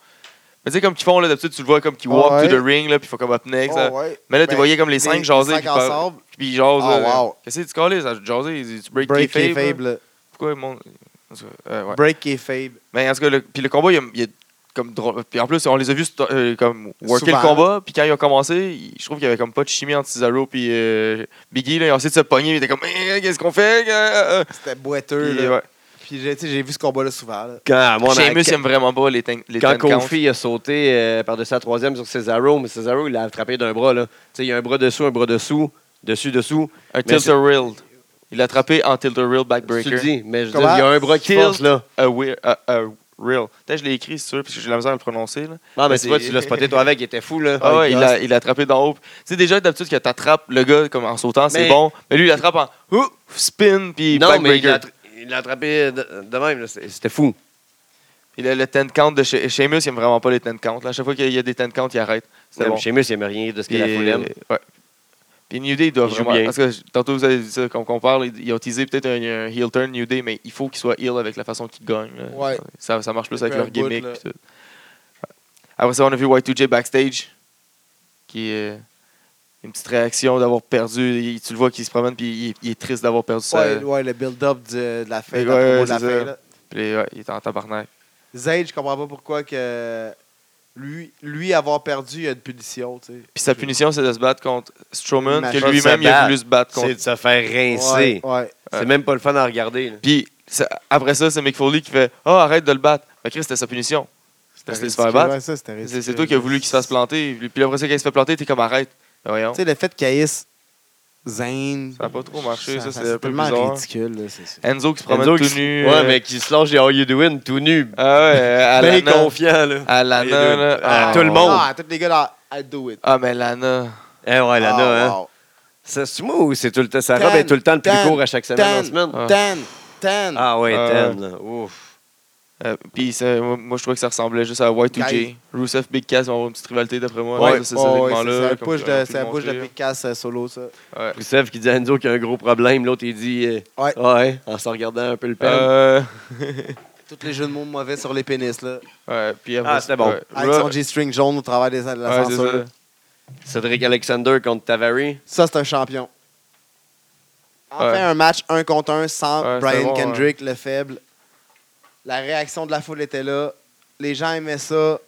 S6: Mais tu sais, comme qu'ils font, là, d'habitude, tu le vois comme qu'ils
S2: Ah
S6: walk
S2: ouais.
S6: to the ring, là, puis ils font comme up next. là.
S2: Oh, ouais.
S6: Mais là, tu
S2: Ben,
S6: voyais comme les
S2: les-
S6: cinq
S2: les
S6: jaser,
S2: cinq
S6: puis ils parlent-
S2: ensemble.
S6: puis ils jasent.
S2: Oh,
S6: là.
S2: wow.
S6: Qu'est-ce que tu calais, ça? Jaser, tu break,
S2: Break
S6: kayfabe, là.
S2: Fable.
S6: Pourquoi ils montent- en tout cas, euh, ouais.
S2: Break et Fable.
S6: Mais en tout cas, le, puis le combat, il y a, il y a comme drôle. Puis en plus, on les a vus euh, comme worker
S2: Souvent.
S6: le combat. Puis quand ils ont commencé, il- je trouve qu'il y avait comme pas de chimie entre Cesaro puis euh, Biggie. Là, ils ont essayé de se pogner. Ils étaient comme Eh, qu'est-ce qu'on fait Euh, euh, euh.
S2: C'était
S6: Puis,
S2: boiteux. là.
S6: ouais.
S2: Puis j'ai tu sais, j'ai vu ce combat-là souvent. là.
S3: Quand, moi, on a-
S6: Sheamus, il aime vraiment pas les, ten- les
S3: Quand
S6: ten counts.
S3: Kofi a sauté euh, par-dessus la troisième sur Cesaro, mais Cesaro, il l'a attrapé d'un bras. là. Tu sais, il y a un bras dessous, un bras dessous, dessus, dessous.
S6: Un
S3: Mais
S6: tilt a reel. Il l'a attrapé en tilt a reel
S3: Tu le
S6: backbreaker.
S3: dis, mais je veux
S2: Comment?
S3: dire, il y a un bras qui
S6: Tilt.
S3: force, là.
S6: A, wheel- a- a reel. Peut-être que je l'ai écrit, c'est sûr, parce que j'ai la misère à le prononcer. Là.
S3: Non, mais
S6: Mais
S3: tu vois,
S6: c'est-
S3: tu l'as spoté, toi, avec, il était fou, là.
S6: Ah ouais,
S3: il
S6: il l'a il l'a attrapé d'en haut. Tu sais, déjà, d'habitude, que t'attrapes le gars comme en sautant, c'est
S3: Mais-
S6: bon. Mais lui, il l'attrape en Ouh, spin, puis
S3: Non, mais il
S6: backbreaker.
S3: l'a attra- il l'a attrapé euh, de, de même, là. C'est- C'était fou.
S6: Et le, le 10 count de She- Sheamus, il aime vraiment pas les 10 counts. là. À chaque fois qu'il y a des 10 counts, il arrête. C'est
S3: Même
S6: bon.
S3: Sheamus, il aime rien de ce que la foule aime.
S6: euh, ouais. Puis New Day, ils doivent
S3: Il joue
S6: vraiment.
S3: bien.
S6: Parce que je- tantôt, vous avez dit ça, qu'on qu'on parle, ils ils ont teasé peut-être un, un heel turn New Day, mais il faut qu'ils soient heel avec la façon qu'ils gagnent. là.
S2: Ouais.
S6: Ça, ça marche plus
S2: Ça
S6: avec
S2: fait
S6: leur
S2: un bout,
S6: gimmick.
S2: là.
S6: puis tout. Ouais. Après ça, on a vu Y2J backstage, qui est une petite réaction d'avoir perdu. Il- tu le vois qu'il se promène, puis il, est- il est triste d'avoir perdu ça.
S2: Ouais, ouais, le build-up de, de la fin,
S6: Ouais,
S2: la promo de
S6: c'est
S2: la
S6: ça.
S2: fin. là.
S6: Puis ouais, il est en tabarnak.
S2: Zayd, je comprends pas pourquoi que lui, lui avoir perdu, il y a une punition. tu sais.
S6: Puis sa punition, c'est de se battre contre Strowman,
S2: Ma
S6: que
S3: chance,
S6: lui-même,
S3: se
S6: il a
S3: battre.
S6: voulu se battre contre.
S3: C'est de se faire rincer.
S2: Ouais, ouais.
S3: C'est même pas le fun à regarder. là.
S6: Puis ça- après ça, c'est Mick Foley qui fait Ah, arrête de le battre. Mais Chris, c'était sa punition. C'était de se faire battre.
S2: Ouais, ça, c'était
S6: C'est c'est
S2: ridicule.
S6: toi qui as voulu qu'il se fasse planter. Puis après ça, quand il se fait planter, t'es comme arrête. Ben voyons.
S2: Tu sais, le fait qu'il haïsse Zayn.
S6: Ça a pas trop marché, ça, c'est un peu
S2: tellement
S6: bizarre.
S2: ridicule, là, c'est ça.
S6: Enzo qui se promène
S3: Enzo
S6: tout
S3: qui-
S6: nu.
S3: Ouais,
S6: euh,
S3: mais qui se lâche des How You Doing tout nu.
S6: Ah ouais, euh, à
S3: bien
S6: Lana.
S3: confiant, là.
S6: À Lana, là.
S3: À
S6: Ah,
S3: tout le monde.
S2: Ah, à tous les gars là, I do it.
S6: Ah, mais Lana.
S3: Eh ouais, Lana,
S2: Ah,
S3: hein.
S2: wow.
S3: Ça, C'est moi ou c'est tout le temps? Sa
S2: Tan,
S3: robe est tout le temps le plus
S2: tan,
S3: court à chaque semaine en semaine?
S6: Ah.
S2: Tan, tan, tan.
S3: Ah ouais,
S6: Ah.
S3: Tan, là. Ouf.
S6: Euh, Puis ça, moi, moi, je trouvais que ça ressemblait juste à Y2J.
S2: Guys.
S6: Rousseff, Big Cass, ils vont avoir une petite rivalité d'après moi.
S2: Ouais,
S6: Ça, c'est
S2: ouais,
S6: ce
S2: ouais,
S6: segment-là,
S2: c'est- c'est un
S6: comme
S2: push
S6: j'aurais
S2: de,
S6: pu
S2: c'est un push de
S6: montrer.
S2: Picasso euh, solo, ça.
S3: Rousseff qui dit à Enzo qu'il y a un gros problème. L'autre, il dit euh,
S2: Ouais.
S6: Ah.
S3: ouais, en se regardant un peu le
S2: Ben.
S3: père.
S6: Euh,
S2: Tous les jeux de mots mauvais sur les pénis, là.
S6: ouais, puis après
S3: Ah,
S6: ça,
S3: c'était bon.
S6: ouais.
S2: Avec
S6: Raw-
S2: son G-string jaune au travail des, de la
S6: ouais, c'est
S2: censure.
S6: ça.
S3: Cédric Alexander contre Tavary.
S2: Ça, c'est un champion. Enfin,
S6: Ouais.
S2: un match un contre un sans
S6: Ouais, c'était bon,
S2: Brian Kendrick, le faible. La réaction de la foule était là. Les gens aimaient ça.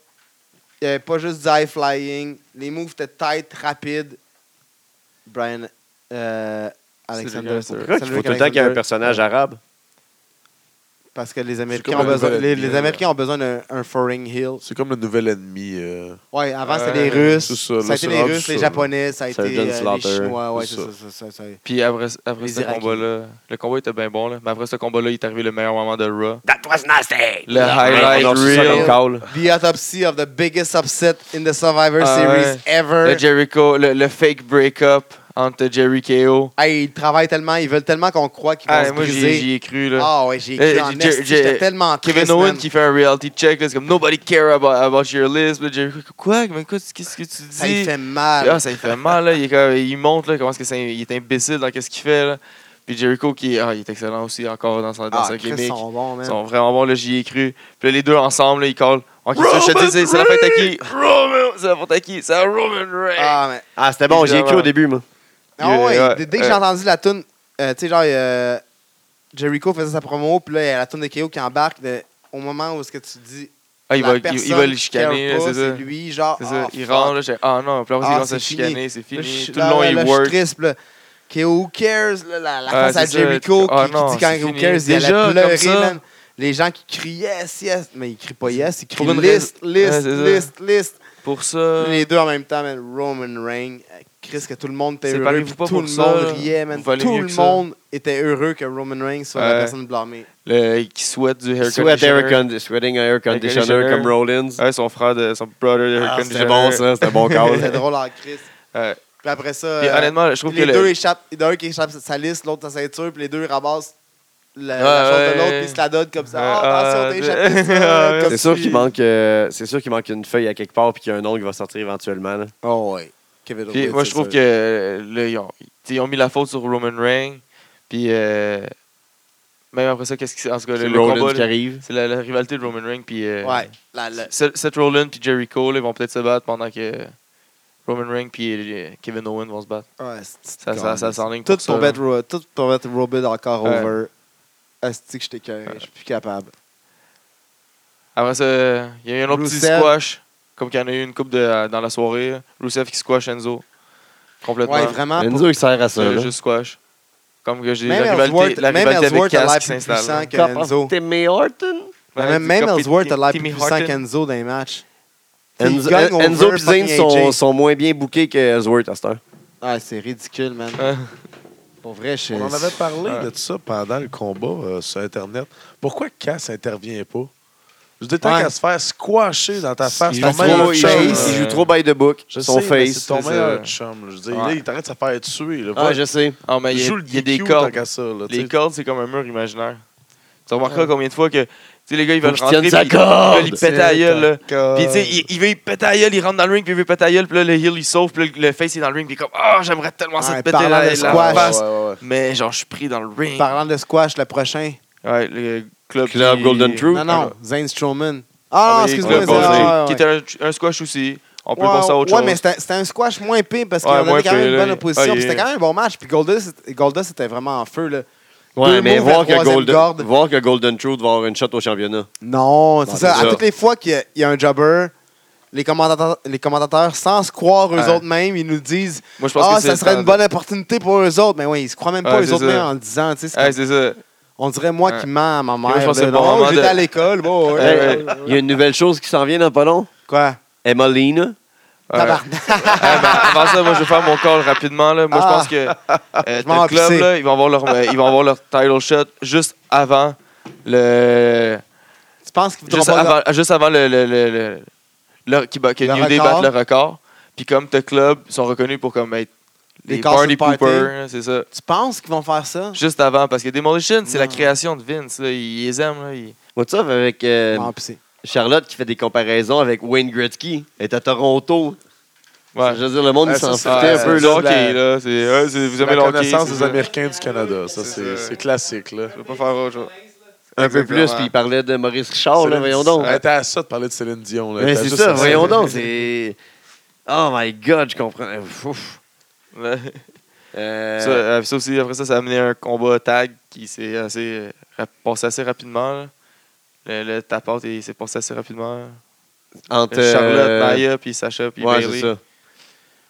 S2: Il n'y avait pas juste du high flying. Les moves étaient tight, rapides. Brian euh, Alexander.
S6: Cedric Alexander.
S3: Pourquoi il faut tout le temps qu'il y ait un personnage arabe?
S2: Parce que les
S5: C'est
S2: Américains
S5: comme
S2: ont
S5: un
S2: besoin,
S5: nouvel
S2: les,
S5: ennemi,
S2: les
S5: là.
S2: Américains ont besoin d'un un foreign heel.
S5: C'est comme le nouvel ennemi. euh,
S2: Ouais, avant
S6: Ouais,
S2: c'était les Russes.
S5: c'est ça,
S2: Ça,
S5: là,
S2: a été
S5: c'est
S2: les
S5: rendu
S2: Russes, les
S5: ça, là.
S2: Japonais, ça a été
S3: Sergeant
S2: euh, les
S3: Slaughter,
S2: Chinois. Ouais,
S5: c'est
S2: c'est ça. ça, ça, ça.
S6: Puis après, après
S2: Les
S6: ce
S2: Irakiens.
S6: combat-là, le combat était bien bon, là. mais après ce combat-là, il est arrivé le meilleur moment de Raw.
S3: That was nasty!
S6: Le highlight
S3: Alors, Ah c'est ça
S6: reel.
S3: qu'on call.
S2: The autopsy of the biggest upset in the Survivor
S6: Ah
S2: Series
S6: ouais.
S2: ever.
S6: Le Jericho, le, le fake break-up entre Jerry KO.
S2: Hey, ils travaillent tellement, ils veulent tellement qu'on croit qu'ils vont
S6: Ah,
S2: se
S6: moi, j'y j'y
S2: briser.
S6: ai cru. Là.
S2: Ah ouais, j'ai
S6: Eh,
S2: écrit en
S6: j'ai-
S2: esti,
S6: j'ai-
S2: j'étais tellement
S6: Kevin
S2: triste,
S6: Owen
S2: man.
S6: qui fait un reality check, là, c'est comme Nobody care about, about your list. Là, Jericho, quoi Mais quoi, Qu'est-ce que tu dis
S2: Ça lui fait
S6: Ah,
S2: mal.
S6: ça lui fait mal, là. Il, est comme- il montre là, comment est-ce que c'est, il est imbécile dans qu'est-ce qu'il fait. Là. Puis Jericho, qui ah, il est excellent aussi encore dans, son, dans
S2: Ah,
S6: sa
S2: Chris,
S6: gimmick.
S2: ils sont bons,
S6: Ils
S2: man.
S6: sont vraiment bons, là, j'y ai cru. Puis là, les deux ensemble, là, ils collent. Ok, ça, je te dis, c'est, c'est la fête à qui Roman C'est la fête à qui C'est à Roman Reigns
S2: Ah, mais...
S3: Ah, c'était bon, j'ai cru au début, moi.
S2: Ah ouais,
S6: Yeah,
S2: dès dès que
S6: ouais.
S2: j'ai entendu la tune, tu sais, genre, euh, Jericho faisait sa promo, puis là, il y a la tune de KO qui embarque. de- Au moment où ce que tu dis,
S6: Ah, il,
S2: la
S6: va, il- il,
S2: personne
S6: va le
S2: qui care
S6: chicaner, là,
S2: pas,
S6: c'est ça.
S2: lui, genre,
S6: C'est ça.
S2: ah,
S6: il
S2: fuck.
S6: rentre, là, j'étais, ah non, puis après,
S2: Ah,
S6: il commence
S2: c'est
S6: à
S2: fini.
S6: chicaner, c'est
S2: Là, je
S6: fini.
S2: suis-
S6: Tout
S2: là,
S6: le long,
S2: là,
S6: il
S2: là,
S6: work.
S2: Je suis triste, là. Que who cares, là, la, la
S6: Ah,
S2: face à
S6: c'est ça.
S2: Jericho qui,
S6: Ah,
S2: qui
S6: non,
S2: dit quand
S6: c'est
S2: who
S6: fini.
S2: cares, il
S6: Déjà,
S2: allait
S6: comme
S2: pleurer,
S6: ça.
S2: man. Les gens qui crient yes, yes, mais ils crient pas yes, ils crient
S6: Pour une
S2: list,
S6: Ouais,
S2: list,
S6: c'est ça. Ah.
S2: list, list.
S6: Pour ça.
S2: Les deux en même temps, man. Roman Reigns, euh, Chris, que tout le monde était heureux,
S6: Séparez-vous
S2: puis
S6: pas
S2: tout
S6: pour
S2: le
S6: ça,
S2: monde
S6: là.
S2: riait, man.
S6: Vous valez
S2: Tout
S6: mieux
S2: le
S6: que ça.
S2: monde était heureux que Roman Reigns soit la
S6: Ouais.
S2: personne blâmée.
S6: le, qui souhaite du hair
S3: Sweat air
S6: conditioner.
S3: condi- Sweating air conditioner Ah,
S6: conditioner.
S3: comme Rollins.
S6: Ouais, son frère, de, son brother de hair
S3: Ah,
S6: conditioner.
S3: c'était bon, ça. C'était bon
S2: *laughs* C'était
S3: call.
S2: drôle en Chris.
S6: Ouais.
S2: Puis après ça,
S6: Puis
S2: euh,
S6: honnêtement, je trouve que
S2: les
S6: le-
S2: deux échappent, il y en a un qui échappe sa liste, l'autre sa ceinture, puis les deux ramassent la,
S6: Ouais,
S2: la chose
S6: ouais,
S2: de l'autre,
S6: ouais.
S2: puis ils se la donnent comme ça.
S6: Ouais,
S2: Ah, attention,
S6: ah,
S2: t'as
S6: *laughs*
S2: échappé
S6: ouais.
S2: ça. comme
S3: C'est sûr
S2: si-
S3: qu'il manque, euh, c'est sûr qu'il manque une feuille à quelque part puis qu'il y a un nom qui va sortir éventuellement. là.
S2: Oh, ouais. Kevin
S6: Puis
S2: Owens,
S6: moi,
S2: c'est
S6: je trouve
S2: sûr.
S6: que euh, là, ils ont, tu sais, ils ont mis la faute sur Roman Reigns. Puis euh, même après ça, qu'est-ce qui en tout cas, le,
S3: C'est
S6: le
S3: Rollins
S6: combat,
S3: qui
S6: là,
S3: arrive.
S6: c'est la, la rivalité de Roman Reigns. Puis euh,
S2: Ouais. La, la-
S6: Seth Seth Rollins puis Jericho, là, ils vont peut-être se battre pendant que Roman Reigns puis euh, Kevin Owens vont se battre.
S2: ouais, c'est-
S6: Ça, ça, ça s'enligne
S2: Tout
S6: pour ça.
S2: pour,
S6: là.
S2: mettre, Ro- tout pour mettre Robin encore
S6: Ouais.
S2: over. Asti que je t'écœure, je suis plus capable.
S6: Après ça, euh, il y a eu un autre petit
S2: Rusev.
S6: squash. Comme qu'il y en a eu une coupe de, euh, dans la soirée. là. Rusev qui squash Enzo. Complètement.
S2: Ouais, vraiment. pour-
S3: Enzo, il sert à ça.
S6: Euh,
S3: là.
S6: juste squash. Comme que j'ai dit,
S2: Même
S6: la
S2: Ellsworth,
S6: rivalité, la
S2: même
S6: rivalité avec
S2: Ellsworth a
S6: Cass
S2: l'air
S6: qui
S2: plus
S6: s'installe.
S2: puissant que
S3: Top of
S2: Enzo.
S3: Timmy Horton.
S2: Même, même Ellsworth a l'air plus
S6: Timmy
S2: puissant
S6: Horton.
S2: qu'Enzo dans les matchs.
S3: Enzo,
S2: Il gagne
S3: Enzo
S2: over
S3: et Zayn
S2: fucking
S3: sont,
S2: AJ.
S3: sont moins bien bookés que Ellsworth à cette heure.
S2: Ah, c'est ridicule, man.
S6: Ouais.
S2: Pour vrai, je
S5: On en avait parlé
S6: Ouais.
S5: de tout ça pendant le combat euh, sur Internet. Pourquoi Cass intervient pas? Je dis tant
S2: Ouais.
S5: qu'à se faire squasher dans ta face.
S2: Il
S5: ton
S2: joue trop
S5: meilleur
S2: au
S5: chum,
S2: face,
S5: là.
S3: il joue trop by the book.
S5: Je
S3: son
S5: sais, mais
S3: face.
S5: C'est ton
S6: c'est ça.
S5: meilleur chum. là. Je dis,
S6: Ouais.
S5: là, il t'arrête de se faire tuer. Là.
S3: Ouais, je sais.
S6: Ah, mais il y a,
S5: joue
S6: il y a des
S5: DQ tant
S6: cordes.
S5: qu'à ça, là, tu
S6: Les
S5: sais.
S6: cordes, c'est comme un mur imaginaire. Tu remarqueras combien de fois que tu sais, les gars, ils veulent
S3: qu'il
S6: rentrer.
S3: tienne sa
S6: puis ils- ils veulent y
S3: corde.
S6: péter la gueule. là.
S5: Corde.
S6: Puis tu sais, il, il veut y péter la gueule, il rentre dans le ring, puis il veut péter la gueule, puis là, le heel, il sauve, puis là, le face, il est dans le ring, puis il est comme Ah, j'aimerais tellement ça
S2: Ouais,
S6: te péter la,
S2: parlant de
S6: la
S2: squash.
S6: face.
S5: Ouais, ouais, ouais.
S6: Mais genre, je suis pris dans le ring.
S2: Parlant de squash, le prochain.
S6: Ouais, le club.
S3: Club
S6: qui-
S3: Golden Truth.
S2: Non, non, Zane Strowman.
S6: Ah,
S2: Ah,
S6: mais
S2: excuse-moi,
S6: Club
S2: c'est-
S6: Golden Truth,
S2: ah, ouais,
S6: Qui
S2: ouais.
S6: était un, un squash aussi. On peut
S2: ouais,
S6: penser à autre
S2: ouais,
S6: chose.
S2: mais c'était- c'était un squash moins pire parce qu'il
S6: Ouais,
S2: y avait
S6: moins
S2: quand même
S6: pire,
S2: une
S6: là.
S2: bonne opposition.
S6: Ah,
S2: puis
S6: il-
S2: c'était quand même un bon match. Puis Goldust, Goldust était vraiment en feu. Là. Deux
S3: Ouais, mais
S2: moves à
S3: voir que,
S2: troisième
S3: Golden,
S2: corde.
S3: voir que Golden Truth va avoir une shot au championnat.
S2: Non,
S3: Bon,
S2: c'est ça.
S3: c'est
S2: À
S3: ça.
S2: toutes les fois qu'il y a- il y, a un jobber, les commentateurs, les commentateurs sans se croire eux
S6: Ouais.
S2: autres mêmes, ils nous disent
S6: Moi, je pense
S2: Ah,
S6: que c'est
S2: ça
S6: le
S2: serait
S6: temps
S2: une
S6: de-
S2: bonne opportunité pour eux autres. Mais oui, ils se croient même pas
S6: Ouais,
S2: eux
S6: c'est
S2: autres
S6: ça.
S2: mêmes en le disant. tu sais, c'est
S6: Ouais,
S2: comme-
S6: c'est ça.
S2: on dirait moi
S6: Ouais.
S2: qui mens à ma mère.
S6: je pense que
S2: là,
S6: c'est le bon
S2: non,
S6: moment
S2: J'étais
S6: de-
S2: à l'école. bon, ouais.
S6: Ouais.
S3: Hey, Il y a une nouvelle chose qui s'en vient dans pas long.
S2: Quoi
S3: Emma Lina.
S6: Ouais. *laughs*
S2: Tabarnak.
S6: Ah, ben, avant ça, moi, je vais faire mon call rapidement. Là. Moi,
S2: Ah.
S6: je pense
S2: *laughs*
S6: que euh,
S2: m'en vais
S6: le club,
S2: pisser.
S6: là, ils, vont avoir leur, euh, ils vont avoir leur title shot juste avant le.
S2: Tu penses qu'ils voudront
S6: Juste
S2: pas.
S6: avant, juste avant le. le, le, le- le- qui bat- que
S2: Le
S6: New Day
S2: record.
S6: batte le record. Puis comme The Club ils sont reconnus pour comme être
S2: Les
S6: les,
S2: cars
S6: party
S2: sur le party.
S6: poopers, c'est ça.
S2: Tu penses qu'ils vont faire ça
S6: Juste avant, parce que Demolition, c'est la
S2: Non.
S6: création de Vince. Là. Ils les aiment. Là. Ils-
S3: What's up avec euh,
S2: Non, pis Ah, c'est-
S3: Charlotte qui fait des comparaisons avec Wayne Gretzky. Elle est à Toronto.
S6: Ouais. Ah,
S3: Je veux dire, le monde,
S5: Ouais,
S3: il s'en
S5: ça,
S3: foutait
S5: c'est- ouais,
S3: un peu.
S5: c'est
S3: Là.
S5: de la-
S6: hockey, là. C'est, ouais, c'est- vous
S5: C'est
S6: aimez
S5: la
S6: le hockey.
S5: connaissance
S6: c'est
S5: des
S6: ça.
S5: Américains du Canada. Ça,
S6: C'est
S5: c'est
S6: ça.
S5: c'est classique. Là.
S6: Je vais pas faire autre chose.
S3: Un peu plus,
S6: Exactement.
S3: puis il parlait de Maurice
S6: Oh,
S3: Richard, là,
S5: Céline-
S3: voyons donc.
S5: Elle était à ça de parler de Céline Dion. là. Elle
S3: Mais
S5: était
S3: c'est
S5: juste
S3: ça,
S5: à
S6: *laughs*
S3: voyons donc. C'est. Oh my god, je comprends. Ouf.
S6: Ouais.
S3: Euh,
S6: Ça, euh, ça aussi, après ça, ça a amené un combat tag qui s'est assez, euh, rap- passé assez rapidement. là. Le, le tap out, il s'est passé assez rapidement. là.
S3: entre euh,
S6: Charlotte, Maya, puis Sacha, puis
S3: Ouais, c'est
S6: Bailey.
S3: ça.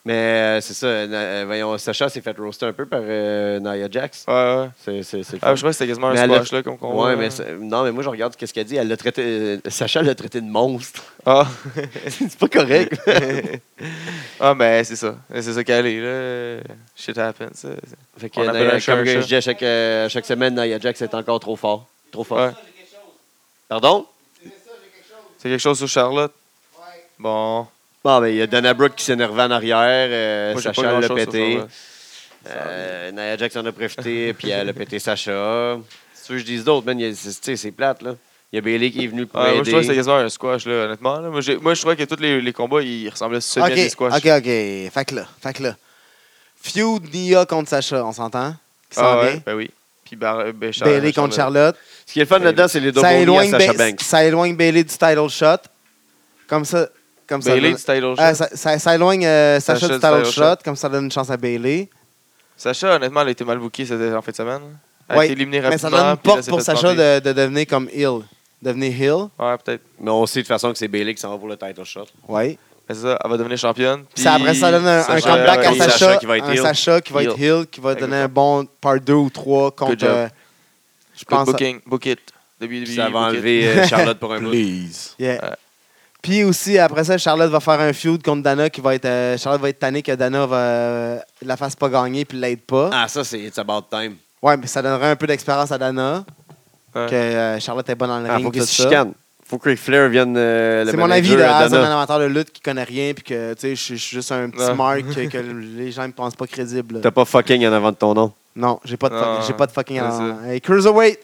S3: Mais euh, c'est ça, euh, euh, voyons, Sacha s'est fait roaster un peu par euh, Nia Jax.
S6: Ouais, ouais.
S3: C'est c'est- c'est le
S6: Ah,
S3: fun.
S6: je crois que c'était quasiment un
S3: Mais elle
S6: squash, là, comme combat.
S3: Ouais,
S6: là.
S3: mais c'est- non, mais moi je regarde ce qu'elle dit. Elle l'a traité, euh, Sacha l'a traité de monstre. *laughs*
S2: *laughs*
S6: Ah.
S3: c'est pas correct.
S6: *laughs* ah, mais c'est ça. C'est ça qu'elle est, là. Shit happens. ça.
S3: fait que
S6: On appelle
S3: Nia-
S6: un chat
S3: comme
S6: un
S3: je
S6: chat.
S3: dis à chaque, euh, à chaque semaine, Nia Jax est encore trop fort. Trop fort.
S6: Ouais.
S3: Pardon?
S6: C'est quelque chose sur Charlotte? Bon.
S3: Bon, ben il y a Dana Brooke qui s'énervait en arrière. euh,
S6: Moi, j'ai pas
S3: Sacha l'a
S6: grand-chose sur
S3: pété.
S6: Charlotte.
S3: Euh, Nia Jax en a profité, puis elle a pété Sacha. C'est sûr que je dis d'autres, man. il y a- c'est- Tu sais, c'est plate, là. Il y a Bailey qui est venu pour
S6: Ouais, Ah, moi, je
S3: aider.
S6: trouvais que c'était quasiment un squash, là, honnêtement. là. Moi, j'ai- moi, je trouvais que tous les, les combats, ils ressemblaient semi à des Ah,
S2: Ok,
S6: squash.
S2: ok, ok. Fait que là, fait que là. Feud Nia contre Sacha, on s'entend Qui s'en
S6: Ah, ouais,
S2: vient.
S6: ben oui. Puis Bar- ben, Char-
S2: Bailey contre Charlotte.
S3: Ce qui est le fun là-dedans, c'est Euh, les deux
S2: Ça
S3: bons à
S2: éloigne,
S3: Sacha
S2: Ba-
S3: Banks.
S2: ça éloigne Bailey du title shot. Comme ça. Comme ça,
S6: euh, Bailey
S2: donne-
S6: du title shot.
S2: Ah, ça, ça- ça éloigne euh, Sacha du title shot.
S6: shot.
S2: Comme ça donne une chance à Bailey.
S6: Sacha, honnêtement, elle a été mal bookée cette- en fin de semaine. Elle a
S2: Ouais,
S6: été éliminée
S2: Mais ça
S6: rapidement.
S2: donne une
S6: puis là,
S2: porte
S6: s'est
S2: pour
S6: fait
S2: Sacha
S6: planter.
S2: de, de devenir comme Hill. Devenir Hill.
S6: Ouais, peut-être.
S3: Mais on sait de toute façon que c'est Bailey qui s'en va pour le title shot.
S2: Oui.
S6: Mais Ben, c'est ça, elle va devenir championne.
S2: Puis ça, après, ça donne un, un
S6: Sacha-
S2: comeback à
S3: ouais,
S2: Sacha.
S3: Sacha qui va être
S2: un
S3: heel.
S2: Sacha qui va être Hill, qui va donner un bon part 2 ou 3 contre.
S6: job.
S2: euh, je
S6: Good
S2: pense.
S6: booking, book it. WWE,
S3: Puis ça va
S6: book it.
S3: enlever euh, Charlotte pour un bout.
S5: Please.
S2: Yeah.
S6: Ouais.
S2: Puis aussi, après ça, Charlotte va faire un feud contre Dana qui va être. euh, Charlotte va être tannée que Dana va, euh, la fasse pas gagner puis l'aide pas.
S3: Ah, ça, c'est It's About Time.
S2: Ouais, mais ça donnerait un peu d'expérience à Dana.
S6: Ouais.
S2: Que euh, Charlotte est bonne dans le
S3: Ah,
S2: ring.
S3: faut qu'il
S2: tout
S3: se
S2: ça.
S3: chicane. Faut que Ric Flair vienne euh, le
S2: C'est mon avis
S3: manager
S2: de
S3: à
S2: as un
S3: Dana.
S2: amateur de lutte qui connaît rien puis que tu sais, je suis je suis juste un petit
S6: Ouais.
S2: marque que,
S3: *laughs*
S2: que les gens me pensent pas crédible.
S3: T'as pas Ah, fucking en avant de ton nom.
S2: Non, j'ai pas de fuck-
S6: Non,
S2: j'ai pas de fucking
S6: c'est
S2: avant. Hey, Cruiserweight,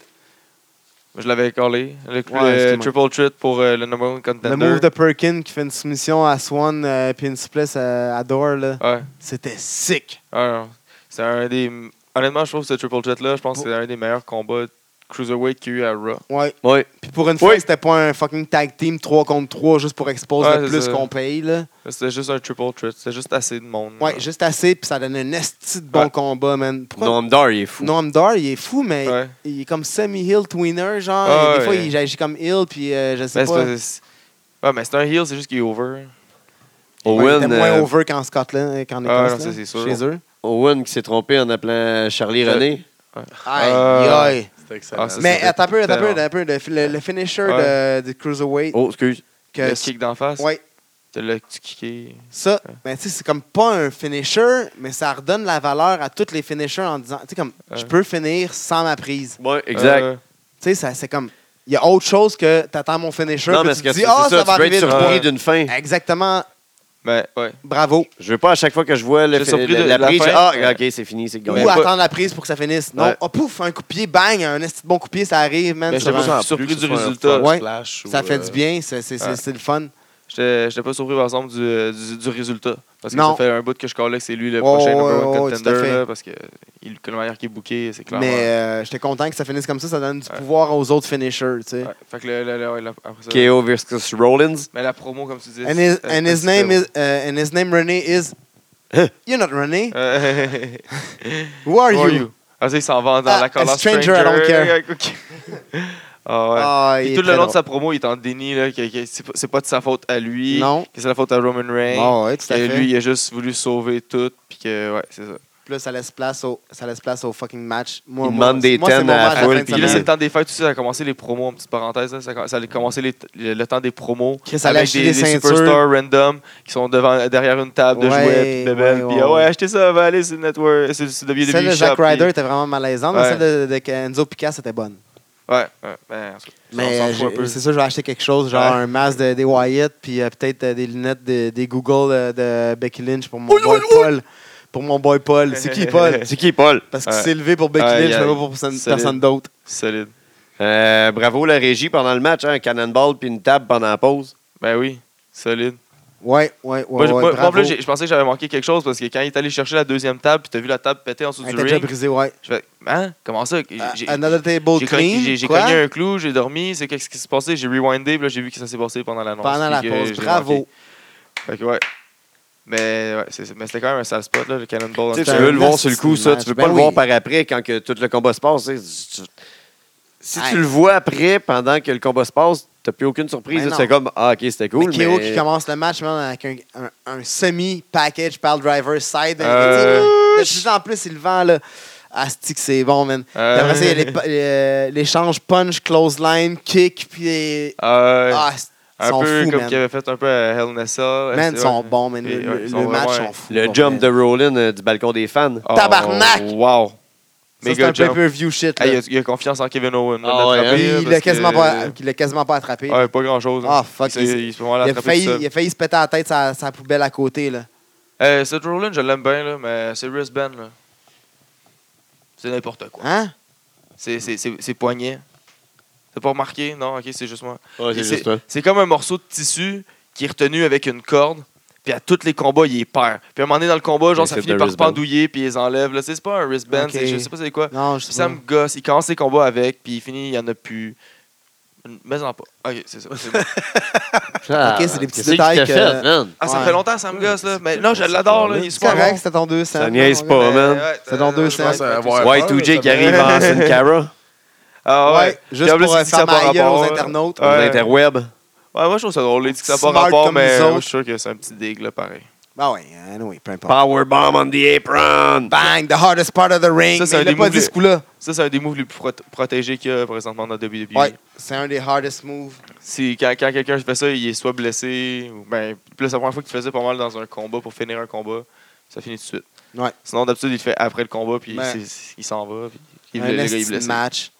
S6: Je l'avais collé. Le,
S2: Ouais,
S6: le
S2: excuse-moi.
S6: triple threat pour euh, le number one contender.
S2: le move de Perkin qui fait une soumission à Swan euh, puis une souplesse euh, à Door
S3: Ah.
S2: là,
S6: Ouais.
S2: c'était sick.
S6: Ah, non. c'est un des. Honnêtement, je trouve que ce triple threat là, je pense que c'est un des meilleurs combats cruiserweight qu'il y a eu à Raw.
S2: Ouais.
S3: Oui.
S2: Puis pour une fois,
S3: Oui.
S2: c'était pas un fucking tag team 3 contre 3 juste pour exposer
S6: Ouais,
S2: le
S6: c'est
S2: plus
S6: ça.
S2: qu'on paye là.
S6: C'était juste un triple threat. C'était juste assez de monde.
S2: Ouais, juste assez puis ça donne un esti de bon
S6: Ouais.
S2: combat, man. Pourquoi-
S3: Noam Dar, il est fou.
S2: Noam Dar, il est fou, mais
S6: Ouais.
S2: il est comme semi-heel tweener, genre.
S6: Ah,
S2: Et des fois,
S6: ouais.
S2: il agit comme heel, puis euh, je sais
S6: Ben, c'est
S2: pas.
S6: pas- c'est- Ouais, mais c'est un heel, c'est juste qu'il est over.
S2: Ouais, il
S3: Owen,
S2: était moins
S3: euh,
S2: over qu'en Scotland, qu'en
S6: Ah, non,
S2: Écosse, là,
S6: ça, c'est sûr.
S2: chez eux.
S3: Owen qui s'est trompé en appelant Charlie
S6: Je-
S3: René.
S2: Aïe,
S6: Ah.
S2: aïe.
S5: C'était excellent.
S6: Ah, ça,
S2: Mais
S6: c'est
S2: attends un peu, attends un peu,
S6: tellement-
S2: attends un peu. Le, le- le finisher
S6: Ouais.
S2: de, de Cruiserweight.
S3: Oh, excuse.
S2: que-
S6: le kick d'en face.
S2: ouais,
S6: Tu l'as kické.
S2: ça, ben, tu sais, c'est comme pas un finisher, mais ça redonne la valeur à tous les finishers en disant, tu sais, comme,
S6: Ouais.
S2: je peux finir sans ma prise. Tu
S3: Ouais, exact.
S6: Euh,
S2: sais, ça, c'est comme, il y a autre chose que t'attends mon finisher,
S3: non,
S2: puis
S3: mais
S2: tu
S3: ce que
S2: te
S3: c'est
S2: dis, ah,
S3: c'est
S2: ça,
S3: ça,
S2: va
S3: tu peux
S2: arriver
S3: être
S2: de
S3: surpris
S2: quoi.
S3: d'une fin.
S2: Exactement,
S6: ben, ouais.
S2: bravo.
S3: Je veux pas à chaque fois que je vois le
S6: J'ai
S3: fi-
S6: surpris
S3: la,
S6: de-
S3: la
S6: de la
S3: prise,
S6: fin.
S3: je- ah, ok, c'est fini, c'est
S2: Ou
S3: gagné.
S6: Ouais.
S2: attendre la prise pour que ça finisse. Non,
S3: Ouais.
S2: oh, pouf, un coup de pied, bang, un esti de bon coup de pied, ça arrive, man.
S6: Mais
S2: sur
S6: j'étais
S2: un-
S6: pas surpris du résultat.
S2: Ouais.
S5: Flash,
S2: Ça fait du bien, c'est c'est- c'est-
S6: ouais.
S2: c'est le fun.
S6: J'étais j'étais pas surpris par exemple du, euh, du, du résultat. Parce que
S2: Non.
S6: ça fait un bout que je collais que c'est lui le
S2: Ouais,
S6: prochain
S2: ouais,
S6: number one
S2: ouais, tout à
S6: contender.
S2: fait.
S6: là, parce que il, que la manière qu'il est booké, c'est clair.
S2: Mais
S6: ouais.
S2: euh, j'étais content que ça finisse comme ça, ça donne du
S6: Ouais.
S2: pouvoir aux autres finishers, tu sais.
S6: Ouais. Fait que le, le- le- ouais, la- après ça.
S3: KO versus Rollins.
S6: Mais la promo, comme tu dis.
S2: And his,
S6: c'est-
S2: and
S6: c'est-
S2: his
S6: c'est-
S2: name is uh,
S3: Hein?
S2: and his name René is You're not René.
S6: Euh,
S2: Who are
S6: Who *laughs* are
S2: you?
S6: you? Ah, ça, il s'en va dans
S2: Ah,
S6: la colère
S2: a stranger, I don't care.
S6: *laughs* Ok. ah ouais.
S2: Ah,
S6: Puis
S2: il est
S6: tout le
S2: très
S6: long
S2: drôle.
S6: de sa promo, il est en déni là, que, que c'est pas- c'est pas de sa faute à lui,
S2: Non.
S6: que c'est la faute à Roman Reigns.
S2: Ah ouais, tout à
S6: que
S2: fait.
S6: lui, il a juste voulu sauver tout, puis que, ouais, c'est ça.
S2: Puis là, ça laisse place au, ça laisse place au fucking match.
S3: Il demande des
S2: moi, c'est
S3: thèmes
S2: mon
S3: à
S2: match
S3: full,
S2: fin de
S6: Puis là, c'est
S2: semaine.
S6: le temps des fêtes, tout ça, ça a commencé les promos, en petite parenthèse, là, ça, a- ça a commencé les t- le, le temps des promos
S2: Chris, allait
S6: avec
S2: acheter
S6: des,
S2: des
S6: des
S2: ceintures.
S6: superstars random qui sont devant, derrière une table de
S2: Ouais,
S6: jouets, puis de bébelles,
S2: ouais,
S6: puis
S2: ouais,
S6: ah ouais,
S2: ouais.
S6: achetez ça, va aller sur le network, c'est le WWE
S2: Celle de
S6: Shop,
S2: Zack
S6: puis-
S2: Ryder était vraiment malaisante, mais
S6: Ouais.
S2: celle de, de- de Enzo Picasso était bonne.
S6: Ouais, ouais, ben, en tout cas,
S2: Mais
S6: on s'en
S2: euh,
S6: fout un
S2: j'ai-
S6: peu.
S2: c'est sûr, je vais acheter quelque chose, genre
S6: Ouais.
S2: un masque de- des Wyatt, puis euh, peut-être euh, des lunettes de- des Google euh, de Becky Lynch pour mon boy Paul. Pour mon boy Paul. C'est
S6: *laughs*
S2: qui Paul?
S3: *laughs* C'est qui, Paul?
S2: Parce qu'il
S6: Ouais.
S2: s'est levé pour Becky
S6: Ouais,
S2: Lynch,
S6: y a-
S2: mais pas pour personne,
S6: solide.
S2: personne d'autre.
S6: Solide.
S3: Euh, bravo la régie pendant le match, hein, un cannonball puis une table pendant la pause.
S6: Ben oui, solide.
S2: Ouais, ouais, ouais.
S6: moi,
S2: ouais,
S6: je- moi- moi, en
S2: bravo.
S6: plus, j'ai- je pensais que j'avais manqué quelque chose parce que quand il est allé chercher la deuxième table, puis t'as vu la table péter en dessous
S2: Elle
S6: du
S2: était déjà
S6: ring,
S2: brisée, ouais. Ah,
S6: je fais, hein, comment ça? J'ai-
S2: Another table
S6: J'ai cogné,
S2: clean.
S6: j'ai- j'ai
S2: quoi?
S6: cogné un clou, j'ai dormi, c'est qu'est-ce qui s'est passé, j'ai rewindé, puis là j'ai vu que ça s'est passé pendant l'annonce.
S2: Pendant la
S6: puis que
S2: pause.
S6: j'ai
S2: Bravo.
S6: manqué. Fait que ouais. Mais ouais, c'est- mais c'était quand même un sale spot là, le cannonball.
S3: Tu sais,
S2: c'est
S3: tu
S2: un
S3: veux le voir sur le coup,
S2: nasty
S3: ça.
S2: match.
S3: Tu veux
S2: Ben
S3: pas le voir
S2: oui.
S3: par après quand que tout le combat se passe. tu sais, tu- tu- Si
S2: Ouais.
S3: tu le vois après, pendant que le combat se passe, t'as plus aucune surprise.
S2: Ben
S3: là, C'est
S2: non.
S3: comme, ah, OK, c'était cool,
S2: mais KO
S3: mais-
S2: qui commence le match man, avec un, un- un semi-package pal driver side.
S6: Euh.
S2: De plus en plus, il vend là. Asti que c'est bon, man.
S6: Euh.
S2: Après ça, il y
S6: *laughs*
S2: a les pa- euh, l'échange punch, close line, kick, puis les...
S6: Euh,
S2: Ah, asti, ils
S6: un
S2: sont
S6: peu
S2: fous,
S6: comme
S2: man.
S6: qu'il avait fait un peu à Hell in a Cell.
S2: Man,
S6: c'est-
S2: ils sont
S6: ouais.
S2: bons, man.
S6: Et,
S2: Le,
S6: ouais,
S2: le-
S6: ils
S2: le
S6: sont
S2: match, ils
S6: vraiment-
S2: sont fous.
S3: Le
S2: bon,
S3: jump
S2: man.
S3: de Rollin euh, du balcon des fans.
S6: Oh,
S2: Tabarnak!
S6: Wow!
S2: Ça, c'est
S6: Méga
S2: un
S6: jump.
S2: pay-per-view shit. là.
S6: Hey, il, a, il a confiance en Kevin Owen. là,
S3: Ah,
S6: de
S3: ouais,
S6: l'attraper,
S2: Puis
S6: là,
S2: il
S6: parce
S2: l'a quasiment,
S6: que- Ah,
S2: pas- euh, il l'a quasiment pas attrapé.
S6: Ouais, pas grand chose.
S2: Ah, fuck,
S6: Il,
S2: il-
S6: il se fait vraiment
S2: il, a
S6: l'attraper
S2: failli,
S6: tout seul.
S2: il a failli se péter la tête sa, sa poubelle à côté. Là.
S6: Euh, Seth Rollins, je l'aime bien, là, mais c'est wristband, là. C'est n'importe quoi.
S2: Hein?
S6: C'est- C'est c'est- c'est poignet. T'as pas remarqué? Non, ok, c'est juste moi.
S3: Ouais,
S6: Et c'est- C'est comme un morceau de tissu qui est retenu avec une corde, puis à tous les combats, il est perd. Puis à un moment donné dans le combat, genre,
S3: Et
S6: ça
S3: c'est
S6: finit
S3: le
S6: par se
S3: wristband.
S6: pendouiller, puis ils les enlèvent. là. C'est c'est pas un wristband,
S2: Ok.
S6: c'est- je sais pas c'est quoi.
S2: Non, je
S6: Puis
S2: sais
S6: ça
S2: pas.
S6: me gosse, il commence ses combats avec, puis il finit, il y en a plus. Mais en pas. Ok, c'est ça. c'est bon.
S2: Ok, c'est des petits détails Ah, que-
S6: Ah, ça
S2: Ouais.
S6: fait longtemps, ça me gosse, là. Mais non, je l'adore, là. Il est
S2: C'est
S6: super
S2: correct,
S6: bon.
S2: c'était ton 200.
S3: Ça niaise
S2: mon
S3: pas,
S2: gars.
S3: man.
S2: C'est dans deux
S6: sens.
S2: sens.
S3: Y2J qui arrive en
S6: Ouais.
S3: Sin Cara,
S6: Ah ouais.
S2: Ouais, juste
S6: Diable,
S2: pour
S6: c'est
S2: euh,
S6: dit que ça
S2: faire
S6: a pas
S2: ma gueule aux
S6: rapport, hein.
S2: internautes.
S3: aux
S6: Ouais.
S3: interwebs.
S6: Ouais, moi, je trouve ça drôle. Les dix que ça n'a pas
S2: Smart
S6: rapport,
S2: comme
S6: mais
S2: nous
S6: euh,
S2: autres.
S6: je suis sûr que c'est un petit dig, là, pareil.
S2: Ben ouais, anyway, peu importe.
S3: Powerbomb on the apron!
S2: Bang, the hardest part of the ring.
S6: Ça,
S2: Ça,
S6: c'est
S2: c'est
S6: un
S2: il a
S6: des
S2: pas
S6: moves
S2: dit
S6: les-
S2: ce coup-là.
S6: Ça, c'est un des moves les plus prot- protégés qu'il y a présentement dans WWE.
S2: Ouais, c'est un des hardest moves.
S6: Si, quand quand quelqu'un fait ça, il est soit blessé, ou ben, plus la première fois qu'il faisait pas mal dans un combat pour finir un combat, ça finit tout de suite.
S2: Ouais.
S6: Sinon, d'habitude, il le fait après le combat, puis
S2: Ouais.
S6: c'est- c'est- il s'en va, puis il,
S2: Un
S6: le, le gars, il est
S2: esti de
S6: blessé.
S2: match.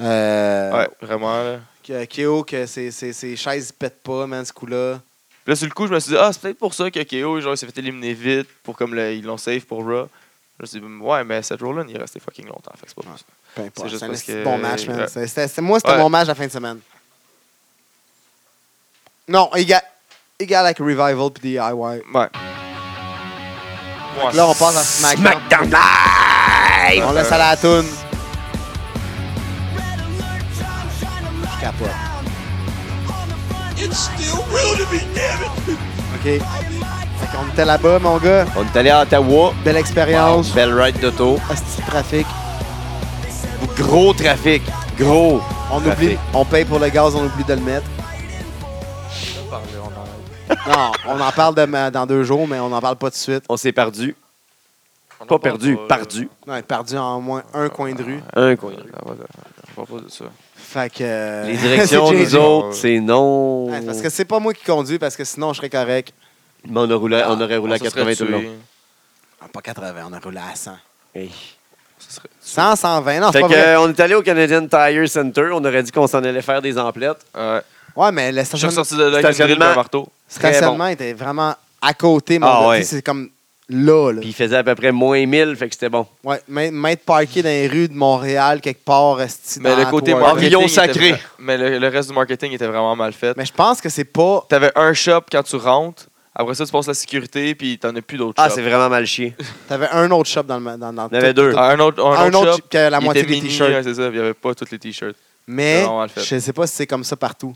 S2: Euh,
S6: Ouais, vraiment, là.
S2: que- KO, que ses, ses, ses chaises ils pètent pas, man, ce coup-là.
S6: Puis là, sur le coup, je me suis dit, ah, c'est peut-être pour ça que KO, genre, il s'est fait éliminer vite, pour comme le- ils l'ont save pour Raw. Je me suis dit, ouais, mais Seth Rollins, il est resté fucking longtemps, fait que c'est pas pour
S2: Ouais.
S6: ça.
S2: Peu importe.
S6: C'est juste
S2: C'est un
S6: parce
S2: esti
S6: que-
S2: de bon match, man.
S6: Ouais.
S2: C'est- c'était- c'est- moi, c'était
S6: Ouais.
S2: mon match la fin de semaine. Non, égal, égal avec Revival puis DIY.
S6: Ouais. Ouais.
S2: Là, on passe à SmackDown.
S3: SmackDown Live!
S2: On laisse à la toune. Je capote. OK. Fait qu'on était là-bas, mon gars.
S3: On est allé à Ottawa. Bah,
S2: Belle expérience.
S3: Belle ride d'auto.
S2: Asti de trafic.
S3: Gros trafic. Gros.
S2: On
S3: Trafic.
S2: oublie, on paye pour le gaz, on oublie de le mettre. *laughs* Non, on en parle de ma- dans deux jours, mais on n'en parle pas tout de suite.
S3: On s'est perdu.
S6: On en
S3: Pas
S6: parle euh,
S3: perdu,
S6: là.
S3: perdu.
S2: On est perdu en au moins un coin de rue.
S3: Un
S6: On
S3: coin.
S6: parle pas de ça.
S2: Fait que. euh,
S3: Les directions,
S2: *laughs* c'est
S3: nous
S2: Jay-Z.
S3: autres, *laughs* c'est non.
S2: Ouais, parce que c'est pas moi qui conduis, parce que sinon, je serais correct.
S3: Mais on, a roulé, on aurait roulé
S6: On
S3: à
S6: se serait
S3: 80 tout le long.
S6: tué.
S2: Ah, Pas 80, on a roulé à 100.
S3: Hey.
S2: 100, 120, non, c'est
S3: Fait
S2: pas
S3: que,
S2: vrai.
S3: euh, on est allé au Canadian Tire Center. On aurait dit qu'on s'en allait faire des emplettes.
S6: Ouais.
S2: Ouais, mais le
S6: Je suis
S2: station-
S6: ressorti de là avec une
S3: Stationnement.
S6: drill et un marteau.
S2: stationnement était vraiment à côté, mon
S3: Ah,
S2: gars.
S3: ouais.
S2: Tu sais, C'est comme là, là.
S3: Puis il faisait à peu près moins 1000, fait que c'était bon.
S2: Ouais, m'a- m'être parké dans les rues de Montréal, quelque part, resti
S6: Mais
S2: dans
S6: le
S2: la
S6: côté
S2: toilette.
S6: marketing.
S3: Embryon
S6: était
S3: sacré.
S6: vra- Mais le, le reste du marketing était vraiment mal fait.
S2: Mais je pense que c'est pas.
S6: T'avais un shop quand tu rentres. Après ça, tu passes la sécurité, puis t'en as plus d'autres
S3: Ah, c'est
S6: shops.
S3: vraiment mal chié.
S2: T'avais un autre shop dans le. ma- Dans, dans
S3: Il y en avait deux.
S6: Ah, un autre, un
S2: Un
S6: autre,
S2: autre
S6: shop.
S2: que la
S6: il
S2: moitié
S6: était
S2: des
S6: mini,
S2: t-shirts.
S6: ouais, c'est ça. Il n'y avait pas tous les t-shirts.
S2: Mais
S6: C'est vraiment mal fait.
S2: je sais pas si c'est comme ça partout.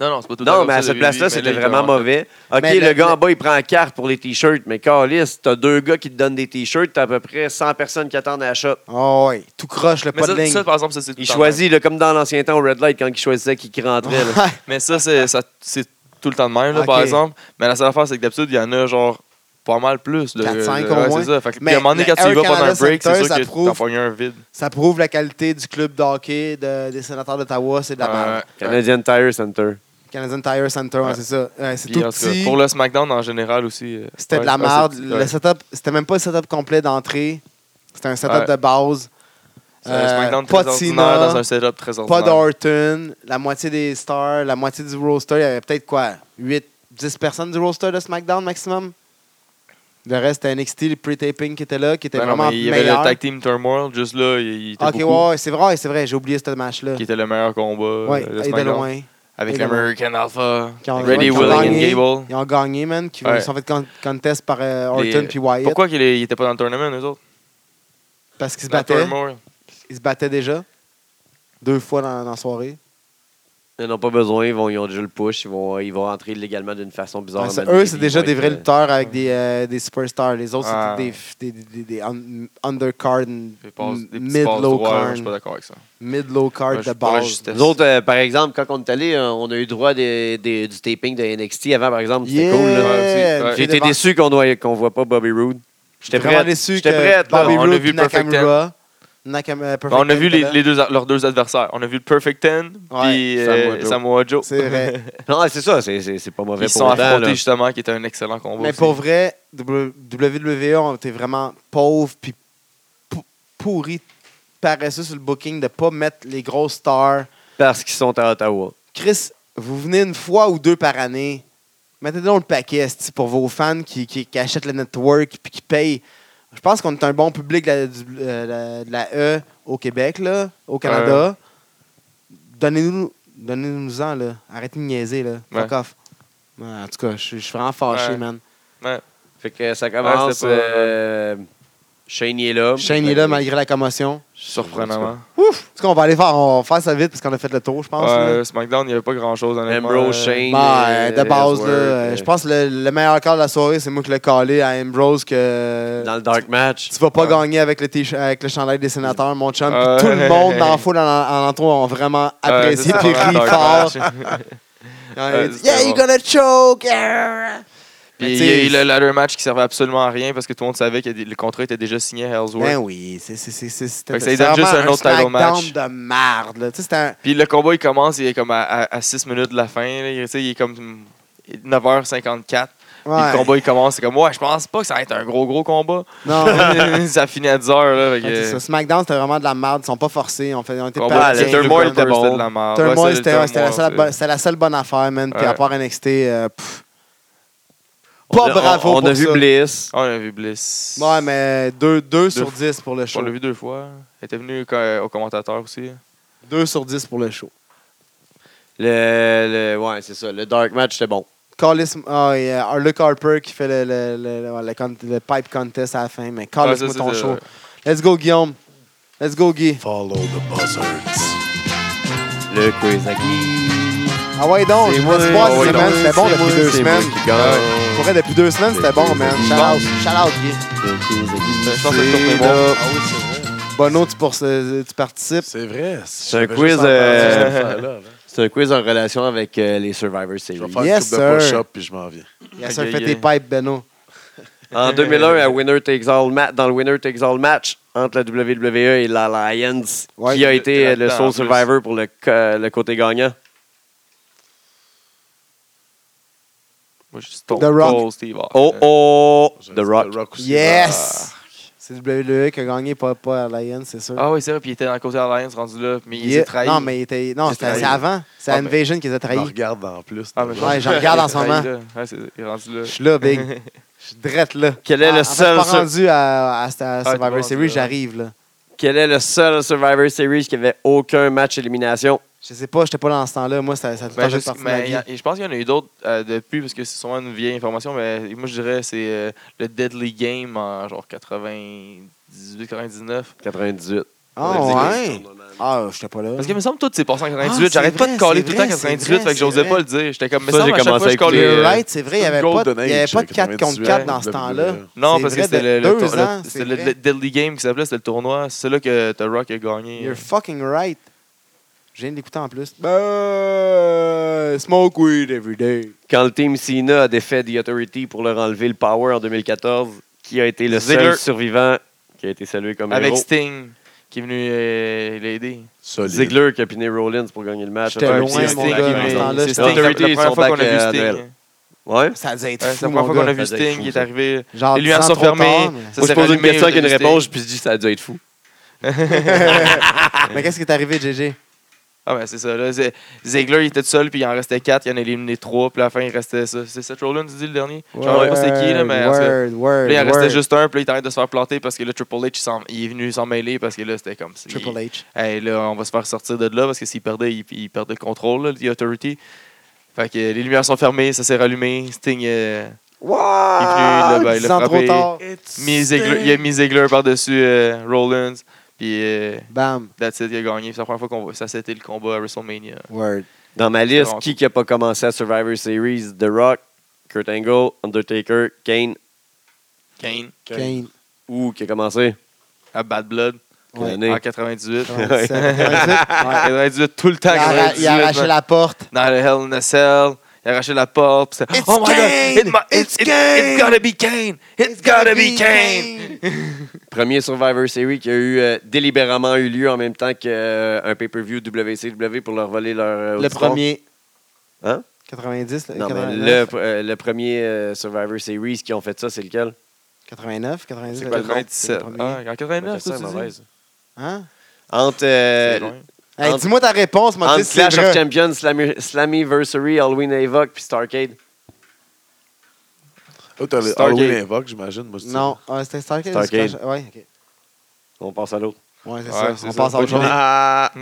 S6: Non, non, c'est pas tout
S3: Non,
S6: à
S3: mais à
S6: fait
S3: cette
S6: ça,
S3: place-là,
S6: oui, oui,
S3: c'était
S6: mais là,
S3: vraiment
S6: il-
S3: mauvais. OK,
S2: Mais
S3: le,
S2: le-
S3: gars
S2: le-
S3: en bas, il prend carte pour les T-shirts, mais Calis, t'as deux gars qui te donnent des T-shirts, t'as à peu près 100 personnes qui attendent à la shot.
S2: Ah ouais, tout croche, le
S6: Mais
S2: pas de
S6: ça,
S2: ligne.
S6: ça, par exemple, ça, c'est tout
S3: Il
S6: le temps
S3: choisit, là, comme dans l'ancien temps au Red Light, quand il choisissait qui, qui rentrait. là.
S6: de même. Mais ça, c'est ça- c'est tout le temps de même, là, par
S2: Ok.
S6: exemple. Mais la seule affaire, c'est que d'habitude, il y en a genre pas mal plus. De,
S2: Quatre, cinq
S6: de-
S2: au
S6: ouais,
S2: moins.
S6: c'est ça. Fait que, puis
S2: Mais
S6: à un moment donné,
S2: le
S6: quand tu y
S2: Air
S6: vas pendant un
S2: Canada
S6: break, c'est
S2: Center,
S6: sûr
S2: ça
S6: que t'en
S2: prouve-
S6: pognes un vide.
S2: Ça prouve la qualité du club d'hockey de, des sénateurs d'Ottawa, c'est de la merde.
S6: Ouais.
S3: *laughs* Canadian Tire Center.
S2: Canadian Tire Center, ouais,
S6: Ouais.
S2: c'est ça. Ouais, c'est
S6: Puis,
S2: tout
S6: en tout cas,
S2: petit.
S6: pour le SmackDown en général aussi. euh,
S2: C'était
S6: ouais,
S2: de la
S6: ouais, c'est
S2: merde.
S6: petit,
S2: Le
S6: ouais.
S2: setup, c'était même pas le setup complet d'entrée. C'était un setup
S6: Ouais.
S2: de base.
S6: C'est
S2: Euh,
S6: un SmackDown
S2: pas
S6: très
S2: de
S6: ordinaire
S2: Cena,
S6: dans un setup très
S2: Pas
S6: ordinaire.
S2: d'Orton, la moitié des stars, la moitié du roster. Il y avait peut-être quoi 8, 10 personnes du roster de SmackDown maximum. Le reste, c'était NXT, le pre-taping qui était là, qui était
S6: Ben non,
S2: vraiment
S6: mais il y avait
S2: meilleur.
S6: le tag team turmoil juste là, il, il était
S2: ok,
S6: beaucoup,
S2: ouais, ouais, c'est vrai, c'est vrai, j'ai oublié ce match-là.
S6: qui était le meilleur combat
S2: Ouais,
S6: euh, de
S2: et de
S6: SmackDown.
S2: loin.
S6: avec
S2: Et de loin.
S6: l'American Alpha,
S2: Qui ont-
S6: Ready
S2: qui ont
S6: Willing and
S2: gagné.
S6: Gable.
S2: Ils ont gagné, man. Qui
S6: Ouais.
S2: Ils sont fait con- contest par euh, Orton
S6: Les-
S2: puis Wyatt.
S6: Pourquoi qu'il est- il était pas dans le tournament eux autres
S2: Parce qu'ils se
S6: Dans le
S2: battaient.
S6: Turmoil.
S2: Ils se battaient déjà. Deux fois dans, dans la soirée.
S3: Ils n'en ont pas besoin, ils, vont, ils ont déjà le push, ils vont, ils vont rentrer légalement d'une façon bizarre.
S2: Ouais, c'est-
S3: à un moment
S2: eux,
S3: donné,
S2: c'est
S3: puis
S2: déjà
S3: ils vont
S2: des
S3: être,
S2: vrais
S3: euh,
S2: lutteurs avec des, euh, des superstars. Les autres,
S6: Ah.
S2: c'est des, des, des, des un- undercard, and
S6: Des passes- des petits passes
S2: mid-low
S6: droits, je
S2: card,
S6: suis pas d'accord avec ça.
S2: mid-low
S6: Moi,
S2: card
S6: je suis
S2: de
S6: pour la
S2: base.
S6: justesse.
S3: Nous autres, euh, par exemple, quand on est allé, euh, on a eu droit des, des- du taping de NXT avant, par exemple. C'était
S2: Yeah!
S3: cool. là.
S6: là. Ouais.
S3: J'ai été déçu qu'on ne voit pas Bobby Roode. J'étais
S2: vraiment
S3: prêt.
S2: déçu
S3: J'étais
S2: que
S3: prêt. là.
S2: Bobby
S6: On a
S2: Roode
S6: vu
S2: puis
S6: Perfect
S2: Nakamura. Nakam- euh, Perfect
S6: Ben, on a
S2: Ten
S6: vu
S2: était
S6: les,
S2: là.
S6: les deux, leurs deux adversaires. On a vu le Perfect Ten puis
S2: Ouais.
S6: euh,
S5: Samoa
S6: Samoa Joe.
S5: Joe.
S6: *laughs*
S2: C'est vrai.
S3: Non, c'est ça. c'est- C'est c'est pas mauvais
S6: Ils se
S3: pour
S6: sont
S3: autant,
S6: affrontés
S3: là.
S6: justement, qui était un excellent combat.
S2: Mais
S6: aussi.
S2: pour vrai, W- WWE ont été vraiment pauvres puis pou- pourris, paresseux sur le booking de pas mettre les grosses stars.
S3: Parce qu'ils sont à Ottawa.
S2: Chris, vous venez une fois ou deux par année. Mettez donc le paquet esti, pour vos fans qui, qui- qui achètent le network puis qui payent. Je pense qu'on est un bon public de la, du- euh, la- de la E au Québec, là, au Canada. Donnez-nous donnez-nous-en, là. Arrêtez de niaiser, là. Fuck
S6: Ouais.
S2: off. Ouais, en tout cas, je suis je suis vraiment fâché,
S6: Ouais.
S2: man.
S3: Fait que ça commence.
S6: c'était pas-
S3: euh, Shane il est là.
S2: Shane est là malgré la commotion.
S6: surprenamment.
S2: Ouf! En tout cas, on va aller faire, on va faire ça vite parce qu'on a fait le tour, je pense. là.
S6: Ouais, SmackDown, il n'y avait pas grand chose.
S3: Ambrose, Shane.
S2: Bah,
S3: euh,
S2: euh, de base,
S3: Ellsworth,
S2: là, euh,
S3: euh,
S2: je pense que le, le meilleur quart de la soirée, c'est moi qui l'ai calé à Ambrose que
S3: Dans le dark match.
S2: tu vas pas gagner avec le, t-shirt- avec le chandail des sénateurs, mon chum. Puis
S6: Ouais.
S2: Tout le monde
S6: *laughs*
S2: dans la foule en, en entour ont vraiment apprécié puis ri *laughs* fort.
S6: Ouais,
S2: Ils disent,
S6: c'était
S2: yeah, you're
S6: bon.
S2: gonna choke! yeah.
S6: Puis
S2: Mais
S6: il y a eu
S2: t'sais,
S6: le ladder match qui servait absolument à rien parce que tout le monde savait que des- le contrat était déjà signé à Ellsworth.
S2: Ben oui, c'est- c'est- c'est- c'est- c'était
S6: Fait que ça lui
S2: c'est
S6: donne juste
S2: vraiment
S6: un autre title
S2: SmackDown
S6: match.
S2: de merde. là. Tu sais, c'était un-
S6: Puis le combat, il commence, il est comme à 6 minutes de la fin. là. Il, tu sais, il est comme 9h54. Puis
S2: ouais.
S6: le combat, il commence, c'est comme, ouais, je pense pas que ça va être un gros, gros combat.
S2: Non.
S6: *laughs* ça finit à 10h. Là, fait que,
S2: Ouais, c'est ça. SmackDown, c'était vraiment de la merde. Ils sont pas forcés. On fait, on était
S6: euh, combat,
S2: pas
S3: le
S6: c'était-
S2: bien.
S3: turmoil
S6: Turmoil,
S3: était bon.
S6: c'était de la merde.
S2: Turmoil,
S6: Ah, Ouais, c'est le
S2: c'était ouais, c'était la,
S6: turmoil,
S2: seule
S6: c'est-
S2: bonne- c'était la seule bonne affaire, man. Puis
S6: Ouais.
S2: à part NXT, euh, pff,
S3: On
S2: pas
S3: a-
S2: bravo
S3: On
S2: pour
S3: a vu
S2: ça.
S3: Bliss.
S6: Ah, On a vu Bliss.
S2: Ouais, mais 2 sur
S6: fois.
S2: 10 pour le show.
S6: On l'a vu deux fois. Elle était venue quand- euh, au commentateur aussi. Ben,
S2: 2 sur 10 pour le show.
S3: Le, le- ouais, c'est ça. Le dark match, c'était bon.
S2: Callis, ah, et, euh, Luke Harper qui fait le, le, le- le- le con- le pipe contest à la fin, mais
S6: Ah,
S2: callis
S6: ça,
S2: moi
S6: c'est-
S2: ton
S6: c'est-
S2: show. Let's go, Guillaume. Let's go, Guy.
S5: Follow the buzzards.
S3: Le quiz à qui?
S2: Ah ouais, donc, je me suis pas
S3: Ah ouais,
S2: cette semaine,
S3: donc,
S2: c'était bon
S3: c'est
S2: depuis
S3: moi,
S2: deux
S3: c'est moi
S2: semaines.
S3: qui gagne.
S2: Pour vrai, depuis deux semaines, c'était bon, man. Shout out, shout out, Guy.
S3: Le quiz à qui?
S6: Je pense que c'est le tournoi.
S2: Ah oui, c'est vrai. Bono, tu, pour- euh, tu participes.
S5: C'est vrai.
S3: un quiz, euh,
S5: Je
S3: C'est un quiz en relation avec euh, les Survivor Series.
S5: vais faire
S2: Yes,
S5: une couple de
S2: sir.
S5: push-up puis je m'en viens.
S2: Il a ça
S6: Aïe,
S2: fait
S6: aïe,
S2: tes
S6: aïe.
S2: pipes, Beno.
S3: En 2001, à Winner Takes All match, dans le Winner Takes All match entre la WWE et l'Alliance,
S2: Ouais.
S3: qui a été euh, le
S6: Là-dedans,
S3: sole
S6: en plus.
S3: survivor pour le, co- le côté gagnant.
S6: Moi, je suis Stone
S2: The Rock.
S6: Cold Steve Austin.
S3: Oh oh,
S5: Je
S3: The
S5: dis
S3: Rock.
S5: The Rock aussi.
S2: Yes! Ah, C'est WWE qui a gagné, pas, pas Alliance, c'est sûr.
S6: Ah oui, c'est vrai. Puis il était dans le côté Alliance rendu là. Mais il
S2: Yeah.
S6: s'est trahi.
S2: Non, mais il était. Non,
S6: Il s'est
S2: c'était c'est
S6: trahi.
S2: avant. C'est
S6: Ah, ben.
S2: Invasion qui les a
S5: Je
S2: trahis.
S5: regarde en plus.
S6: Ah, mais
S2: Ouais, j'en regarde en ce
S6: Il est
S2: moment.
S6: trahi, là. Ouais, c'est- il est rendu là.
S2: Je suis
S6: *laughs*
S2: là, Big. Je suis drette là.
S3: Quel est,
S2: Ah,
S3: le
S2: en fait, je
S3: seul,
S2: suis pas rendu à, à, à
S6: Ah, pas
S2: Survivor
S6: rendu,
S2: Series,
S6: ouais.
S2: j'arrive là.
S3: quel est le seul Survivor Series qui avait aucun match élimination?
S2: Je sais pas, j'étais pas dans ce temps-là. Moi, ça, ça a tout le
S6: Ben,
S2: temps
S6: je,
S2: fait partie de ma
S6: mais
S2: vie.
S6: il y a- et je pense qu'il y en a eu d'autres euh, depuis, parce que c'est sûrement une vieille information, mais moi je dirais c'est euh, le Deadly Game en genre 98-99.
S3: 98.
S2: Ah, ouais. Ah, j'étais pas là.
S6: Parce que me semble que tout s'est passé en
S2: Ah,
S6: 98.
S2: c'est
S6: J'arrête pas
S2: vrai,
S6: de caler
S2: c'est
S6: tout le temps
S2: vrai, c'est
S6: 98,
S2: vrai,
S6: fait que j'osais
S2: c'est
S6: pas le dire. J'étais comme, mais Ça, ça, j'ai à chaque commencé fois, à je colle écouter, les- euh,
S2: Right, c'est vrai, il n'y avait pas de- il y avait pas de 4 contre 4 dans ce temps-là.
S6: Non,
S2: C'est
S6: parce que
S2: vrai,
S6: c'était le,
S2: de-
S6: le,
S2: deux
S6: tour- le-
S2: ans, c'est
S6: c'était le-
S2: vrai.
S6: le Deadly Game qui s'appelait, c'était le tournoi. C'est là que The Rock a gagné.
S2: You're fucking right. Je viens de l'écouter en plus. Ben, smoke weed every day.
S3: Quand le team Cena a défait The Authority pour leur enlever le power en 2014, qui a été le
S6: Ziggler.
S3: seul survivant qui a été salué comme
S6: Avec
S3: héros?
S6: Sting qui est venu euh, l'aider.
S5: Solide.
S3: Ziggler qui a piné Rollins pour gagner le match.
S2: J'étais
S3: Ouais,
S2: loin,
S3: puis
S6: C'est
S3: c'est
S2: mon
S6: Sting,
S3: Sting
S2: gars,
S3: qui
S6: il
S3: est
S6: est
S2: dans ce
S3: venu.
S2: temps-là,
S6: c'est
S2: j'étais-
S6: Sting, c'est la
S3: Authority, ils
S6: première
S3: sont
S6: fois qu'on
S3: back
S6: a
S3: à
S6: vu
S3: Noël.
S6: Sting.
S3: Ouais?
S2: Ça devait être
S6: Ouais, C'est
S2: fou,
S6: la
S2: euh, mon
S6: première fois qu'on
S2: gars.
S6: a vu
S3: ça doit être
S6: Sting.
S3: fou,
S6: Il est
S3: ça.
S6: arrivé.
S2: Genre,
S6: Et lui,
S2: dix
S6: en
S2: ans
S6: s'en
S2: trop tard,
S6: fermait.
S2: mais-
S3: Moi, je
S6: s'est
S3: pose une
S6: rallumé,
S3: question avec une
S6: le Sting.
S3: réponse, puis je dis ça a dû être fou.
S2: *laughs* Mais qu'est-ce qui est arrivé, GG?
S6: *laughs* Ah ben c'est ça. Là, Z- Ziegler, il était tout seul, puis il en restait quatre, il en a éliminé trois, puis à la fin, il restait ça. C'est Seth Rollins, tu dis, le dernier? Je sais pas c'est qui, là, mais... en tout cas,
S2: Word, word,
S6: Là, il en
S2: word.
S6: restait juste un, puis là, il arrête de se faire planter parce que là, Triple H, il, s'en- il est venu s'en mêler parce que là, c'était comme si.
S2: Triple H.
S6: Hey, là, on va se faire sortir de là parce que s'il perdait, il, il perdait le contrôle, là, The Authority. Fait que les lumières sont fermées, ça s'est rallumé. Sting, euh, il est venu, ben, il l'a-
S2: Wow!
S6: il
S2: Ah, Dix
S6: l'a
S2: ans trop
S6: frappé.
S2: tard.
S6: mis Ziegler- il a mis Ziegler par-dessus euh, Rollins. Puis, euh,
S2: Bam.
S6: that's it, il a gagné. C'est la première fois qu'on voit ça, c'était le combat à WrestleMania.
S2: Word.
S3: Dans ma liste,
S6: Toronto.
S3: qui n'a pas commencé à Survivor Series? The Rock, Kurt Angle, Undertaker, Kane,
S6: Kane,
S2: Kane.
S3: ou qui a commencé?
S6: à Bad Blood,
S3: Quelle
S2: Ouais.
S3: année?
S6: en 98.
S2: Ouais, c'est
S6: *laughs*
S2: ça. Ouais.
S6: 98, tout le temps.
S2: Il a arra-
S6: 98,
S2: il a arraché
S6: man.
S2: la porte.
S6: dans le Hell in a Cell. Il a arraché la porte. Pis c'était,
S2: It's
S6: oh my
S2: Kane!
S6: god! It, mu- it's,
S2: It's
S6: it-
S2: Kane!
S6: it's gotta be Kane! It's, gotta be Kane!
S3: Premier Survivor Series qui a eu euh, délibérément eu lieu en même temps qu'un pay-per-view WCW pour leur voler leur. euh,
S2: Le
S3: auditoire.
S2: premier.
S3: Hein?
S2: 90, là,
S3: Non, mais
S2: 89.
S3: le, pr- euh, le premier euh, Survivor Series qui ont fait ça, c'est lequel
S2: 89, 90.
S6: C'est quoi le 97?
S2: le premier.
S6: Ah, en 89,
S3: Ça,
S6: toi, tu dis?
S3: mauvaise.
S2: Hein?
S3: Entre, euh,
S6: C'est loin.
S2: Hey,
S3: Entre-
S2: Dis-moi ta réponse, mon
S3: entre
S2: fils. c'est
S3: Clash of
S2: vrai.
S3: Champions, Slammy- Slammiversary, Halloween Havoc puis Starcade.
S5: Là, Oh, t'as le
S6: Stargate.
S5: Halloween Invoke, j'imagine. moi, c'est ça.
S2: Non, euh, c'était Starcade.
S3: Starcade.
S2: Clash- Ouais, ok.
S3: On passe à l'autre.
S2: Ouais, c'est
S6: Ouais,
S2: ça.
S6: c'est
S2: On
S6: ça.
S2: passe à
S6: Bonne
S2: autre chose.
S6: journée.
S3: Ah!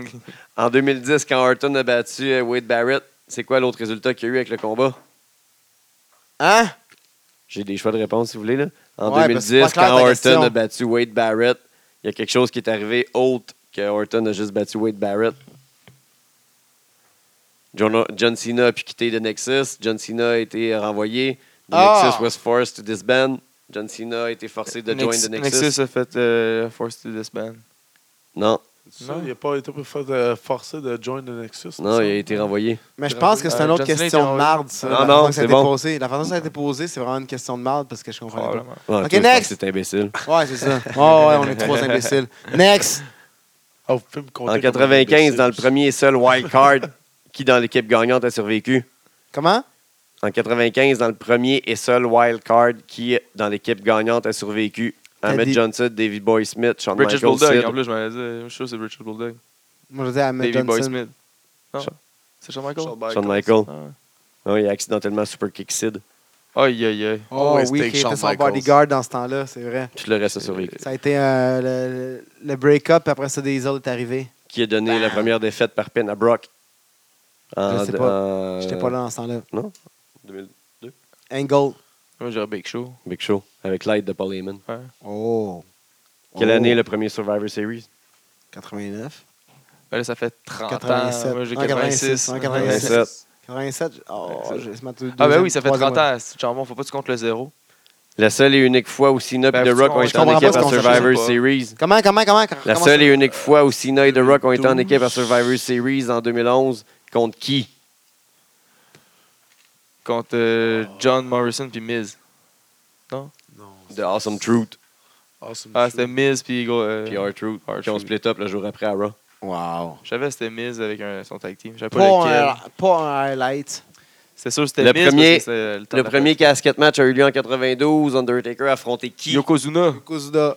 S3: En 2010, quand Orton a battu euh, Wade Barrett, c'est quoi l'autre résultat qu'il y a eu avec le combat
S2: Hein?
S3: J'ai des choix de réponse si vous voulez. Là. En
S2: Ouais, parce que
S3: 2010,
S2: c'est pas clair,
S3: quand
S2: ta
S3: Orton
S2: question.
S3: a battu Wade Barrett, il y a quelque chose qui est arrivé autre que Orton a juste battu Wade Barrett. John, John Cena a pu quitter de Nexus. John Cena a été renvoyé. The
S2: Ah!
S3: Nexus was forced to disband. John Cena a été forcé de join
S6: Nex-
S3: the Nexus.
S6: Nexus a fait euh, Force to Disband.
S3: Non,
S5: Ça, Il n'a pas été pas fait, euh, forcé de join the Nexus.
S3: non, il a été renvoyé.
S2: Mais je pense que c'est
S6: Euh,
S2: une autre
S6: Justin
S2: question
S6: était-
S2: de marde, ça.
S3: Non,
S2: la
S3: non,
S2: façon que ça a
S3: c'est
S2: été
S3: bon.
S2: posée. La façon que ça a été posé, c'est vraiment une question de marde parce que je comprends pas.
S6: Probablement.
S3: Ouais,
S2: Ok,
S3: Ah, toi, je pense
S2: next.
S3: que C'est imbécile.
S2: Ouais, c'est ça. Oh, ouais, on est trois imbéciles. Next!
S5: Ah, vous pouvez me compter
S3: En
S5: comme un
S3: 95,
S5: imbécile.
S3: dans le premier et seul wild card, qui dans l'équipe gagnante a survécu?
S2: Comment?
S3: En 95, dans le premier et seul wild card, qui dans l'équipe gagnante a survécu? Ahmed
S2: Teddy.
S3: Johnson, Davy Boy Smith, Shawn
S6: British
S3: Michaels,
S6: Bulldog,
S3: Sid.
S6: en plus, je m'en disais. Je suis sûr que c'est British Bulldog.
S2: Moi, je dis à Matt
S6: Davey Boy
S2: Johnson.
S6: Smith. Non.
S3: Shawn-
S6: C'est Shawn Michaels?
S3: Shawn Michaels.
S6: Ah.
S3: Non, il a accidentellement super kick Sid.
S6: Aïe, aïe, aïe.
S2: Oh,
S5: Always
S2: oui,
S5: take
S2: qui était
S5: Shawn
S2: son
S5: Michaels.
S2: bodyguard dans ce temps-là, c'est vrai.
S3: Tout le reste a survécu.
S2: Ça a été euh, le, le break-up, après ça, Diesel est arrivé.
S3: Qui a donné la première défaite par pin à Brock?
S2: Bah. Je sais
S3: pas.
S2: J'étais pas là dans ce temps-là.
S3: Euh, Non?
S2: Angle.
S6: Moi, j'aurais Big Show.
S3: Big Show, avec l'aide de Paul Heyman.
S2: Oh.
S3: Quelle
S2: Oh.
S3: année le premier Survivor Series?
S2: 89.
S6: Ben Là, ça fait 30 ans.
S2: 87.
S6: Moi, j'ai
S2: Ah,
S6: 86.
S2: 86. Ah,
S3: 87.
S2: 87. 87. Oh, j'ai ce matin.
S6: Ah, ben oui, ça fait 30
S2: troisième.
S6: ans. Chambon, faut pas que tu comptes le zéro.
S3: La seule et unique fois où Cena
S6: Ben,
S3: et The
S6: tu
S3: Rock ont
S6: comprends-
S3: été
S2: je
S3: en
S2: comprends
S3: équipe
S2: pas
S3: à
S2: ce qu'on
S3: Survivor
S6: cherche.
S3: Series.
S2: Comment, comment, comment?
S3: La
S2: comment
S3: seule
S2: ça-
S3: et unique fois où Cena et The Rock ont été en équipe à Survivor Series en 2011 contre qui?
S6: Contre euh, John Morrison puis Miz.
S5: Non.
S3: The Awesome Truth
S5: Awesome
S6: Ah,
S5: Show.
S6: c'était Miz puis. Go- euh,
S3: puis R-Truth qui ont
S6: R-Truth.
S3: split up le jour après à Raw.
S2: Wow.
S6: Je savais que c'était Miz avec un, son tag team. Je savais
S2: Pas,
S6: pas lequel.
S2: un, pas un highlight.
S6: C'est sûr que c'était
S3: Le
S6: Miz. parce
S3: premier-
S6: que c'est, euh, temps
S3: Le
S6: de la
S3: premier casquette match a eu lieu en 92. Undertaker a affronté
S6: fête.
S3: qui?
S6: Yokozuna.
S2: Kuzuda.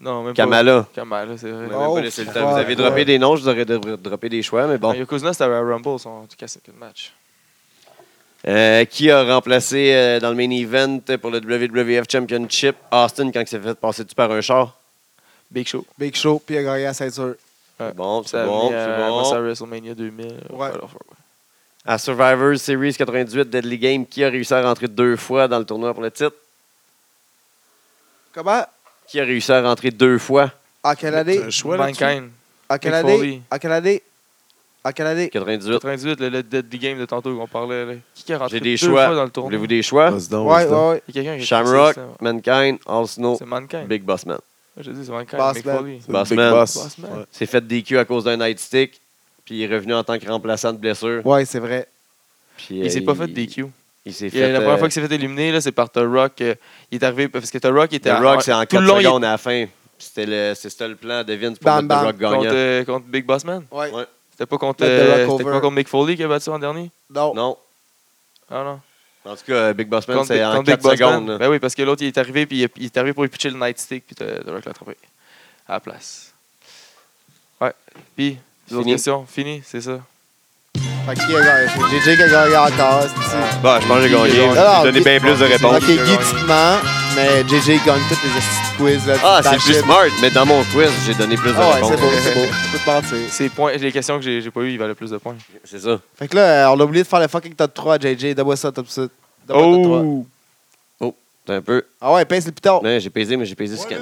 S6: Non, même
S3: Kamala.
S6: pas. Kamala, c'est
S3: Vous
S6: vrai.
S3: m'avez
S2: Oh,
S3: pas laissé le temps. Vous
S2: fuck,
S3: avez
S2: ouais.
S3: droppé des noms, je vous aurais dro- droppé des choix, mais bon.
S6: Ah, Yokozuna, c'était à Rumble, son casquette match.
S3: Euh, qui a remplacé euh, dans le main event pour le WWF Championship Austin quand il s'est fait passer dessus par un char?
S6: Big Show.
S2: Big Show, puis il a gagné à ceinture.
S6: Ouais.
S3: Bon,
S6: Ça
S3: c'est
S6: a
S3: bon,
S6: mis,
S3: c'est
S6: euh, avant ça,
S3: bon.
S6: à WrestleMania euh, 2000.
S2: Ouais.
S6: Alors, ouais.
S3: À Survivor Series 98 Deadly Game, qui a réussi à rentrer deux fois dans le tournoi pour le titre?
S2: Comment?
S3: Qui a réussi à rentrer deux fois?
S2: En quelle année
S5: T'as un choix là-dessus?
S6: Mankind.
S2: En quelle
S6: Mick
S2: année
S6: Foley.
S2: En quelle année En quelle année
S3: 98.
S6: 98, le, le Deadly Game de tantôt qu'on parlait. là. Qui qui a rentré
S3: J'ai des
S6: deux
S3: choix.
S6: fois dans le tournoi?
S3: Voulez-vous des choix?
S5: Vas-y donc,
S2: Ouais,
S5: vas-y
S2: ouais,
S5: donc.
S2: ouais.
S6: Il y a quelqu'un qui a
S3: Shamrock,
S6: commencé
S3: Mankind, All Snow,
S6: ça. C'est Mankind.
S3: Big Boss Man.
S6: J'ai dit, c'est Mankind.
S2: Boss
S6: Mick
S2: Man.
S6: Foley.
S5: C'est
S3: Boss
S5: Big
S3: Man.
S5: Boss.
S6: Boss Man.
S5: Ouais.
S3: S'est fait DQ à cause d'un nightstick, puis il est revenu en tant que remplaçant de blessure.
S2: Ouais, c'est vrai.
S3: Puis, euh,
S6: Il s'est pas fait DQ.
S3: Il s'est
S6: Il- La
S3: fait.
S6: première fois
S3: euh,
S6: qu'il s'est fait éliminer, là, c'est par The Rock. euh, Il est arrivé parce que The Rock était
S3: The Rock, c'est en
S6: tout
S3: 4
S6: le long, il-
S3: secondes à la fin. C'était le, c'est ça le plan de Vince pour
S2: Bam,
S3: mettre
S2: bam.
S3: The Rock
S6: contre,
S3: gagnant.
S6: euh, contre Big Boss Man.
S2: Ouais.
S3: Ouais.
S6: C'était pas contre,
S2: Mettre The Rock
S6: euh, c'était
S2: over.
S6: pas contre Mick Foley qui a battu en dernier?
S2: Non.
S3: Non.
S6: Ah non.
S3: En tout cas, euh, Big Boss Man,
S6: Contre
S3: c'est
S6: Big-
S3: en
S6: contre Big
S3: 4
S6: Boss Man.
S3: secondes. là.
S6: Ben oui, parce que l'autre, il est arrivé, puis il est- il est arrivé pour lui pitcher le nightstick, puis The The Rock l'a attrapé. À la place. Ouais. Puis, d'autres
S3: Fini.
S6: questions? Fini, c'est ça.
S2: Fait qui a gagné C'est JJ qui a gagné encore. c'est-tu.
S3: Bah, je pense que j'ai gagné.
S2: gagné. Alors,
S3: J'ai donné
S2: Guy-
S3: bien plus de
S2: Ah, Ok,
S3: réponses.
S2: Guy, tu te mens, mais JJ gagne toutes les astuces quiz. Là,
S3: Ah,
S2: tu
S3: c'est plus
S2: t'achètes.
S3: smart, mais dans mon quiz, j'ai donné plus de
S2: Ah ouais, c'est beau,
S3: réponses.
S2: c'est beau. Tu peux te mentir.
S6: Ces points, les questions que j'ai j'ai pas eues, ils valaient plus de points.
S3: *laughs* C'est ça.
S2: Fait que là, euh, on a oublié de faire le fucking top 3 à JJ. Donne-moi ça, top 6.
S6: Oh!
S3: C'est Oh, un peu.
S2: Ah ouais, pince le piton.
S3: Non, j'ai pesé, mais j'ai pesé ce qu'il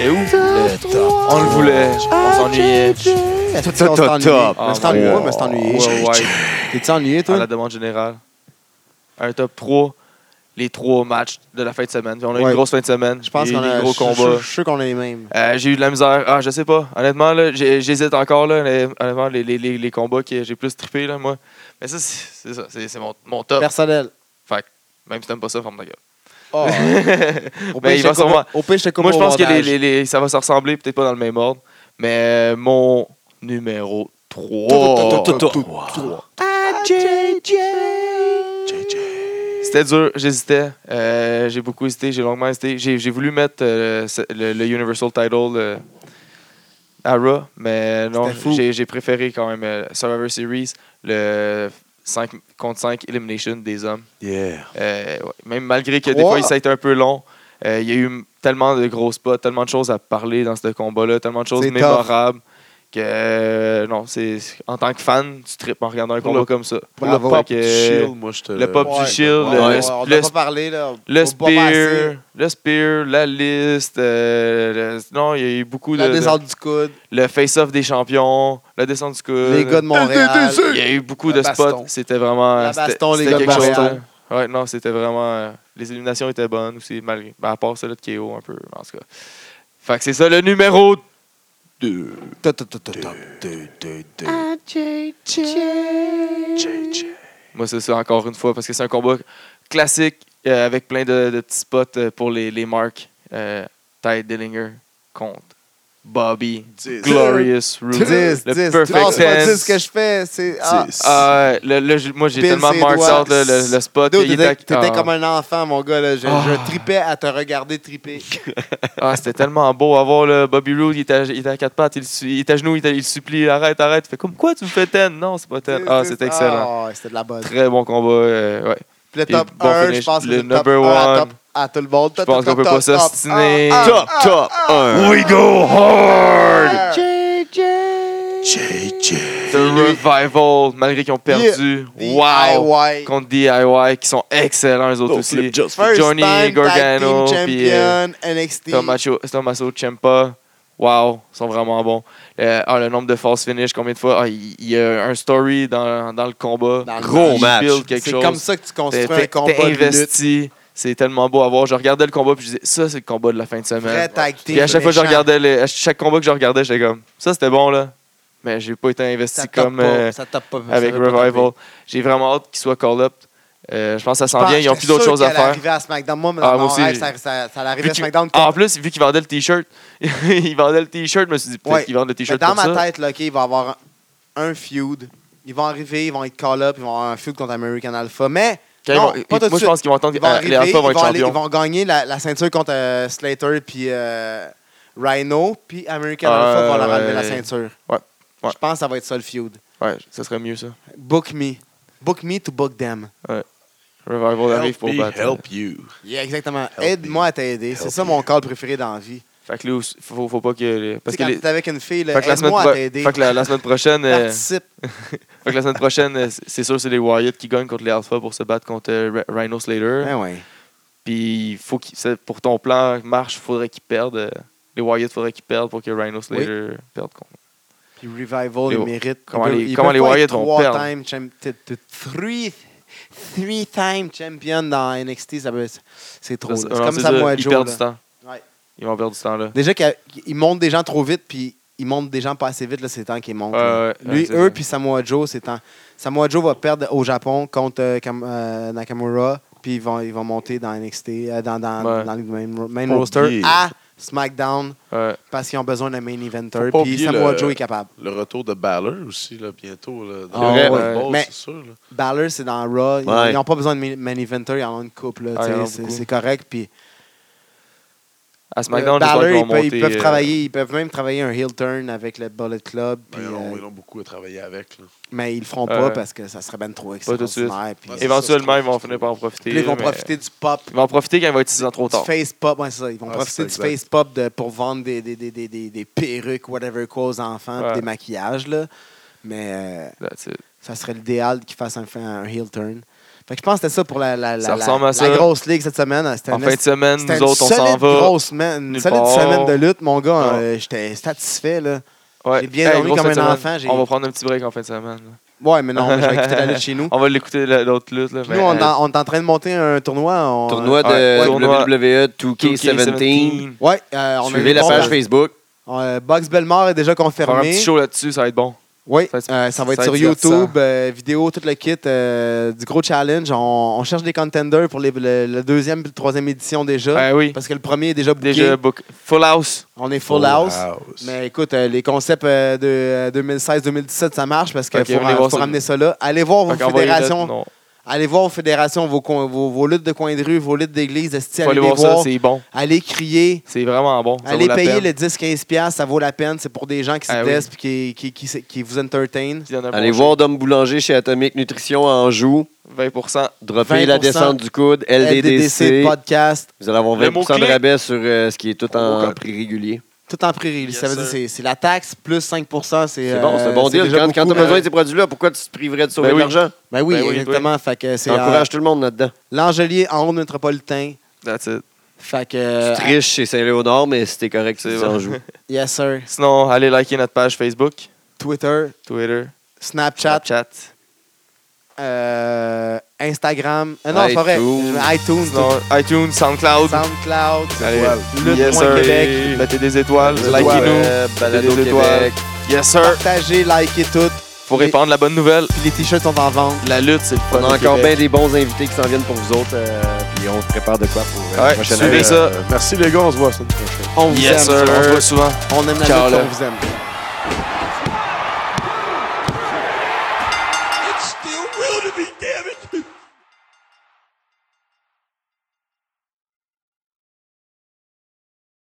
S6: Et où? On le voulait. On s'ennuyait.
S2: Est-ce que on s'est
S3: top,
S2: ennuyé?
S3: top.
S2: Mais c'est ennuyé,
S6: Ah,
S2: ouais, mais c'est ennuyé.
S6: Ouais, ouais.
S2: T'es-tu ennuyé,
S6: À
S2: toi?
S6: la demande générale. Un top 3. Les trois matchs de la fin de semaine. Puis on a eu
S2: Ouais.
S6: une grosse fin de semaine.
S2: Je pense
S6: Il y
S2: qu'on
S6: a eu
S2: a.
S6: des
S2: je-
S6: gros
S2: je-
S6: combats.
S2: Je suis sûr qu'on a les mêmes.
S6: Euh, j'ai eu de la misère. Ah, je sais pas. Honnêtement, là, j'ai- j'hésite encore. Là, les, honnêtement, les, les, les, les combats que j'ai plus trippé, là, moi. Mais ça, c'est c'est ça. C'est c'est mon, mon top.
S2: Personnel.
S6: Même si t'aimes pas ça, ferme ta gueule. *laughs*
S2: Oh, Au pire,
S6: Mais Ben, il
S2: je te
S6: va
S2: coupe-
S6: sûrement-
S2: Au pire, je te coupe
S6: Moi, je
S2: au
S6: pense que les,
S2: montage.
S6: les- les- ça va se ressembler, peut-être pas dans le même ordre. Mais euh, mon numéro 3. C'était dur, j'hésitais. Euh, j'ai beaucoup hésité, j'ai longuement hésité. J'ai, j'ai voulu mettre euh, ce- le, le Universal Title euh, à Raw, mais non,
S2: C'était fou.
S6: j'ai, j'ai préféré quand même euh, Survivor Series, le 5 contre 5 Elimination des hommes.
S5: Yeah.
S6: Euh, ouais. Même malgré que des
S2: Trois.
S6: fois, ça a été un peu long, euh, il y a eu m- tellement de gros spots, tellement de choses à parler dans ce combat-là, tellement de choses
S2: C'est tough.
S6: mémorables. Que, euh, non, c'est, en tant que fan, tu tripes en regardant un
S5: Pour
S6: combat
S5: le-
S6: comme ça.
S5: Pour le
S6: Fait
S5: pop
S6: que-
S5: du shield, moi, je te
S6: le pop
S2: Ouais,
S6: du shield,
S2: ouais,
S6: le,
S2: ouais,
S6: le-
S2: on
S6: le-
S2: n'a pas parlé, là.
S6: le
S2: On peut pas passer.
S6: spear, le spear, la liste, euh, le- non, il y a eu beaucoup de,
S2: La
S6: de-
S2: descente du coude.
S6: le face-off des champions, la descente du coude.
S2: Les gars de Montréal.
S6: il y a eu beaucoup
S2: La
S6: de
S2: baston.
S6: spots, c'était vraiment
S2: La
S6: c'était-
S2: baston, les
S6: c'était
S2: gars de
S6: quelque chose,
S2: Montréal.
S6: hein. Ouais, non, c'était vraiment euh, les éliminations étaient bonnes aussi malgré ben, à part celle de KO un peu en tout cas. Fait que c'est ça le numéro
S2: Ta- ta- ta- ta- ta.
S5: Ah.
S6: Moi, c'est ça, encore une fois, parce que c'est un combat classique euh, avec plein de, de petits spots euh, pour les, les marques. Euh, Ty Dillinger contre Bobby. Glorious Rude.
S2: 10, 10.
S6: Le
S2: Non,
S6: perfect
S2: c'est pas 10
S6: tense.
S2: ce que je fais. C'est. Ah.
S6: Ah, le- le- je- moi, j'ai
S2: Pile
S6: tellement
S2: ses
S6: marked
S2: doigts.
S6: out là, le, le spot.
S2: Dude,
S6: il
S2: T'étais
S6: était-
S2: t'étais
S6: ah,
S2: comme un enfant, mon gars. Là. Je,
S6: Ah.
S2: je tripais à te regarder triper.
S6: ah, c'était tellement beau à voir le Bobby Roode. Il était, à- il était à quatre pattes, il, su- il était à genoux, il, était- il supplie arrête, arrête. Fait comme quoi tu me fais ten Non, c'est pas ten. *laughs* Ah, c'était excellent.
S2: Ah, ouais, c'était de la bonne.
S6: Très bon combat. euh, ouais.
S2: Puis Le
S6: Puis
S2: top
S6: bon
S2: 1, je
S6: finish.
S2: pense que
S6: Le
S2: c'est le top
S6: number
S2: 1 à,
S6: one.
S2: top- à tout le monde.
S6: Je pense qu'on peut pas s'obstiner.
S2: Ah,
S5: Ah,
S3: Top, top, 1. We go hard!
S6: The Revival, malgré qu'ils ont perdu.
S2: ah,
S6: Wow!
S2: Wow.
S6: Contre DIY, qui sont excellents, eux autres
S5: Oh,
S6: aussi. Johnny Gargano, puis euh,
S2: champion, NXT.
S6: Tommaso Tommaso Ciampa. Wow, ils sont vraiment bons. Euh, ah, le nombre de false finish, combien de fois? Ah, Il il y, a un story dans, dans le combat.
S2: Dans le
S3: Gros
S6: Il
S3: match.
S6: build quelque
S2: C'est
S6: chose.
S2: comme ça que tu
S6: T'es-
S2: construis un
S6: t'es-
S2: combat
S6: t'es
S2: de lutte.
S6: investi. C'est tellement beau à voir. Je regardais le combat puis je disais, ça, c'est le combat de la fin de semaine.
S2: Vrai tag team.
S6: Puis à chaque fois que je
S2: méchant.
S6: regardais, les- à chaque combat que je regardais, j'étais comme, ça c'était bon là. Mais j'ai pas été investi
S2: ça tape
S6: comme
S2: pas,
S6: euh,
S2: ça tape pas, ça
S6: avec
S2: veut pas
S6: Revival.
S2: taper.
S6: J'ai vraiment hâte qu'il soit call-up. Euh, je pense que ça s'en
S2: Bah, Je
S6: vient. Ils ont
S2: pense-
S6: plus d'autres
S2: j'étais
S6: choses à
S2: sûr qu'elle
S6: faire.
S2: arrivait à SmackDown. Moi, mais
S6: Ah,
S2: dans
S6: moi
S2: mon
S6: aussi,
S2: rêve,
S6: j'ai-
S2: ça, ça, ça
S6: Vu
S2: l'arrivait à
S6: qu'il-
S2: SmackDown.
S6: en plus, vu qu'ils vendaient le t-shirt, *laughs* ils vendaient le t-shirt, je me suis dit peut-être
S2: Ouais.
S6: qu'ils vendent le
S2: Mais
S6: t-shirt
S2: dans
S6: pour
S2: ma
S6: ça.
S2: tête, là, OK, il va y avoir un, un feud. Ils vont arriver, ils vont être call-up, ils vont avoir un feud contre American Alpha. Mais
S6: Quand
S2: Non,
S6: ils vont-
S2: pas tout
S6: moi,
S2: de
S6: je
S2: suite.
S6: pense qu'ils vont attendre
S2: ils
S6: que
S2: vont
S6: euh,
S2: arriver,
S6: les Alphas vont
S2: ils,
S6: être
S2: vont aller- ils
S6: champions.
S2: vont gagner la, la ceinture contre euh, Slater puis euh, Rhino, puis American
S6: Ah,
S2: Alpha va leur
S6: ouais.
S2: enlever la ceinture.
S6: Ouais. Ouais.
S2: Je pense que ça va être ça le feud.
S6: Ouais, ça serait mieux ça.
S2: Book me. Book me to book them.
S6: Revival arrive
S5: Help
S6: pour
S5: me
S6: battre.
S5: help you.
S2: Yeah, exactement.
S5: Help
S2: Aide-moi à t'aider. C'est
S5: Help
S2: ça mon call préféré dans la vie.
S6: Fait que là, aussi, faut, faut pas que.
S2: Parce
S6: Parce que
S2: quand
S6: les-
S2: t'es avec une fille, là,
S6: Fait que la semaine,
S2: aide-moi
S6: pro-
S2: à t'aider.
S6: fait que la- la semaine prochaine, euh,
S2: Participe.
S6: fait que la semaine prochaine, euh, c'est- c'est sûr, c'est les Wyatt qui gagnent contre les Alpha pour se battre contre euh, Ra- Rhino Slater.
S2: Ben ouais.
S6: Puis il faut qu'il- c'est- pour ton plan marche, faudrait qu'ils perdent. euh, les Wyatt faudrait qu'ils perdent pour que Rhino Slater perde contre.
S2: Puis Revival,
S6: Les-
S2: il mérite.
S6: comment
S2: Il peut-
S6: les-
S2: il
S6: comment
S2: peut
S6: les
S2: pas
S6: Wyatt
S2: être
S6: vont
S2: trois
S6: perdre?
S2: Time champ- t- t- three, three time champion dans NXT, ça peut- c'est trop. là.
S6: Ça,
S2: C'est
S6: euh,
S2: comme
S6: c'est
S2: Samoa
S6: Ils
S2: Joe.
S6: perdent
S2: là.
S6: du temps.
S2: Ouais.
S6: Ils vont perdre du temps là.
S2: Déjà qu'ils montent des gens trop vite, puis ils montent des gens pas assez vite, là, c'est le temps qu'ils montent.
S6: Ouais,
S2: là.
S6: ouais, ouais,
S2: Lui,
S6: c'est
S2: eux,
S6: vrai.
S2: puis Samoa Joe, c'est temps. Samoa Joe va perdre au Japon contre euh, Kam- euh, Nakamura, puis ils vont, ils vont monter dans NXT, euh, dans, dans,
S6: Ouais.
S2: dans le main, ro- main
S5: Faut
S2: roster
S5: oublier.
S2: à SmackDown,
S6: Ouais.
S2: parce qu'ils ont besoin d'un main eventer,
S5: Faut pas
S2: puis
S5: oublier
S2: Samoa
S5: le-
S2: Joe est capable.
S5: Le retour de Balor aussi, là, bientôt. Là,
S2: Ah,
S5: dans le
S3: ouais.
S5: Royal Rumble,
S2: Mais-
S5: c'est sûr. là.
S2: Balor, c'est dans Raw. Ils-
S3: Ouais.
S2: Ils n'ont pas besoin de main eventer, ils en ont une couple. là,
S6: Ah,
S2: tu
S6: ils en
S2: sais,
S6: ont
S2: c'est-
S6: beaucoup.
S2: c'est correct. Puis,
S6: À
S2: euh,
S6: SmackDown,
S2: Balor,
S6: j'espère qu'ils
S2: ils,
S6: vont
S2: peuvent- ils
S6: monter,
S2: peuvent
S6: euh,
S2: travailler, ils peuvent même travailler un heel turn avec le Bullet Club. puis,
S5: Ben, ils, ont,
S2: euh,
S5: ils ont beaucoup à travailler avec. là.
S2: mais ils le feront
S6: Ouais.
S2: pas parce que ça serait ben trop
S6: tout de suite.
S2: extraordinaire. Puis,
S5: Ouais, c'est
S6: Éventuellement,
S5: ça,
S6: ils vont
S5: c'est
S6: finir
S5: trop.
S6: par en profiter.
S2: puis là, ils vont
S6: mais-
S2: profiter du pop,
S6: Ils vont en profiter quand ils vont être 6 ans trop
S2: du
S6: tard.
S2: face pop. Ouais, c'est ça. Ils vont
S5: Ah,
S2: profiter
S5: c'est
S2: du
S5: ça, exact.
S2: face pop de- pour vendre des, des, des, des, des, des perruques, whatever quoi, aux enfants, puis
S6: Ouais.
S2: des maquillages. Là. Mais euh,
S6: That's it.
S2: ça serait l'idéal qu'ils fassent un, un heel turn. Fait que je pense que c'était ça pour la, la, la,
S6: Ça
S2: la-
S6: ressemble à
S2: la
S6: ça.
S2: grosse ligue cette semaine. C'était
S6: En
S2: un
S6: fin de semaine,
S2: C'était
S6: nous autres, on
S2: une
S6: s'en
S2: solide
S6: va.
S2: grosse semaine, une
S6: nulle
S2: solide
S6: part. Ah.
S2: semaine de lutte, mon gars.
S6: Non.
S2: euh, J'étais satisfait, là.
S6: Ouais.
S2: J'ai bien dormi
S6: grosse
S2: comme
S6: fin de
S2: un
S6: semaine.
S2: enfant, j'ai-
S6: On va prendre un petit break en fin de semaine. là.
S2: Ouais, mais non, mais j'avais écouté la lutte chez nous.
S6: *laughs* On va l'écouter la- l'autre lutte. Là,
S2: Puis
S6: mais-
S2: Nous, on, est en- on est en train de monter un tournoi. on-
S3: Tournoi de E,
S6: ouais, tournoi.
S3: WWE 2K17.
S6: 2K17.
S2: Ouais, euh, on a eu
S3: Suivez la
S2: bon-
S3: page Facebook.
S2: Euh, Box Belmore est déjà
S6: Faire un
S2: confirmé.
S6: petit show là-dessus, ça va être bon.
S2: Oui,
S6: Ça va être-
S2: euh, ça va être
S6: ça
S2: sur
S6: va être divertissant.
S2: YouTube, euh, vidéo, tout le kit euh, du gros challenge. On, on cherche des contenders pour les- le, la deuxième et la troisième édition déjà.
S6: Ben oui.
S2: Parce que le premier est déjà booké.
S6: Déjà Oh, book. Full house.
S2: On est full house. Mais écoute, euh, les concepts euh, de euh, 2016-2017, ça marche parce qu'il
S6: Ok,
S2: faut,
S6: venez voir
S2: faut
S6: ça.
S2: ramener ça là. Allez voir vos
S6: Fait qu'on va y aller
S2: fédérations.
S6: là- non.
S2: Allez voir vos fédérations, vos, coins- vos, vos luttes de coin de rue, vos luttes d'église, esti,
S6: Faut
S2: allez
S6: aller
S2: les
S6: voir ça,
S2: voir.
S6: c'est bon.
S2: allez crier.
S6: C'est vraiment bon. Ça
S2: allez
S6: vaut la
S2: payer
S6: peine.
S2: les 10-15$, piastres, ça vaut la peine. C'est pour des gens qui se
S6: Ah oui.
S2: testent et qui, qui, qui, qui vous entertainent.
S6: Puis il y en a un
S3: Allez
S6: bon
S3: voir Dom Boulanger chez Atomic Nutrition à Anjou.
S6: 20
S3: Dropper la
S2: 20%
S3: descente du coude,
S2: LDDC,
S3: LDDC.
S2: podcast,
S3: Vous allez avoir
S6: Le
S3: 20% de
S6: mot-clé.
S3: rabais sur euh, ce qui est tout
S6: Au
S3: en
S6: code.
S3: prix régulier.
S2: tout en prix réduit.
S5: Yes,
S2: ça veut dire
S5: sir.
S2: c'est c'est la taxe plus 5%. C'est
S3: C'est bon, c'est un bon
S2: euh,
S3: deal.
S2: déjà
S3: Quand, quand
S2: beaucoup,
S3: tu as besoin
S2: mais-
S3: de ces produits-là, pourquoi tu te priverais de sauver
S6: Ben
S3: de
S6: oui.
S3: l'argent?
S2: Ben oui,
S6: Ben oui,
S2: exactement. Fait que c'est
S3: Tu
S2: euh,
S3: encourages tout le monde là-dedans.
S2: l'Angelier en haut métropolitain.
S6: That's it.
S2: Fait que.
S3: Tu
S2: euh,
S3: triches chez Saint-Léonard, mais si t'es correct,
S6: C'est
S3: c'est
S6: bon.
S3: Anjou.
S2: yes, sir.
S6: Sinon, allez liker notre page Facebook,
S2: Twitter,
S6: Twitter,
S2: Snapchat,
S6: Snapchat.
S2: euh, Instagram. Euh, non, c'est pas vrai.
S3: iTunes.
S2: Je- iTunes,
S6: Sinon, iTunes, SoundCloud.
S2: SoundCloud,
S6: Allez,
S2: Lutte
S6: yes
S2: Point
S6: sir.
S2: Québec.
S6: Mettez des étoiles, likez-nous.
S3: Web, euh, Balado
S6: Des étoiles.
S3: Québec.
S6: Yes sir.
S2: partagez, likez tout.
S6: Faut répandre la bonne nouvelle.
S2: Puis les t-shirts sont en vente.
S6: La lutte, c'est le fun.
S3: On
S6: au
S3: a encore bien
S6: Québec.
S3: des bons invités qui s'en viennent pour vous autres. euh, Puis on se prépare de quoi pour euh, la
S6: Ouais,
S3: prochaine
S6: suivez
S3: année.
S6: ça.
S5: merci les gars, on se voit la semaine prochaine.
S2: On vous
S6: Yes
S2: aime.
S6: sir. On se voit souvent.
S2: On aime la
S6: Ciao,
S2: lutte,
S6: là.
S2: on vous aime.